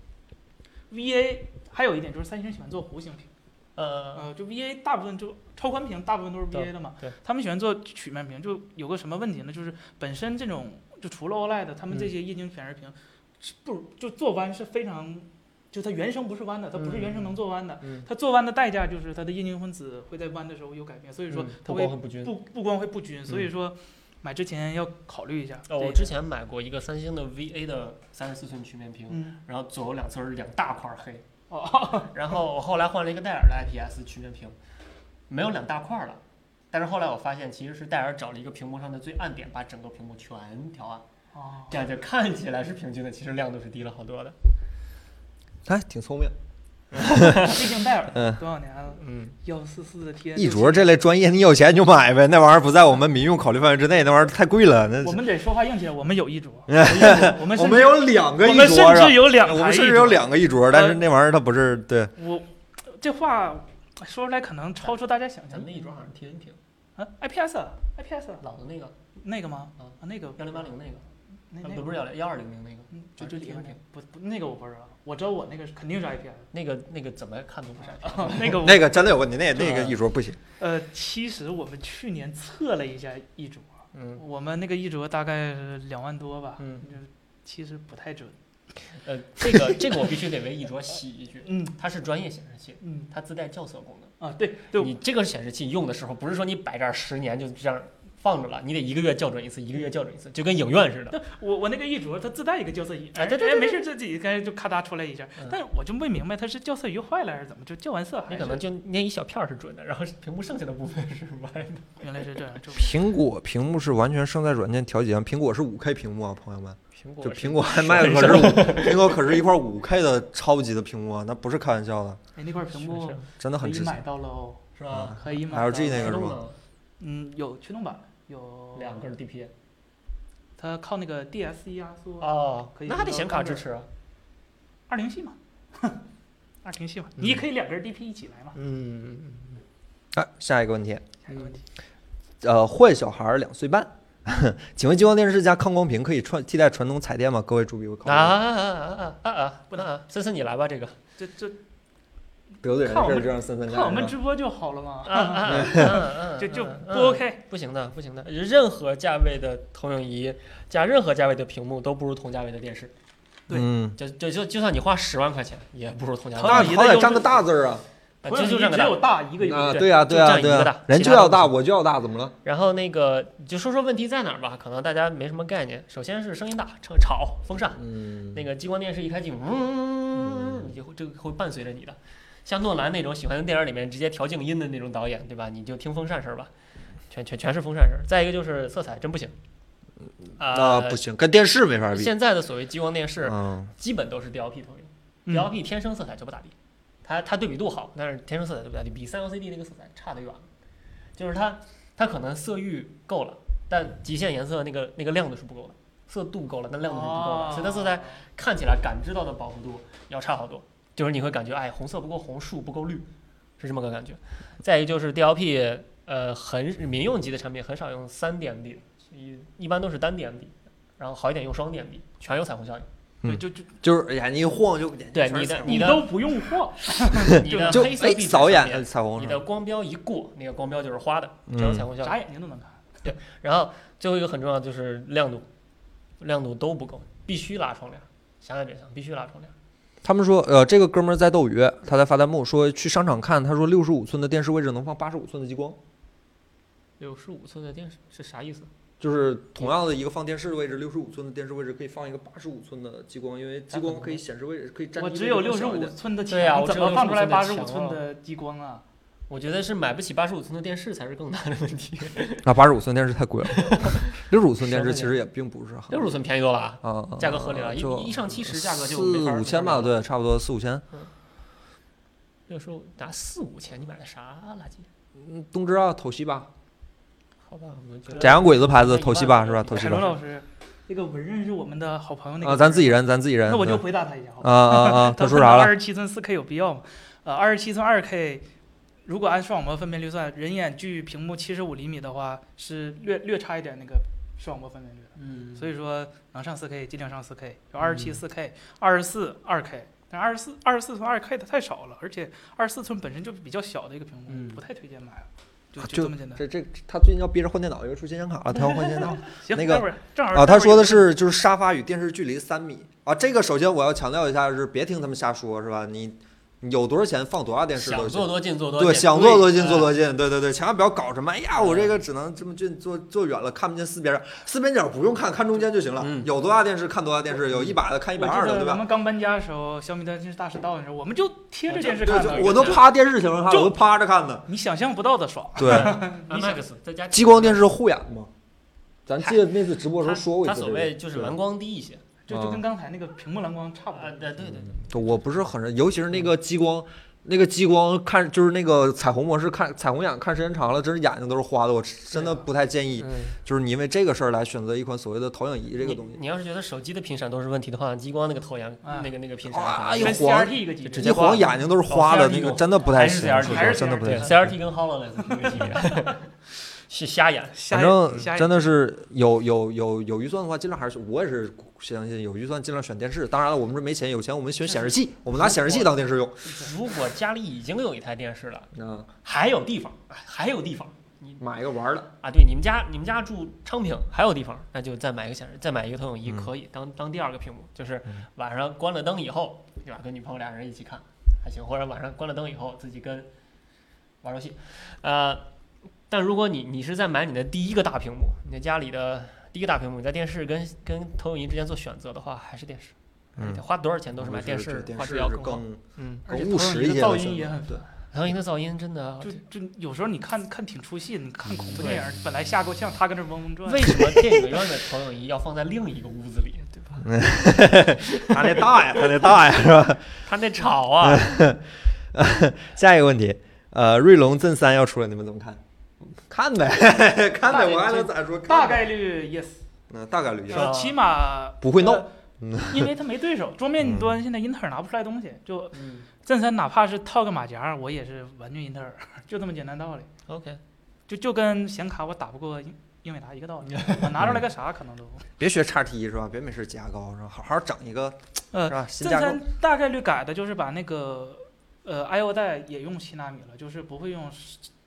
VA 还有一点就是三星喜欢做弧形屏，呃，呃，就 VA 大部分就超宽屏，大部分都是对 VA 的嘛对，他们喜欢做曲面屏，就有个什么问题呢？就是本身这种就除了 OLED，他嗯们这些液晶显示屏是不就做弯是非常，就它原生不是弯的，它不是原生能做弯的，嗯，它做弯的代价就是它的液晶分子会在弯的时候有改变，所以说嗯它它会光会不均。嗯不不光会不均，所以说买之前要考虑一下。哦，我这之前买过一个三星的 VA 的三十四寸曲面屏，嗯然后左右两侧是两大块黑，哦，然后我后来换了一个戴尔的 IPS 曲面屏，没有两大块了，但是后来我发现其实是戴尔找了一个屏幕上的最暗点，把整个屏幕全调暗，哦这样就看起来是平均的，其实亮度是低了好多的。哎，挺聪明。毕竟戴尔嗯多少年了，嗯，幺四四的 T N 一卓这类专业，你有钱就买呗，那玩意儿不在我们民用考虑范围之内，那玩意儿太贵了。那我们得说话硬气，我们有 一桌，嗯我们我甚们至有两个我一们卓甚是至吧？有两台我们甚一至桌呃有两个一卓，但是那玩意儿它不是对，我这话说出来可能超出大家想咱象们那一桌好像是 TN 屏，啊，IPS IPS 老的那个那个吗？啊啊，那个幺零八零那个，那啊那不个不是幺零幺二零零那个，嗯就就还是里 TN 面屏不不那个我不知道，我知道我那个是肯定是 IPS， 那个那个怎么看都不是 IPS。那个我那个真的有问题，那那个一卓不行。呃，其实我们去年测了一下一卓，嗯我们那个一卓大概两万多吧，嗯，就是其实不太准。呃，这个这个我必须得为一卓洗一句，嗯它是专业显示器，嗯它自带校色功能。啊，对对，你这个显示器用的时候，不是说你摆这儿十年就这样放着了，你得一个月校准一次，一个月校准一次，就跟影院似的。但我我那个一卓它自带一个校色仪，哎对对哎对没事自己该就咔嗒出来一下嗯，但是我就没明白它是校色仪坏了还是怎么，就校完色你还可能是就那一小片儿是准的，然后屏幕剩下的部分是歪的。原来是这样，就苹果屏幕是完全胜在软件调节上，苹果是五 K 屏幕啊，朋友们，苹果就是苹果还卖的可是五，苹果可是一块五 K 的超级的屏幕啊，那不是开玩笑的，哎那块屏幕是是真的可很以值买钱。到喽，是吧？可以买到 LG 啊那个是驱动吗呢嗯，有驱动版，有两根，儿 DP 它靠那个 DSC 压缩，哦可以那还得显卡支持啊。二零系嘛， 二零系嘛，嗯你也可以两根 DP 一起来嘛，嗯，哎，下一个问题，下一个问题。呃，坏小孩儿两岁半， 请问激光电视加抗光屏可以传替代传统彩电吗？各位主笔，我考啊虑啊啊啊啊！不能啊，森森你来吧，这个这这得罪人看我的事们儿就让森森看我干们是吧。直播就好了嘛，啊啊啊啊啊！就就啊不 OK。不行的，不行的，任何价位的投影仪加任何价位的屏幕都不如同价位的电视，对嗯，就就就就算你花十万块钱，也不如同价位投那电影视。仪的好优歹势占个大字儿啊，呃投影这就仪这个只大有大一个有啊，对对呀、对呀、就占一对个呀、大人其就他要都不大，行我就要大，怎么了？然后那个就说说问题在哪儿吧，可能大家没什么概念。首先是声音大，吵吵风扇，嗯，那个激光电视一开镜，嗯，就会这个会伴随着你的。像诺兰那种喜欢电影里面直接调静音的那种导演，对吧？你就听风扇声儿吧，全全全是风扇声儿。再一个就是色彩真不行，啊、不行，跟电视没法比。现在的所谓激光电呃视嗯，基本都是 DLP 投影。嗯 DLP 天生色彩就不咋地，它它对比度好，但是天生色彩就不咋地，比三 LCD 那个色彩差得远了。就是它它可能色域够了，但极限颜色那个那个亮度是不够的，色度够了，但亮度是不够的，所以它色彩看起来感知到的饱和度要差好多，就是你会感觉哎红色不够红，树不够绿，是这么个感觉。再一个就是 DLP，呃，很民用级的产品很少用三点底，一一般都是单点底，然后好一点用双点底，全有彩虹 效应。嗯对，就就就是眼睛一晃就对全是你彩的虹你你的都不用晃，你的就黑色哎壁纸扫上眼面呃彩虹你是的吧，光标一过，那个光标就是花的，嗯只有彩虹效应。眨眼睛都能看。然后最后一个很重要的就是亮度，亮度都不够，必须拉窗帘，想也别想，必须拉窗帘。他们说呃这个哥们儿在斗鱼，他在发弹幕说去商场看，他说六十五寸的电视位置能放八十五寸的激光，六十五寸的电视是啥意思？就是同样的一个放电视的位置，六十五寸的电视位置可以放一个八十五寸的激光，因为激哎光可以显示位置可以占地我位置只有更六十小一五点寸的对呀墙，我怎只有么放出来八十65五寸寸的墙啊的激光啊？我觉得是买不起八十五寸的电视才是更大的问 题。那八十五寸电视太 贵了，六十五寸电视15其实也并不是很六十五寸便宜多了啊，啊，价格合理了，一就一上七十价格就没四法五千吧，。对，差不多四五千。六十五拿四五千，你买的啥垃圾？嗯，东芝啊，头西吧，好吧，我们觉得假洋鬼子牌子那一头西万吧是吧？头西是海伦吧。老师，那个文任是我们的好朋友，那个啊，咱自己人，咱自己人。那我就对回答他一下，好吧？啊啊啊！他说啥二了？十七寸四 K 有必要吗？呃，二十七寸二 K，如果按视网膜分辨率算，人眼距屏幕七十五厘米的话，是略略差一点那个视网膜分辨率的。嗯，所以以说能上四 K 尽量上四 K，有二十嗯七四 K，二十四二 K，但二十四二十四寸二 K 它太少了，而且二十四寸本身就比较小的一个屏幕，嗯不太推荐买了，就啊就就这么简单。这这他最近要憋着换电脑，因为出新显卡啊了，他要换新显 卡行，那个待会儿正好啊。他说的待会儿是就是沙发与电视距离三米啊。这个首先我要强调一下，是别听他们瞎说，是吧？你你有多少钱放多大电视想都做行。多进做多对，进想做多近哎做多近，对对对，千万不要搞什么。哎呀，我这个只能这么近，坐坐远了看不见四边儿，四边角不用看，看中间就行了嗯。有多大电视看多大电视，有一百的看一百我二记的，得对我吧？们刚搬家的时候，小米的电视大师到的时候，我们就贴着电视这看对，的，啊就我都趴电视前面看，就我都趴着看的。你想象不到的爽。对， 啊 IMAX 在家激光电视护眼嘛，咱记得那次直播时候说过一它次、这所个。谓就是蓝光低一些。就就跟刚才那个屏幕蓝光差不啊，多。对对对对。对我不是很认，尤其是那个激光，那个激光看就是那个彩虹模式看彩虹眼看时间长了，真是眼睛都是花的。我真的不太建议，嗯就是你因为这个事儿来选择一款所谓的投影仪这个东西你。。你要是觉得手机的频闪都是问题的话，激光那个投影、哎那个那个频闪啊，很一厉害、晃 CRT 一个级别直一接挂晃眼睛都是花的， CRT 那个用真的不太还是行 CRT，还是真的不太 CRT 行。 CRT 跟 HoloLens 是一个级别， 是瞎眼。下反一正下一真的是有有有有预算的话，尽量还是我也是相信有预算尽量选电视。当然了，我们是没钱，有钱我们选显示器，我们拿显示器当电视用。如果家里已经有一台电视了，嗯，还有地方，还有地方买一个玩儿的。啊！对，你们家你们家住昌平，还有地方，那就再买一个显示，再买一个投影仪嗯可以当当第二个屏幕，就是嗯晚上关了灯以后，对吧？跟女朋友俩人一起看还行，或者晚上关了灯以后自己跟玩游戏，呃，但如果你你是在买你的第一个大屏幕，你的家里的第一个大屏幕，你在电视跟跟投影仪之间做选择的话，还是电视。嗯得花多少钱都是买我觉电得这视，电花视销是更好。更嗯，而且更务实一些投的影选仪的噪音也很择。对，投影仪的噪音嗯真的，就就有时候你看看挺出戏的，你看恐怖电影，本来下过像他跟这嗡嗡转，为什么电影院的投影仪要放在另一个屋子里， 对吧？他那大呀， 他那大呀，是吧？它那吵啊！ 下一个问题，呃，锐龙 Zen 三要出了，你们怎么看？看呗， 看呗，我还能咋说？看呗大，概率 yes，嗯，大概率是也吧呃起码不会嗯闹呃 因为他没对 手。桌面端现在英特尔拿不出来东西，就嗯正三哪怕是套个马甲，我也是玩具英特尔， 就这么简单道理。 ，OK，就就跟显卡我打不过英英伟达一 个道理，我拿出来个啥可能都。别学叉 T 是吧？别没事加高是吧？好好整一个呃是吧？嗯新正架构三大概率改的就是把那个呃 I/O 带也用七纳米了，就是不会用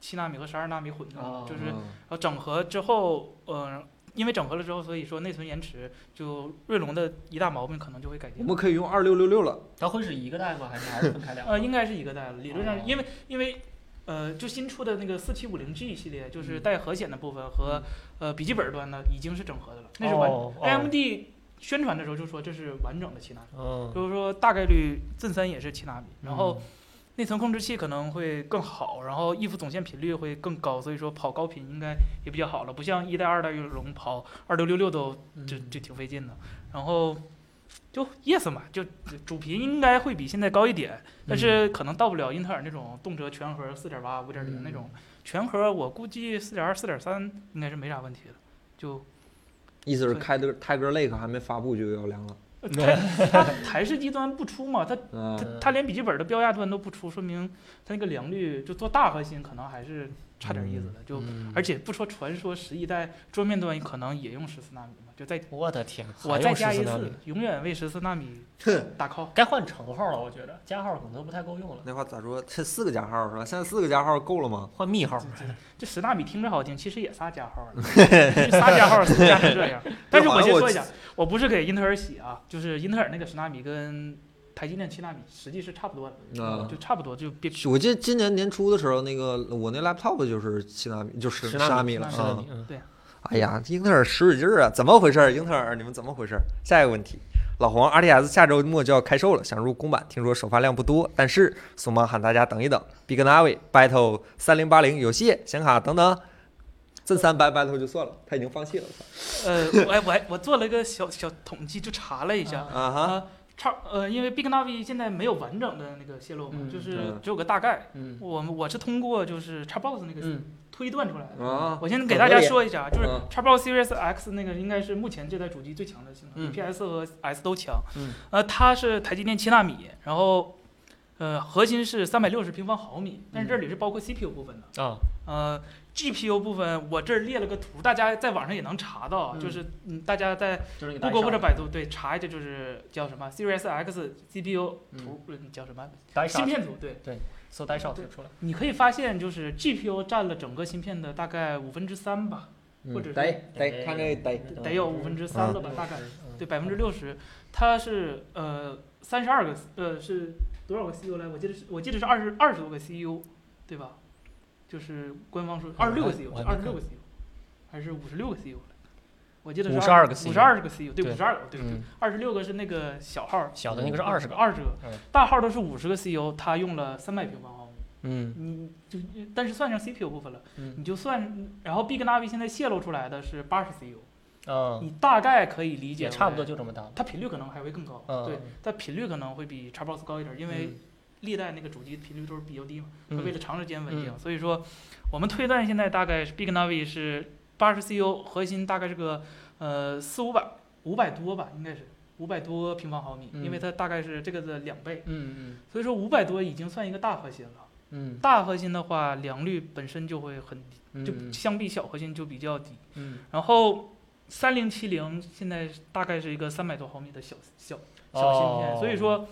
七纳米和十二纳米混用，哦就是嗯然后整合之后，呃，因为整合了之后，所以说内存延迟就锐龙的一大毛病可能就会改我进。们可以用二六六六了。它会是一个代吗？还是还是分开两个？呃，应该是一个带了，理论上哦是因为因为。呃，就新出的那个四七五零 G 系列，就是嗯带核显的部分和、呃笔记本端呢已经是整合的了， 那是完、哦哦 AMD 宣传的时候就说这是完整的七纳米，嗯，就是说大概率 Zen 三也是七纳米，然后内存控制器可能会更好，然后异辅总线频率会更高，所以说跑高频应该也比较好了，不像一代、二代锐龙跑二六六六都嗯就就挺费劲的。然后就 yes 嘛，就主频应该会比现在高一点，但是嗯可能到不了英特尔那种动辄全核四点八、五点零那种嗯全核，我估计四点二、四点三应该是没啥问题的。 就意思是对开的 Tiger Lake 还没发布就要凉了。呃台它台式机端不出嘛，它它嗯，它连笔记本的标压端都不出，说明它那个良率就做大核心可能还是差点意思的。就嗯而且不说传说十一代桌面端可能也用十四纳米嘛，就再我的天，我还再用加一14纳米次，，永远为十四 纳米哼打 call。该换乘号了，我觉得加号可能都不太够用了，那话咋说？这四个加号是吧？现在四个加号够了吗？换密号。这十纳米听着好听，其实也仨加号 了，这仨加号，仨加成这样。但是我先说一下，我不是给英特尔洗啊，就是英特尔那个十纳米跟台积电七纳米实际是差不多的，啊、就差不多，就别我记得今年年初的时候，那个我那 laptop 就是七纳米，就十10纳纳米米了10啊纳。米嗯哎呀，英特尔使使劲儿啊！怎么回事儿？英特尔，你们怎么回事儿？下一个问题，老黄，RTX 下周末就要开售了，想入公版，听说首发量不多，但是怂妈喊大家等一等，Bignavi Battle 三零八零有线显卡等等，这三白 Battle 就算了，他已经放弃了。呃，我还我还我做了一个小小统计，就查了一下，啊哈，啊，差呃，因为 Bignavi 现在没有完整的那个泄露嘛，嗯就是嗯只有个大概。嗯我们我是通过就是 Xbox 那个嗯推断出来的。啊，我先给大家很合理说一下，啊就是嗯 Xbox Series X 那个应该是目前这代主机最强的性能，嗯比 PS 和 S 都强。嗯呃，它是台积电七纳米，然后呃核心是三百六十平方毫米，但是这里是包括 CPU 部分的。啊，呃，GPU 部分我这儿列了个图，大家在网上也能查到，嗯就是嗯，大家在就是那个谷大歌或者小百度对查一下，就是叫什么 Series X CPU 图，嗯，叫什么大芯小片图？对，搜大小就出来了。你可以发现就是 GPU 占了整个芯片的大概五分之三吧，或者是嗯得得看这得嗯得有五分之三了吧，大概对百分之六十，它是呃三十二个呃是多少个 CPU 来？我记得是我记得是二十二十多个 CPU，对吧？就是官方说我还二十六个 CPU，嗯我还没二看十六个 CPU，还是五十六个 CPU 来？我记得是52个五 CPU 十二个 CPU，对，对五十二个，对对，嗯，二十六个是那个小号，小的那个是二十个，二十个嗯，大号都是五十个 CPU，它用了三百平方毫米。嗯你就但是算上 CPU 部分了，嗯你就算，然后 Bignavi 现在泄露出来的是八十 CPU，、啊，你大概可以理解也为差不多，就这么大了。它频率可能还会更高，嗯对，它频率可能会比 Xbox 高一点，因为嗯历代那个主机频率都是比较低嘛，它为嗯了长时间稳定，所以说我们推断现在大概是 Bignavi 是八十 CPU 核心大概是个呃四五百五百多吧，应该是五百多平方毫米，因为嗯它大概是这个的两倍，嗯所以说五百多已经算一个大核心了。嗯大核心的话，良率本身就会很低，嗯，就相比小核心就比较低。嗯然后三零七零现在大概是一个三百多毫米的小小小芯片，哦所以说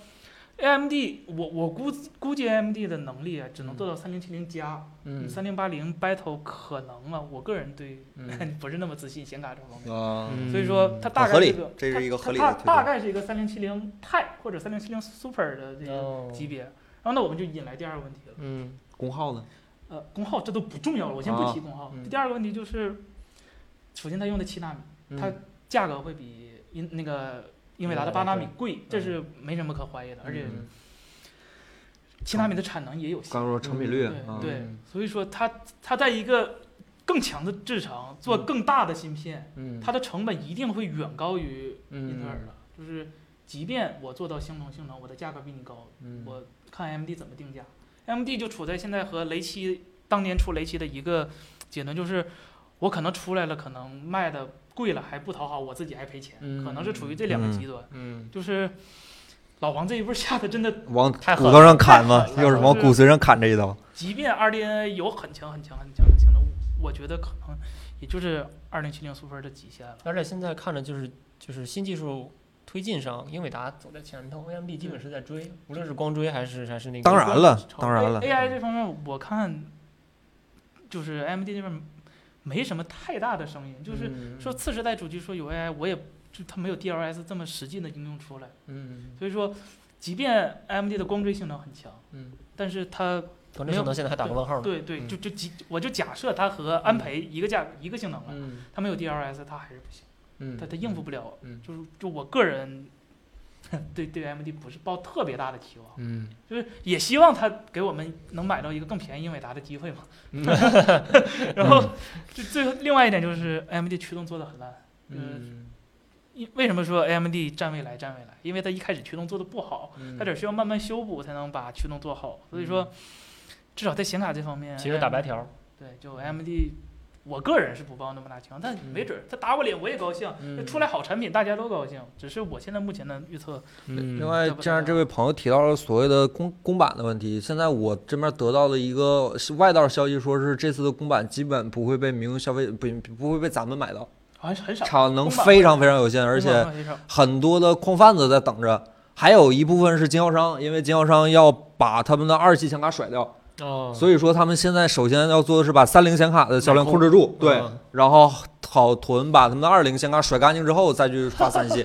AMD 我我估估计 AMD 的能力啊，只能做到三零七零加，嗯三零八零 Battle 可能啊，我个人对、嗯 不是那么自信显卡这方面。啊嗯所以说，它大合概理这个，这是一个合理的它它推大断概是一个三零七零 Ti 或者三零七零 Super 的这个哦级别。然后，那我们就引来第二个问题了。嗯功耗呢？呃，功耗这都不重要了，我先哦不提功耗。啊嗯第二个问题就是，首先它用的七纳米，嗯它价格会比英那个英伟达的英伟达嗯八纳米贵贵，这是没什么可怀疑的。而且嗯七纳米的产能也有限，刚说成品率啊对，对嗯，所以说它它在一个更强的制程做更大的芯片，嗯它的成本一定会远高于嗯英特尔的，就是即便我做到相同性能，我的价格比你高，嗯我看 AMD 怎么定价。AMD 就处在现在和雷七当年出雷七的一个阶段，就是我可能出来了，可能卖的贵了还不讨好，我自己还赔钱，嗯可能是处于这两个极端。嗯就是老王这一波下的真的，往太狠骨头上砍太吗？狠了又是往就是骨髓上砍这一刀。即便 RDNA 有很强很强很强的性能，我觉得可能也就是二零七零 Super 的极限了。而且现在看着就是就是新技术推进上，英伟达走在前头，AMD 基本是在追，无论是光追还是还是那个。当然了，当然嗯 A 了， AI 这方面，我看就是 AMD 这边没什么太大的声音，就是是说次世代主机说有 AI，我也就它没有 DLSS 这么实际的应用出来，嗯所以说即便 AMD 的光追性能很强，嗯，但是它团队性能现在还打个问号呢。对对，嗯就就即我就假设它和安培一个价一个性能了，嗯它没有 DLSS 它还是不行，嗯它它应付不了嗯，就是就我个人对对 AMD 不是抱特别大的期望。嗯，就是也希望他给我们能买到一个更便宜英伟达的机会嘛。嗯 然后，就最后另外一点就是 AMD 驱动做的很烂。嗯因为什么说 AMD 占未来占未来？因为它一开始驱动做的不好，嗯它只需要慢慢修补才能把驱动做好。所以说，至少在显卡这方面，其实打白。条。对，就 AMD，我个人是不抱那么大期望，但没准儿他打我脸我也高兴。嗯那出来好产品大家都高兴，只是我现在目前的预测，嗯另另外对，不既然对这位朋友提到了所谓的公公版的问题，现在我这边得到了一个是外道消息，说是这次的公版基本不会被民用消费不不会被咱们买到，好像很少，产能公版非常非常有限，而且很少。很多的矿贩子在等着，还有一部分是经销商，因为经销商要把他们的二级显卡甩掉，哦，所以说他们现在首先要做的是把三零显卡的销量控制住，对嗯，然后好囤把他们的二零显卡甩干净之后再去发三 系。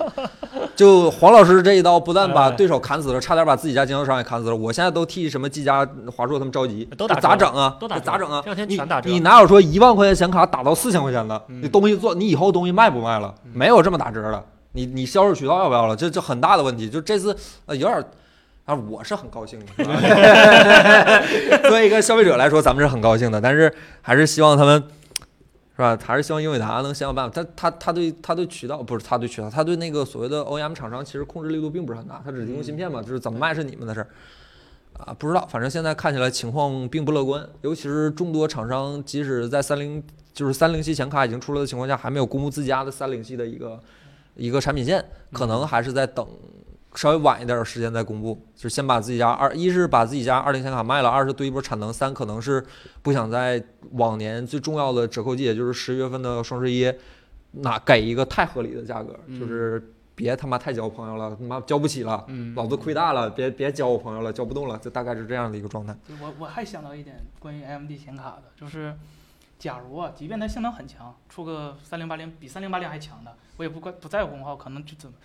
就黄老师这一刀，不但哎把对手砍死了，差点把自己家经销商也砍死了。我现在都替什么技嘉、华硕他们着急，都打折咋整啊？都打折咋整啊？这两天你全打折你哪有说一万块钱显卡打到四千块钱的？嗯你东西做，你以后东西卖不卖了？嗯没有这么打折的。你你销售渠道要不要了？这这很大的问题。就这次呃有点儿啊，我是很高兴的。 作为一个消费者来说，咱们是很高兴的，但是还是希望他们是吧？还是希望英伟达能想想办法。他他他对他对渠道不是他对渠道，他对那个所谓的 OEM 厂商其实控制力度并不是很大，他只提供芯片嘛，嗯就是怎么卖是你们的事儿。啊，不知道，反正现在看起来情况并不乐观，尤其是众多厂商，即使在三零就是三零系显卡已经出了的情况下，还没有公布自家的三零系的一个一个产品线，可嗯能还是在等稍微晚一点的时间再公布，就是先把自己家二一是把自己家二零显卡卖了，二是堆一波产能，三可能是不想在往年最重要的折扣季，也就是十月份的双十一，那给一个太合理的价格，嗯就是别他妈太交朋友了，他妈交不起了。嗯老子亏大了，别别交我朋友了，交不动了，就大概是这样的一个状态。对我我还想到一点关于 AMD 显卡的，就是假如啊，即便它性能很强，出个三零八零比三零八零还强的，我也不关不在乎功耗，可能就怎么。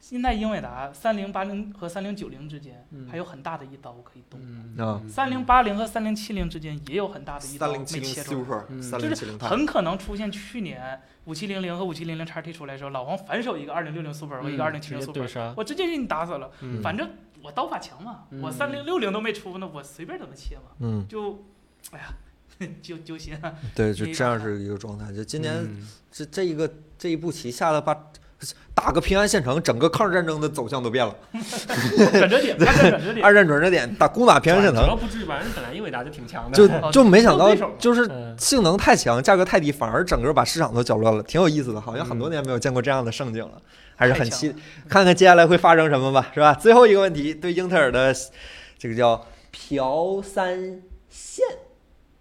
现在英伟达三零八零和三零九零之间嗯还有很大的一刀可以动，啊三零八零和三零七零之间也有很大的一刀哦没切中，嗯七零很可能出现去年五七零零和五七零零 XT 出来的时候，老黄反手一个二零六零 Super 和嗯一个二零七零嗯直接 Super，对啊杀，我直接给你打死了，嗯反正我刀法强嘛，我嗯三零六零都没出呢，我随便怎么切嘛。嗯，就，哎呀， 揪揪心啊！对，就没这样办法是一个状态。就今年、嗯这这一个这一步棋下的把打个平安县城，整个抗日战争的走向都变了。转折 点，看看转折点。二战转折点，打攻打平安县主城，要不至于吧？人本来英伟达就挺强的，就哦就没想到对手嘛就是嗯性能太强，价格太低，反而整个把市场都搅乱了，挺有意思的，好像很多年没有见过这样的盛景了，还是很期嗯太强看看接下来会发生什么吧，是吧？最后一个问题，对英特尔的这个叫朴三线。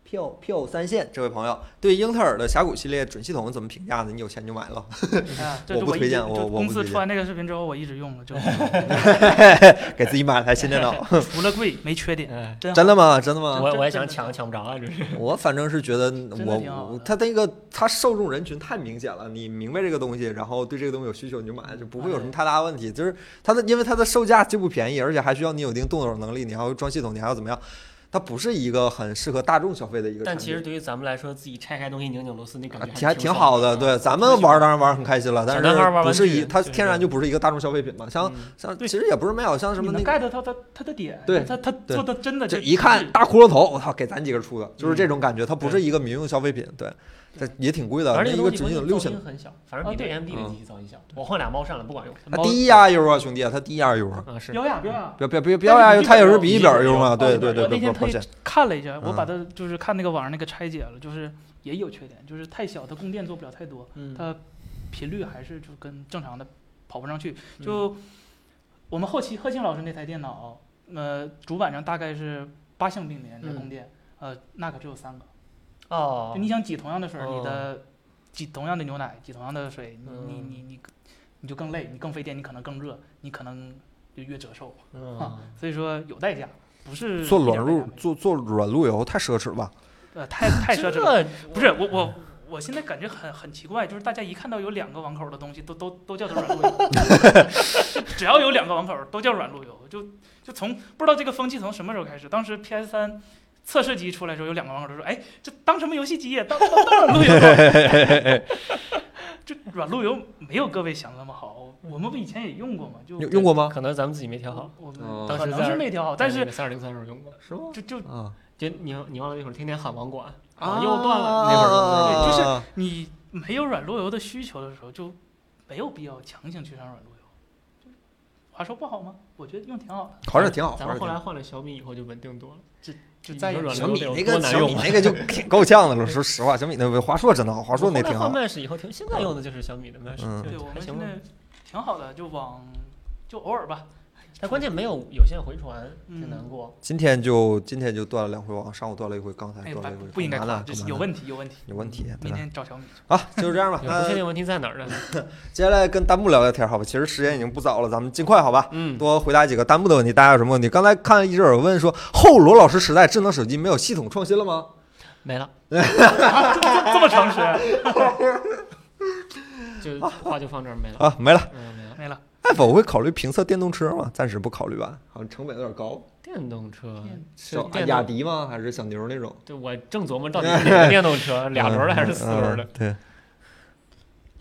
票票三线这位朋友对英特尔的峡谷系列准系统怎么评价呢？你有钱就买了， 哎呀这我是不一推直荐就我我公不司推出完那个视频之后，我一直用了， 就给自己买了台新电脑，除了贵没缺点，啊哎真真好。的吗？真的吗？我我也想真的抢抢不着啊，这是我反正是觉得的我挺好我的他那个他受众人群太明显了，你明白这个东西，然后对这个东西有需求，你就买，就不会有什么太大的问题。就是它的，因为它的售价既不便宜，而且还需要你有一定动手能力，你还要装系统，你还要怎么样？它不是一个很适合大众消费的一个产但其品实。对于咱们来说，自己拆开东西拧拧螺丝那感啊觉挺还挺挺好的，对，咱们玩儿当然玩儿很开心了，但小男孩玩是玩不是具一它对天然对就不是一个大众消费品嘛？嗯像像其实也不是没有，像什你么那能个 get 到他他的点，对他他对做的 真的这就一看大骷髅头，我操，给咱几个出的，就是这种感觉，它不是对一个民用消费品，对，这对也挺贵的，而那且一个准系统六嗯千。很小，反正啊比对 AMD 的机器噪音小。我换俩猫扇了，不管用。它低压 U 啊，兄弟，它低压 U 啊， 啊是，标呀标呀。别别别别压 U，它有时候比一表 U 啊，对对对对，我那不天抱歉特意，看了一下，我嗯把它就是看那个网上那个拆解了，就是也有缺点，就是太小，它供电做不了太多，嗯它频率还是就跟正常的跑不上去。嗯就我们后期贺庆老师那台电脑，呃，主板上大概是八项并联在供电，呃，那可只有三个。嗯哦就，你想挤同样的水儿，哦你的挤同样的牛奶，挤同样的水，你嗯你你你你就更累，你更费电，你可能更热，你可能就越折寿。嗯啊，所以说有代价，不是做一点软代路价没有做做软路由太奢侈吧？呃太太奢侈了。这不是我我我现在感觉很很奇怪，就是大家一看到有两个网口的东西，都都都叫它软路由， 就只要有两个网口都叫软路由，就就从不知道这个风气从什么时候开始，当时 PS 三。测试机出来的时候有两个网口都说：“哎，这当什么游戏机呀、当当当软路由吧。 这软路由没有各位想那么好，我们不以前也用过吗？就用用过吗？可能咱们自己没调好，我哦们可能是没调哦好，但是三二零三时候用过，是吗？就就啊就你你忘了那会儿天天喊网管啊，又断了那会儿对就是是你没有软路由的需求的时候，就没有必要强行去上软路由。华硕不好吗？我觉得用挺好的。好像挺好，咱好像们后挺来好。换了小米以后就稳定多了，就就就再再也也软小流米得有那多个难小用米啊那个就挺够呛的了，说实话，小米那个华硕真的好，华硕那挺后好来换。Mesh 以后挺，现在用的就是小米的 Mesh，嗯对就我还们行现吧。在挺好的，就往就偶尔吧。但关键没有有线回传，挺嗯难过。今天就今天就断了两回网，上午断了一回，刚才哎，断不了一回，不应该干嘛夸，呢这干是嘛有呢问题，有问题。有问题，对明吧？天找小米去。好，就是这样 吧。也不确那定问题在哪儿呢？接下来跟弹幕聊聊天，好吧？其实时间已经不早了，咱们尽快，好吧？嗯，多回答几个弹幕的问题。大家有什么问题？刚才看一直有人问说，后罗老师时代智能手机没有系统创新了吗？没 了，这么诚实， 就话就放这儿没了。啊，没了。嗯，没了。没了。爱否会考虑评测电动车吗？暂时不考虑吧，好像成本有点高。电动车是小电雅动，迪吗？还是小牛那种？对我正琢磨到底是 哪个电动车，俩轮儿的还是四轮儿的嗯？？嗯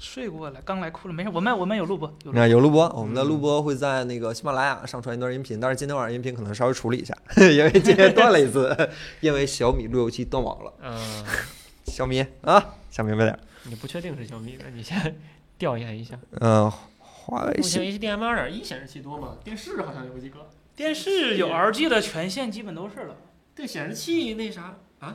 睡过了，刚来哭了，没事，我们我们有录播，对，有录播。那有录播，我们嗯的录播会在那个喜马拉雅上传一段音频，但是今天晚上音频可能稍微处理一下， 因为今天断了一次， 因为小米路由器断网了。嗯，小米啊，想明白点儿。你不确定是小米的，你先 调研一下。嗯，华为目前系 HDMI 二点一显示器多吗？电视好像有几个。电视有 LG 的权限基本都是了对，显示器那啥啊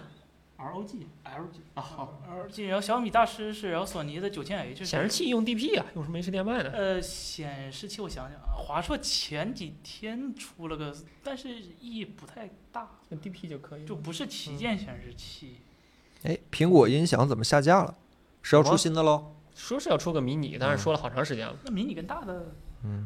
，ROG ，LG 啊，好， LG，然后小米大师是，然后索尼的九千 H 显示器用 DP 啊，用什么 HDMI 呢？呃，显示器我想想啊，华硕前几天出了个，但是意义不太大，用 DP 就可以了。就不是嗯旗舰显示器。哎，苹果音响怎么下架了？是要什出么新的喽？说是要出个迷你，但是说了好长时间了。那迷你跟大的，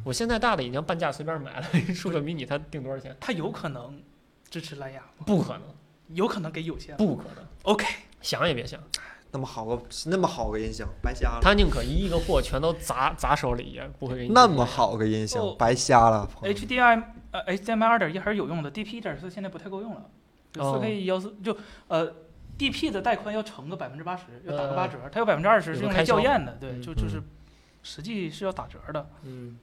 我现在大的已经半价随便买了，出个迷你它定多少钱？它有可能支持蓝牙吗？不可能，有可能给有线吗。不可能， OK，想也别想。啊那么好个那么好个音响，白瞎了。他宁可一亿个货全都砸砸手里，也不会给你。那么好个音响哦，白瞎了。朋友们 HDMI 呃 HDMI 二点一还是有用的，DP 一点四现在不太够用了，就哦四 K 幺四就呃 DP 的带宽要乘个百分之八十，要打呃个八折，它有百分之二十有是个用开来校销验的，对，嗯就就是实际是要打折的。嗯，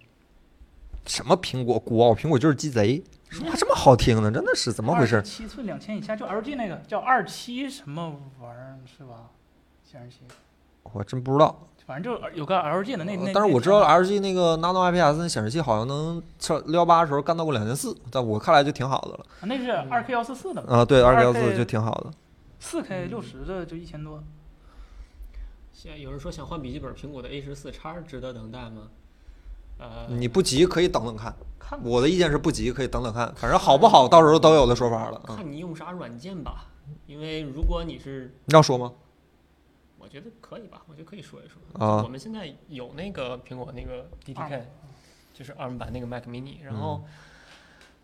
什么苹果孤傲，苹果就是鸡贼，说话这么好听呢，真的是怎么回事？七寸两千以下就 LG 那个叫二七什么玩意儿是吧？显示器，我真不知道。呃反正就有个 LG 的那那。但是我知道那 LG 那个 Nano IPS 那显示器好像能上六幺八的时候干到过两千四，在我看来就挺好的了。啊那是二 K 幺四四的嘛，啊，对，二 2K 幺四就挺好的。四嗯 K 六十的就一千多。现在有人说想换笔记本，苹果的 A 十四叉值得等待吗？呃，你不急可以等等看，看我的意见是不急可以等等看，反正好不好到时候都有的说法了。嗯，看你用啥软件吧，因为如果你是，你要说吗？我觉得可以吧，我觉得可以说一说。啊我们现在有那个苹果那个 DDK，就是二版那个 Mac Mini，然嗯后、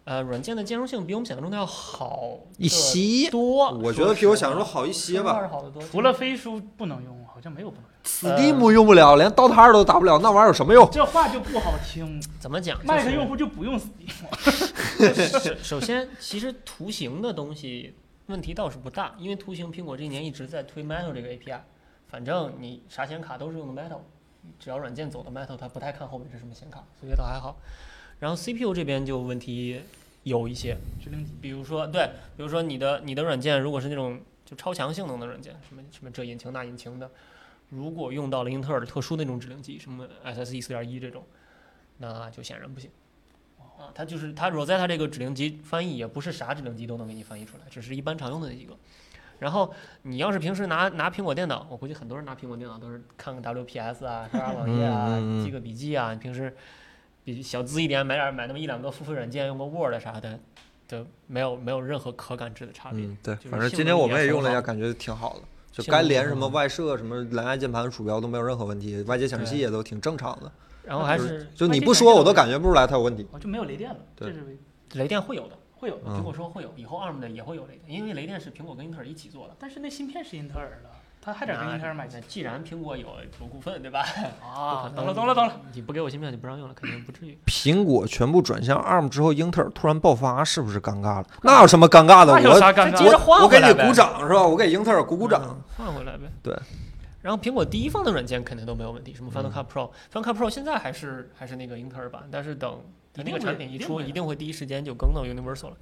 呃，软件的兼容性比我们想象中的要好一些得，多，我觉得比我想象中好一些吧。是好得多。除了飞书不能用，好像没有不能用。 Steam 用不了，连 Dota 二都打不了，那玩意儿有什么用？这话就不好听 怎么讲，就，Mac 是用户就不用 Steam。首 首先，其实图形的东西问题倒是不大，因为图形苹果这一年一直在推 Metal 这个 API，反正你啥显卡都是用的 Metal，只要软件走的 Metal，它不太看后面是什么显卡，所以倒还好。然后 CPU 这边就问题有一些，指令集比如说对，比如说你的你的软件如果是那种就超强性能的软件，什么什么这引擎那引擎的，如果用到了英特尔的特殊那种指令集，什么 SSE 四点一这种，那就显然不行。啊，它就是它 Rosetta 这个指令集翻译也不是啥指令集都能给你翻译出来，只是一般常用的那几个。然后你要是平时拿拿苹果电脑，我估计很多人拿苹果电脑都是看看 WPS 啊、刷刷网页啊嗯嗯嗯、记个笔记啊。你平时比小资一点，买点买那么一两个付费软件，用个 Word 啥的，都没有没有任何可感知的差别。嗯，对就，是反正性今能天我也们也很用了一好下，感觉挺好的。就性该能连很什么好外设、什么蓝牙键盘、鼠标都没有任何问题，外接显示器对也都挺正常的。然后还是就它你这不显说，示我都器感觉不出来它有问题。哦我就没有雷电了，对这是唯雷电会有的，会有的。嗯苹果说会有，以后 ARM 的也会有雷电，因为雷电是苹果跟英特尔一起做的。但是那芯片是英特尔的，他还得跟英特尔买那既然苹果有有股份，对吧？啊不可能懂了懂了懂了，你不给我芯片，你不让用了，肯定不至于。苹果全部转向 ARM 之后，英特尔突然爆发，是不是尴尬了？那有什么尴尬的？那有我啥尴这接着尬？换我回给来你呗鼓掌是吧？我给英特尔鼓鼓掌。嗯，换回来呗。对。然后苹果第一方的软件肯定都没有问题，什么嗯 Final Cut Pro、Final Cut Pro 现在还是还是那个英特尔版，但是等等那一定个会产品一一定出，会的一定会第一时间就更到 Universal 了，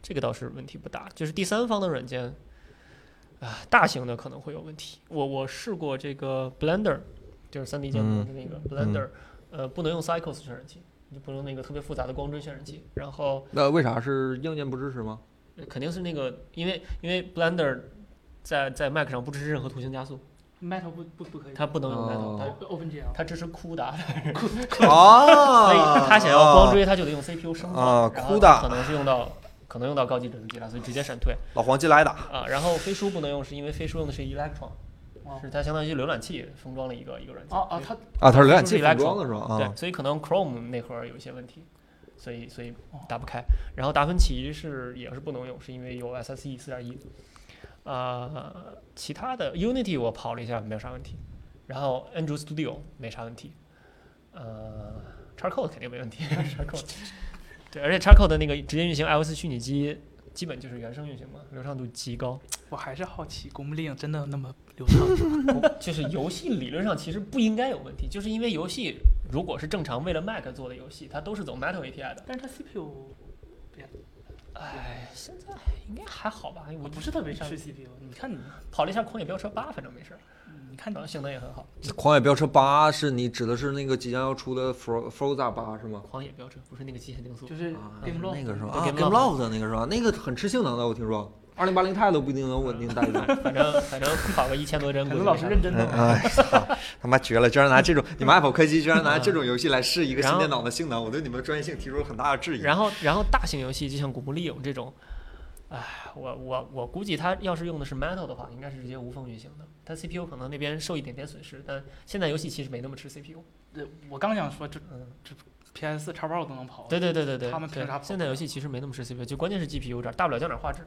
这个倒是问题不大。就是第三方的软件，啊，大型的可能会有问题。我我试过这个 Blender，就是三 D 建模嗯的那个 Blender，、呃，不能用 Cycles 渲染器，你就不用那个特别复杂的光追渲染器，然后那为啥是硬件不支持吗？呃肯定是那个，因为因为 Blender 在在 Mac 上不支持任何图形加速， Metal 不不不可以它不能用 Metal，、哦 OpenGL 它它支持 CUDA，所以啊，它想要光追，它就得用 CPU 生成啊然后 CUDA 可能是用到可能用到高级整数机了，所以直接闪退老黄进来打。啊。然后飞书不能用，是因为飞书用的是 Electron，哦是它相当于浏览器封装了一个一个软件哦哦，它啊，它是浏览就是器来封装的是吧？对啊，，所以可能 Chrome 内核有一些问题，所以所以打不开。然后达芬奇是也是不能用，是因为有 SSE 四点一。呃，其他的 Unity 我跑了一下没有啥问题，然后 Android Studio 没啥问题，呃，Xcode 肯定没问题，Xcode 对，而且 Xcode 的那个直接运行 iOS 虚拟机基本就是原生运行嘛，流畅度极高。我还是好奇，公令真的那么流畅吗？就是游戏理论上其实不应该有问题，就是因为游戏如果是正常为了 Mac 做的游戏，它都是走 Metal API 的。 但是它 CPU 哎，现在应该还好吧？我我哦不不是是特特别别上吃 CPU，你看你跑了一下《狂野飙车八》，反正没事儿，你看然后性能也很好。 《狂野飙车八》是你指的是那个即将要出的 Fro Froza 八是吗？狂野飙车不是那个极限竞速，就是啊， Game Lock 那个是吧？对啊 Game ，Game Lock Lock 的那个是吧？那个很吃性能的，我听说，二零八零 Ti 都不一定能稳定带动。反正 反正跑个一千多帧。凯子老师认嗯真的吗， 哎，操他妈绝了！居然拿这种你们 Apple 科技居然拿这种游戏来试一个新电脑的性能，我对你们的专业性提出了很大的质疑。然后然后大型游戏就像《古墓丽影》这种，哎，我我我估计它要是用的是 Metal 的话，应该是直接无缝运行的。它 CPU 可能那边受一点点损失，但现在游戏其实没那么吃 CPU。呃我刚想说，这嗯， PS 四叉 b 都能跑，对对对对对，哦他们凭对啥跑现在游戏其实没那么吃 CPU，就关键是 GPU 这儿，大不了降点画质，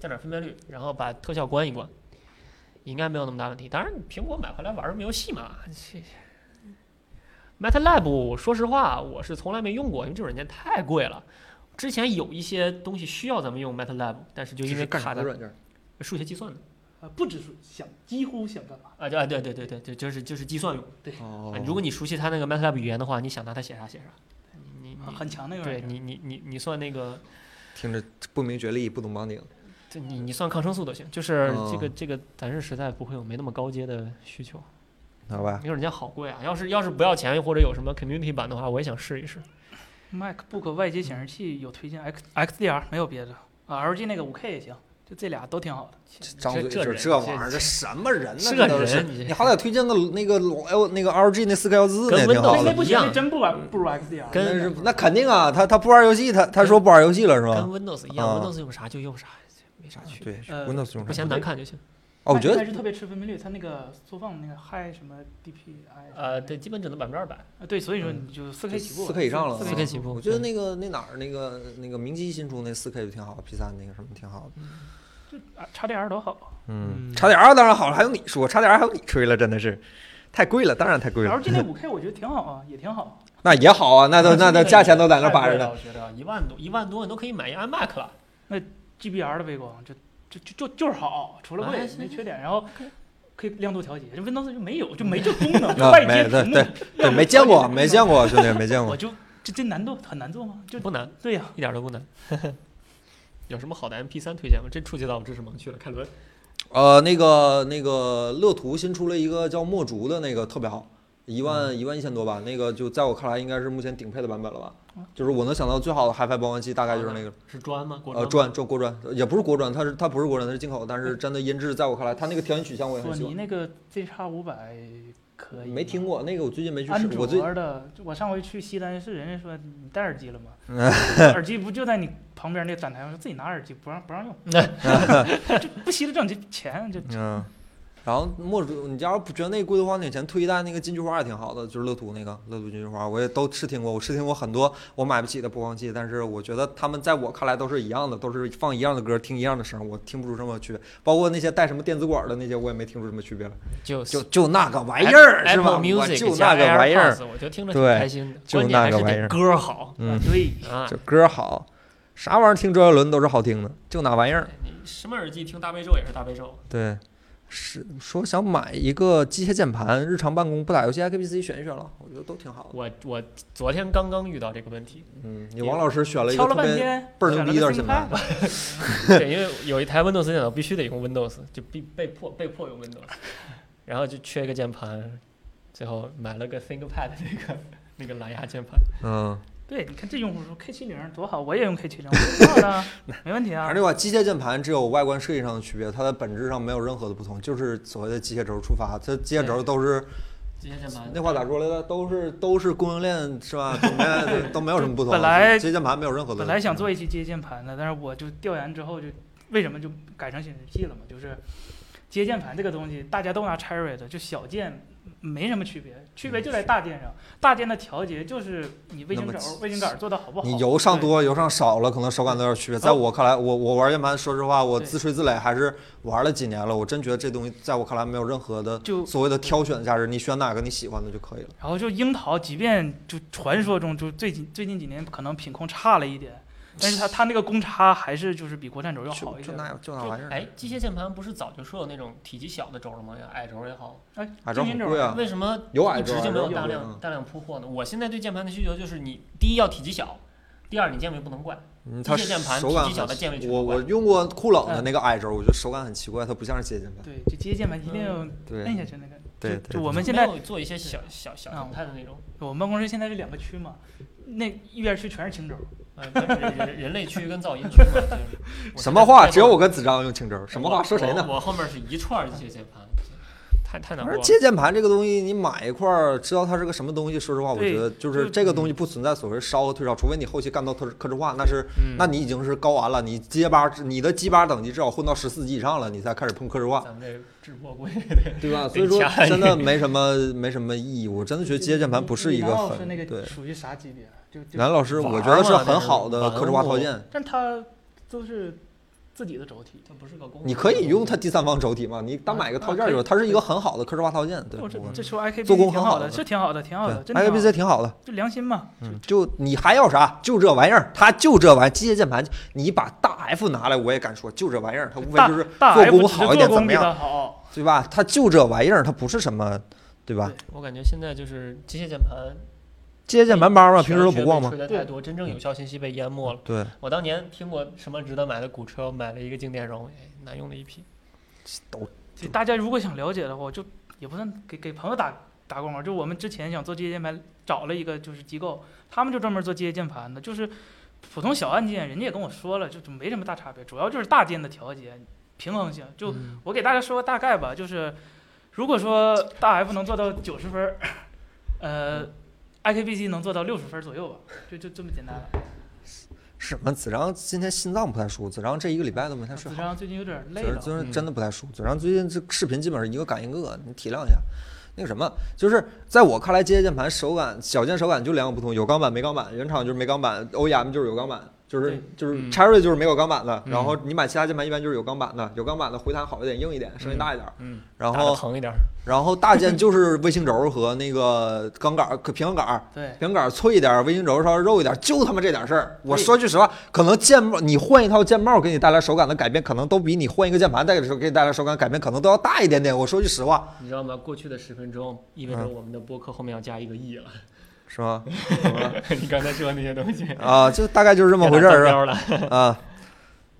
降点分辨率，然后把特效关一关，应该没有那么大问题。当然，苹果买回来玩儿没游戏嘛，这。MATLAB，说实话，我是从来没用过，因为这软件太贵了。之前有一些东西需要咱们用 MATLAB，但是就因为卡在件？数学计算的呃，不只是想，几乎想干嘛，啊，对啊对对对对对，就是就是计算用。哦啊，如果你熟悉它那个 MATLAB 语言的话，你想拿它写啥写啥。你你啊很强那你嗯个对软件。你你你你算那个听着不明觉厉，不懂绑定。这你你算抗生素都行，就是哦这个、这个咱是实在不会有没那么高阶的需求，好吧，因为人家好贵啊。要是要是不要钱或者有什么 community 版的话，我也想试一试。 MacBook 外接显示器有推荐 X XDR，没有别的啊，LG 那个五 K 也行，就这俩都挺好的。张嘴这就人这玩意儿，这这什么人呢？是这个都是人，你你好歹推荐个那个哎呦那个 LG 那四 K 幺四那跟挺 Windows 好那的那跟。不一行，样那真不玩不如 XDR。跟那是那肯定啊，他他不玩游戏，他他说不玩游戏了是跟吧？ Windows 一样、啊嗯 w i n d o w s 用啥就用啥，没啥区别。对呃，Windows 用啥？不嫌难看就行。哦，我觉得还是特别吃分辨率，它那个缩放那个 Hi 什么 DPI 呃，对，基本只能百分之二百。啊对，所以说你就四 K 起步， 4K 嗯以上了啊四 4K 起起步我觉得那个那哪儿那个那个明基新出那四 K 就挺好，P 三那个什么挺好的。啊叉 D R 多好。嗯嗯叉点二当然好了，还用你说？叉点二还有你吹了，真的是太贵了，当然太贵了 L。G 那五 K 我觉得挺好啊，也挺好。那也好啊，那都那都价钱都在那太摆贵着了呢。我觉得一万多一万多你都可以买一 iMac 了。 G B R 的背光就就就就就是好，除了哎贵行没行缺点，然后 OK 可以亮度调节。这 Windows 就没有， 就没这功能，就啊外没接对屏幕对对，没见过，没见过，兄弟没见我过。就这这难度很难做吗？就不难，对呀、一点都不难。 有什么好的 MP 3推荐吗？这触及到我知识盲区了，凯伦。呃，那个那个乐图新出了一个叫墨竹的那个特别好，一万一万一千多吧，那个就在我看来应该是目前顶配的版本了吧嗯。就是我能想到最好的 HiFi 包换器大概就是那个，是砖吗？国呃，砖砖吗。砖国砖，也不是国砖，它是它不是国砖，它是进口，但是真的音质在我看来，它那个调音取向我也索很喜尼欢。那个 Z x 五百可以，没听。过那个，我最近没去安试，我最卓的，我上回去西单是人家说你戴耳机 了吗？耳机不就在你旁边 那个展台上，说自己拿耳机不让不让用，这不惜了挣这钱，这嗯，然后莫主，你要是不觉得那贵的话，那以前推一代那个金菊花也挺好的，就是乐图那个乐图金菊花，我也都试听过，我试听过很多我买不起的播放器，但是我觉得他们在我看来都是一样的，都是放一样的歌，听一样的声，我听不出什么区别。包括那些带什么电子管的那些，我也没听出什么区别来。就 就就那个玩意儿是 Apple 吧？我 Music 就加那个玩意儿， AirPods，我就听着挺对开心的。就关键那还个是玩得意儿歌好嗯，对，啊就。歌好，啥玩意儿听周杰伦都是好听的，就那玩意儿。哎你什么耳机听大悲咒也是大悲咒，对，是说想买一个机械键盘，日常办公不打游戏还可以自己选一选了，我觉得都挺好的。我我昨天刚刚遇到这个问 题，嗯，你王老师选了一敲个了特半别天，倍儿牛选了逼个的键 ThinkPad 盘，对，因为有一台 Windows 电脑必须得用 Windows，就必被迫被迫用 Windows，然后就缺一个键盘，最后买了个 ThinkPad 那个那个蓝牙键盘，嗯，对，你看这用户说 K 七零多好，我也用 K 七零，我不 知道呢，没问题反啊正。这款机械键盘只有外观设计上的区别，它的本质上没有任何的不同，就是所谓的机械轴出发，它机械轴都是机械键盘那话咋说来着？都是都是供应链是吧？ 总面都没有什么不同。本来机械键盘没有任何的，嗯本来想做一期接键盘的，但是我就调研之后就为什么就改成显示器了嘛，就是接键盘这个东西大家都拿 Cherry 的，就小键没什么区别，区别就在大键上，大键的调节就是你卫星嗯那么轴、卫星杆做的好不好。你油上多油上少了，可能手感都有点区别。在我看来，我我玩键盘，说实话，我对自吹自擂，还是玩了几年了。我真觉得这东西在我看来没有任何的就所谓的挑选价值，你选哪个你喜欢的就可以了。然后就樱桃，即便就传说中就最近最近几年可能品控差了一点，但是它它那个公差还是就是比国产轴要就好一就些。那就那就玩意儿，哎，机械键盘不是早就说有那种体积小的轴了吗？像矮轴也好，哎，矮轴静音很轴贵啊，为什么有矮一直轴就没有有大矮轴量嗯大量铺货呢？我现在对键盘的需求就是你，第一要体积小，第二你键位不能怪，嗯机它械键盘手感体积小很的键位全我都怪我用过酷冷的那个矮轴，我觉得手感很奇怪，它不像是机械键盘。对，就接键盘一定要摁嗯对下去那个。对就对就我我们现在做一些小小小啊形态的那种，我们办公室现在是两个区嘛，那一边区全是青轴，呃人人人类区跟噪音区嘛。 就是什么话？只有我我跟子章用轻轴，什么话？说谁呢？我我后面是一串机械键 盘，太太难过而了。接键盘这个东西，你买一块儿，知道它是个什么东西，说实话，我对觉得就就是这个东西不存在所谓烧和退烧，除非你后期干到特克制化，那是嗯那你已经是高玩了，你结巴，你的鸡巴等级至少混到十四级以上了，你才开始碰克制化，咱们这直播 估计对吧？所对以说掐一下真的没什么没什么意义，我真的觉得接键盘不是一你个你老师很那个对。属于啥级别啊？就就，南老师，玩我觉得是嘛那很是好的玩克制化物套件，但它都是自己的轴体。它不是个功能。你可以用它第三方轴体嘛，你单买个套件儿啊有，可以它是一个很好的克制化套件，对。哦，这我这出 IKB 做工挺很好的，的是挺好的，挺好的，对真挺好的，IPC 挺好的，就良心嘛。嗯，就你还要啥？就这玩意儿，它就这玩意儿，机械键盘，你把大 F 拿来，我也敢说，就这玩意儿，它无非大就是大做 F 工只是好一点做工怎么样比它好，对吧？它就这玩意儿，它不是什么，对吧对？我感觉现在就是机械键盘，机械键盘班嘛，平时都玄学不逛被吗？嗯吹得太多，真正有效信息被淹没了。对，我当年听过什么值得买的古车，买了一个静电容，哎难用了一批。就大家如果想了解的话，我就也不算给给朋友打打广告，就我们之前想做机械键盘，找了一个就是机构，他们就专门做机械键盘的，就是普通小按键，人家也跟我说了，就就没什么大差别，主要就是大键的调节平衡性。就嗯我给大家说个大概吧，就是如果说大 F 能做到九十分儿，呃，IKBC 能做到六十分儿左右吧，就就这么简单了。什么？子章今天心脏不太舒服，子章这一个礼拜都没太睡啊子好。章最近有点累嘴了上，嘴上嗯真的不太舒服，嘴上最近这视频基本上一个赶一个，你体谅一下。那个什么，就是在我看来，机械键盘手感小键手感就两个不同，有钢板没钢板，原厂就是没钢板，OEM 就是有钢板，就是对就是嗯 Cherry 就是没有钢板的，嗯然后你买其他键盘一般就是有钢板的，有钢板的回弹好一点，硬一点，声音大一点，嗯，然打得后疼一点儿，然后大键就是卫星轴和那个钢杆可平衡杆儿，对，平杆脆一点，微型轴稍微肉一点，就他妈这点事儿。我对说句实话，可能键帽你换一套键帽给你带来手感的改变，可能都比你换一个键盘带给手给你带来手感改变可能都要大一点点。我说句实话，你知道吗？过去的十分钟意味着嗯我们的播客后面要加一个亿了。 是吗？你刚才说那些东西， 啊，就大概就是这这么回事儿，是吧？标了。 啊，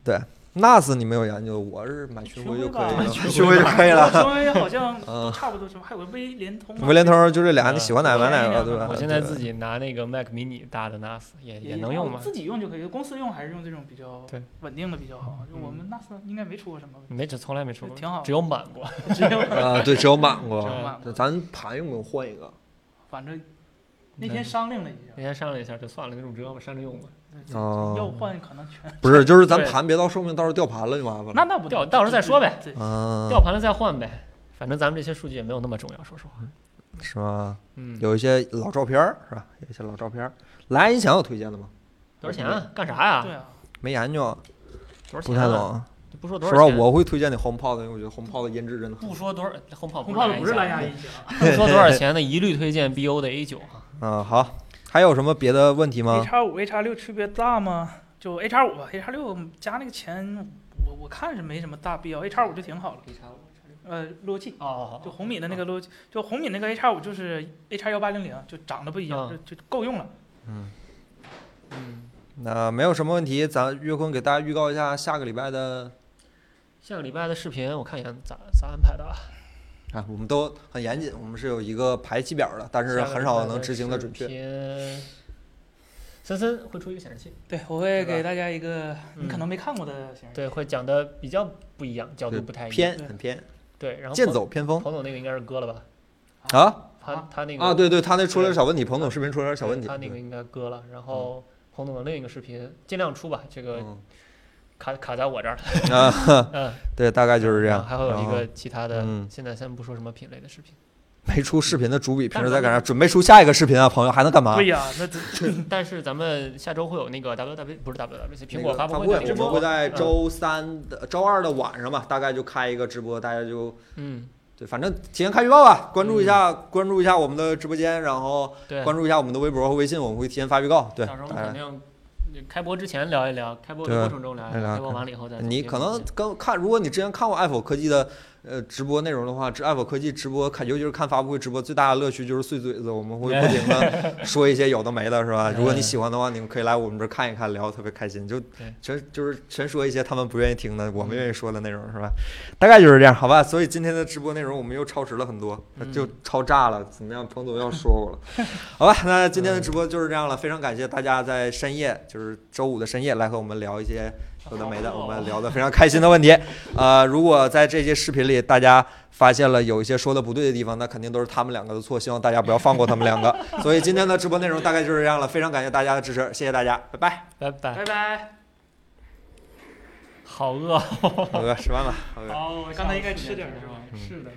对，NAS 你没有研究，我是买巡回就可以了，巡巡回回吧就可以 了。因为好像嗯差不多什么，还有个微联通啊，微联通就这俩，你喜欢哪个买哪个，对吧？我现在嗯对自己拿那个 Mac mini 搭的 NAS 也也能用吗？自己用就可以，公司用还是用这种比较对稳定的比较好。就我们 NAS 应该没出过什么问没，这从来没出过，挺好只有满过。题，只有啊，对，只有满只有过。满对咱盘用不用换一个？反正那天商量了一下那，天商量一下，就算了，那种折吧，商着用吧。哦要换可能全不是，就是咱嗯对盘别到寿命，到时候掉盘了就麻烦了。那那不掉到时候再说呗。对，嗯，掉盘了再换呗，反正咱们这些数据也没有那么重要，说实话。是吗？嗯，有一些老照片儿是吧？有一些老照片儿，蓝牙音响有推荐的吗？多少钱啊？干啥呀？对啊，没研究，多少不钱、太啊？懂。就不说多说少实话，钱我会推荐你 HomePod，因为我觉得 HomePod 的音质真的不说多少红炮红炮的不是蓝牙音音响，啊 响，啊不说多少钱的，一律推荐 BO 的 A 9啊。啊好。还有什么别的问题 A 吗？叉五、A 叉六区别大吗？就 A 叉五吧，A 叉六加那个钱，我我看是没什么大必要，A 叉五就挺好了。 A 叉五呃，路由器哦，就红米的那个路由器，就红米那个 A 叉五就是 A 叉幺八零零，就长得不一样，嗯就就够用了。嗯，那没有什么问题，咱岳坤给大家预告一下下个礼拜的下个礼拜的视频我看一眼咋咋安排的啊。啊，我们都很严谨，我们是有一个排期表的，但是很少能执行的准确。确。森森会出一个显示器，对，我会是吧给大家一个你嗯可能没看过的形式。对，会讲的比较不一样，角度对不太一样。偏对很偏，对，然后剑彭走偏锋彭总那个应该是割了吧？啊他啊他那个啊！对对，他那出了点小问题，彭总视频出了点小问题。他那个应该割了。然后彭总的另一个视频尽量出吧，这个嗯卡卡在我这儿了。啊，嗯，对，大概就是这样。还会有一然后个其他的嗯，现在先不说什么品类的 视频。没出视频的主笔，平时在干啥？准备出下一个视频啊，朋友还能干嘛？对呀，那这但是咱们下周会有那个 WW 不是 WWC 那苹个果发布会，会的直我们播会，在嗯周三的、周二的晚上吧，大概就开一个直播，大家就嗯，对，反正提前看预报吧，关注一下，关注一下我们的直播间，然后对，关注一下我们的微博和微信，我们会提前发预告。对，到时候我大们家肯定呃开播之前聊一聊，开播对的过程中聊一聊一聊聊，开播完了以后再。你可能跟看，如果你之前看过爱否科技的呃直播内容的话，这爱否科技直播看，尤其是看发布会直播，最大的乐趣就是碎嘴子，我们会不停 的说一些有的没的，是吧？如果你喜欢的话，你们可以来我们这儿看一看，聊得特别开心，就对嗯全就是全说一些他们不愿意听的，我们愿意说的内容，是吧？大概就是这样，好吧？所以今天的直播内容我们又超时了很多，呃嗯就超炸了，怎么样？彭总要说我了，好吧？那今天的直播就是这样了，非常感谢大家在深夜，就是周五的深夜来和我们聊一些。有的没的，我们聊的非常开心的问题。呃，如果在这些视频里大家发现了有一些说的不对的地方，那肯定都是他们两个的错，希望大家不要放过他们两个。所以今天的直播内容大概就是这样了，非常感谢大家的支持，谢谢大家，拜拜，拜拜，啊拜拜。好饿，好哥，吃饭吧，好哥。好，刚才应该吃点儿是吧？嗯是的。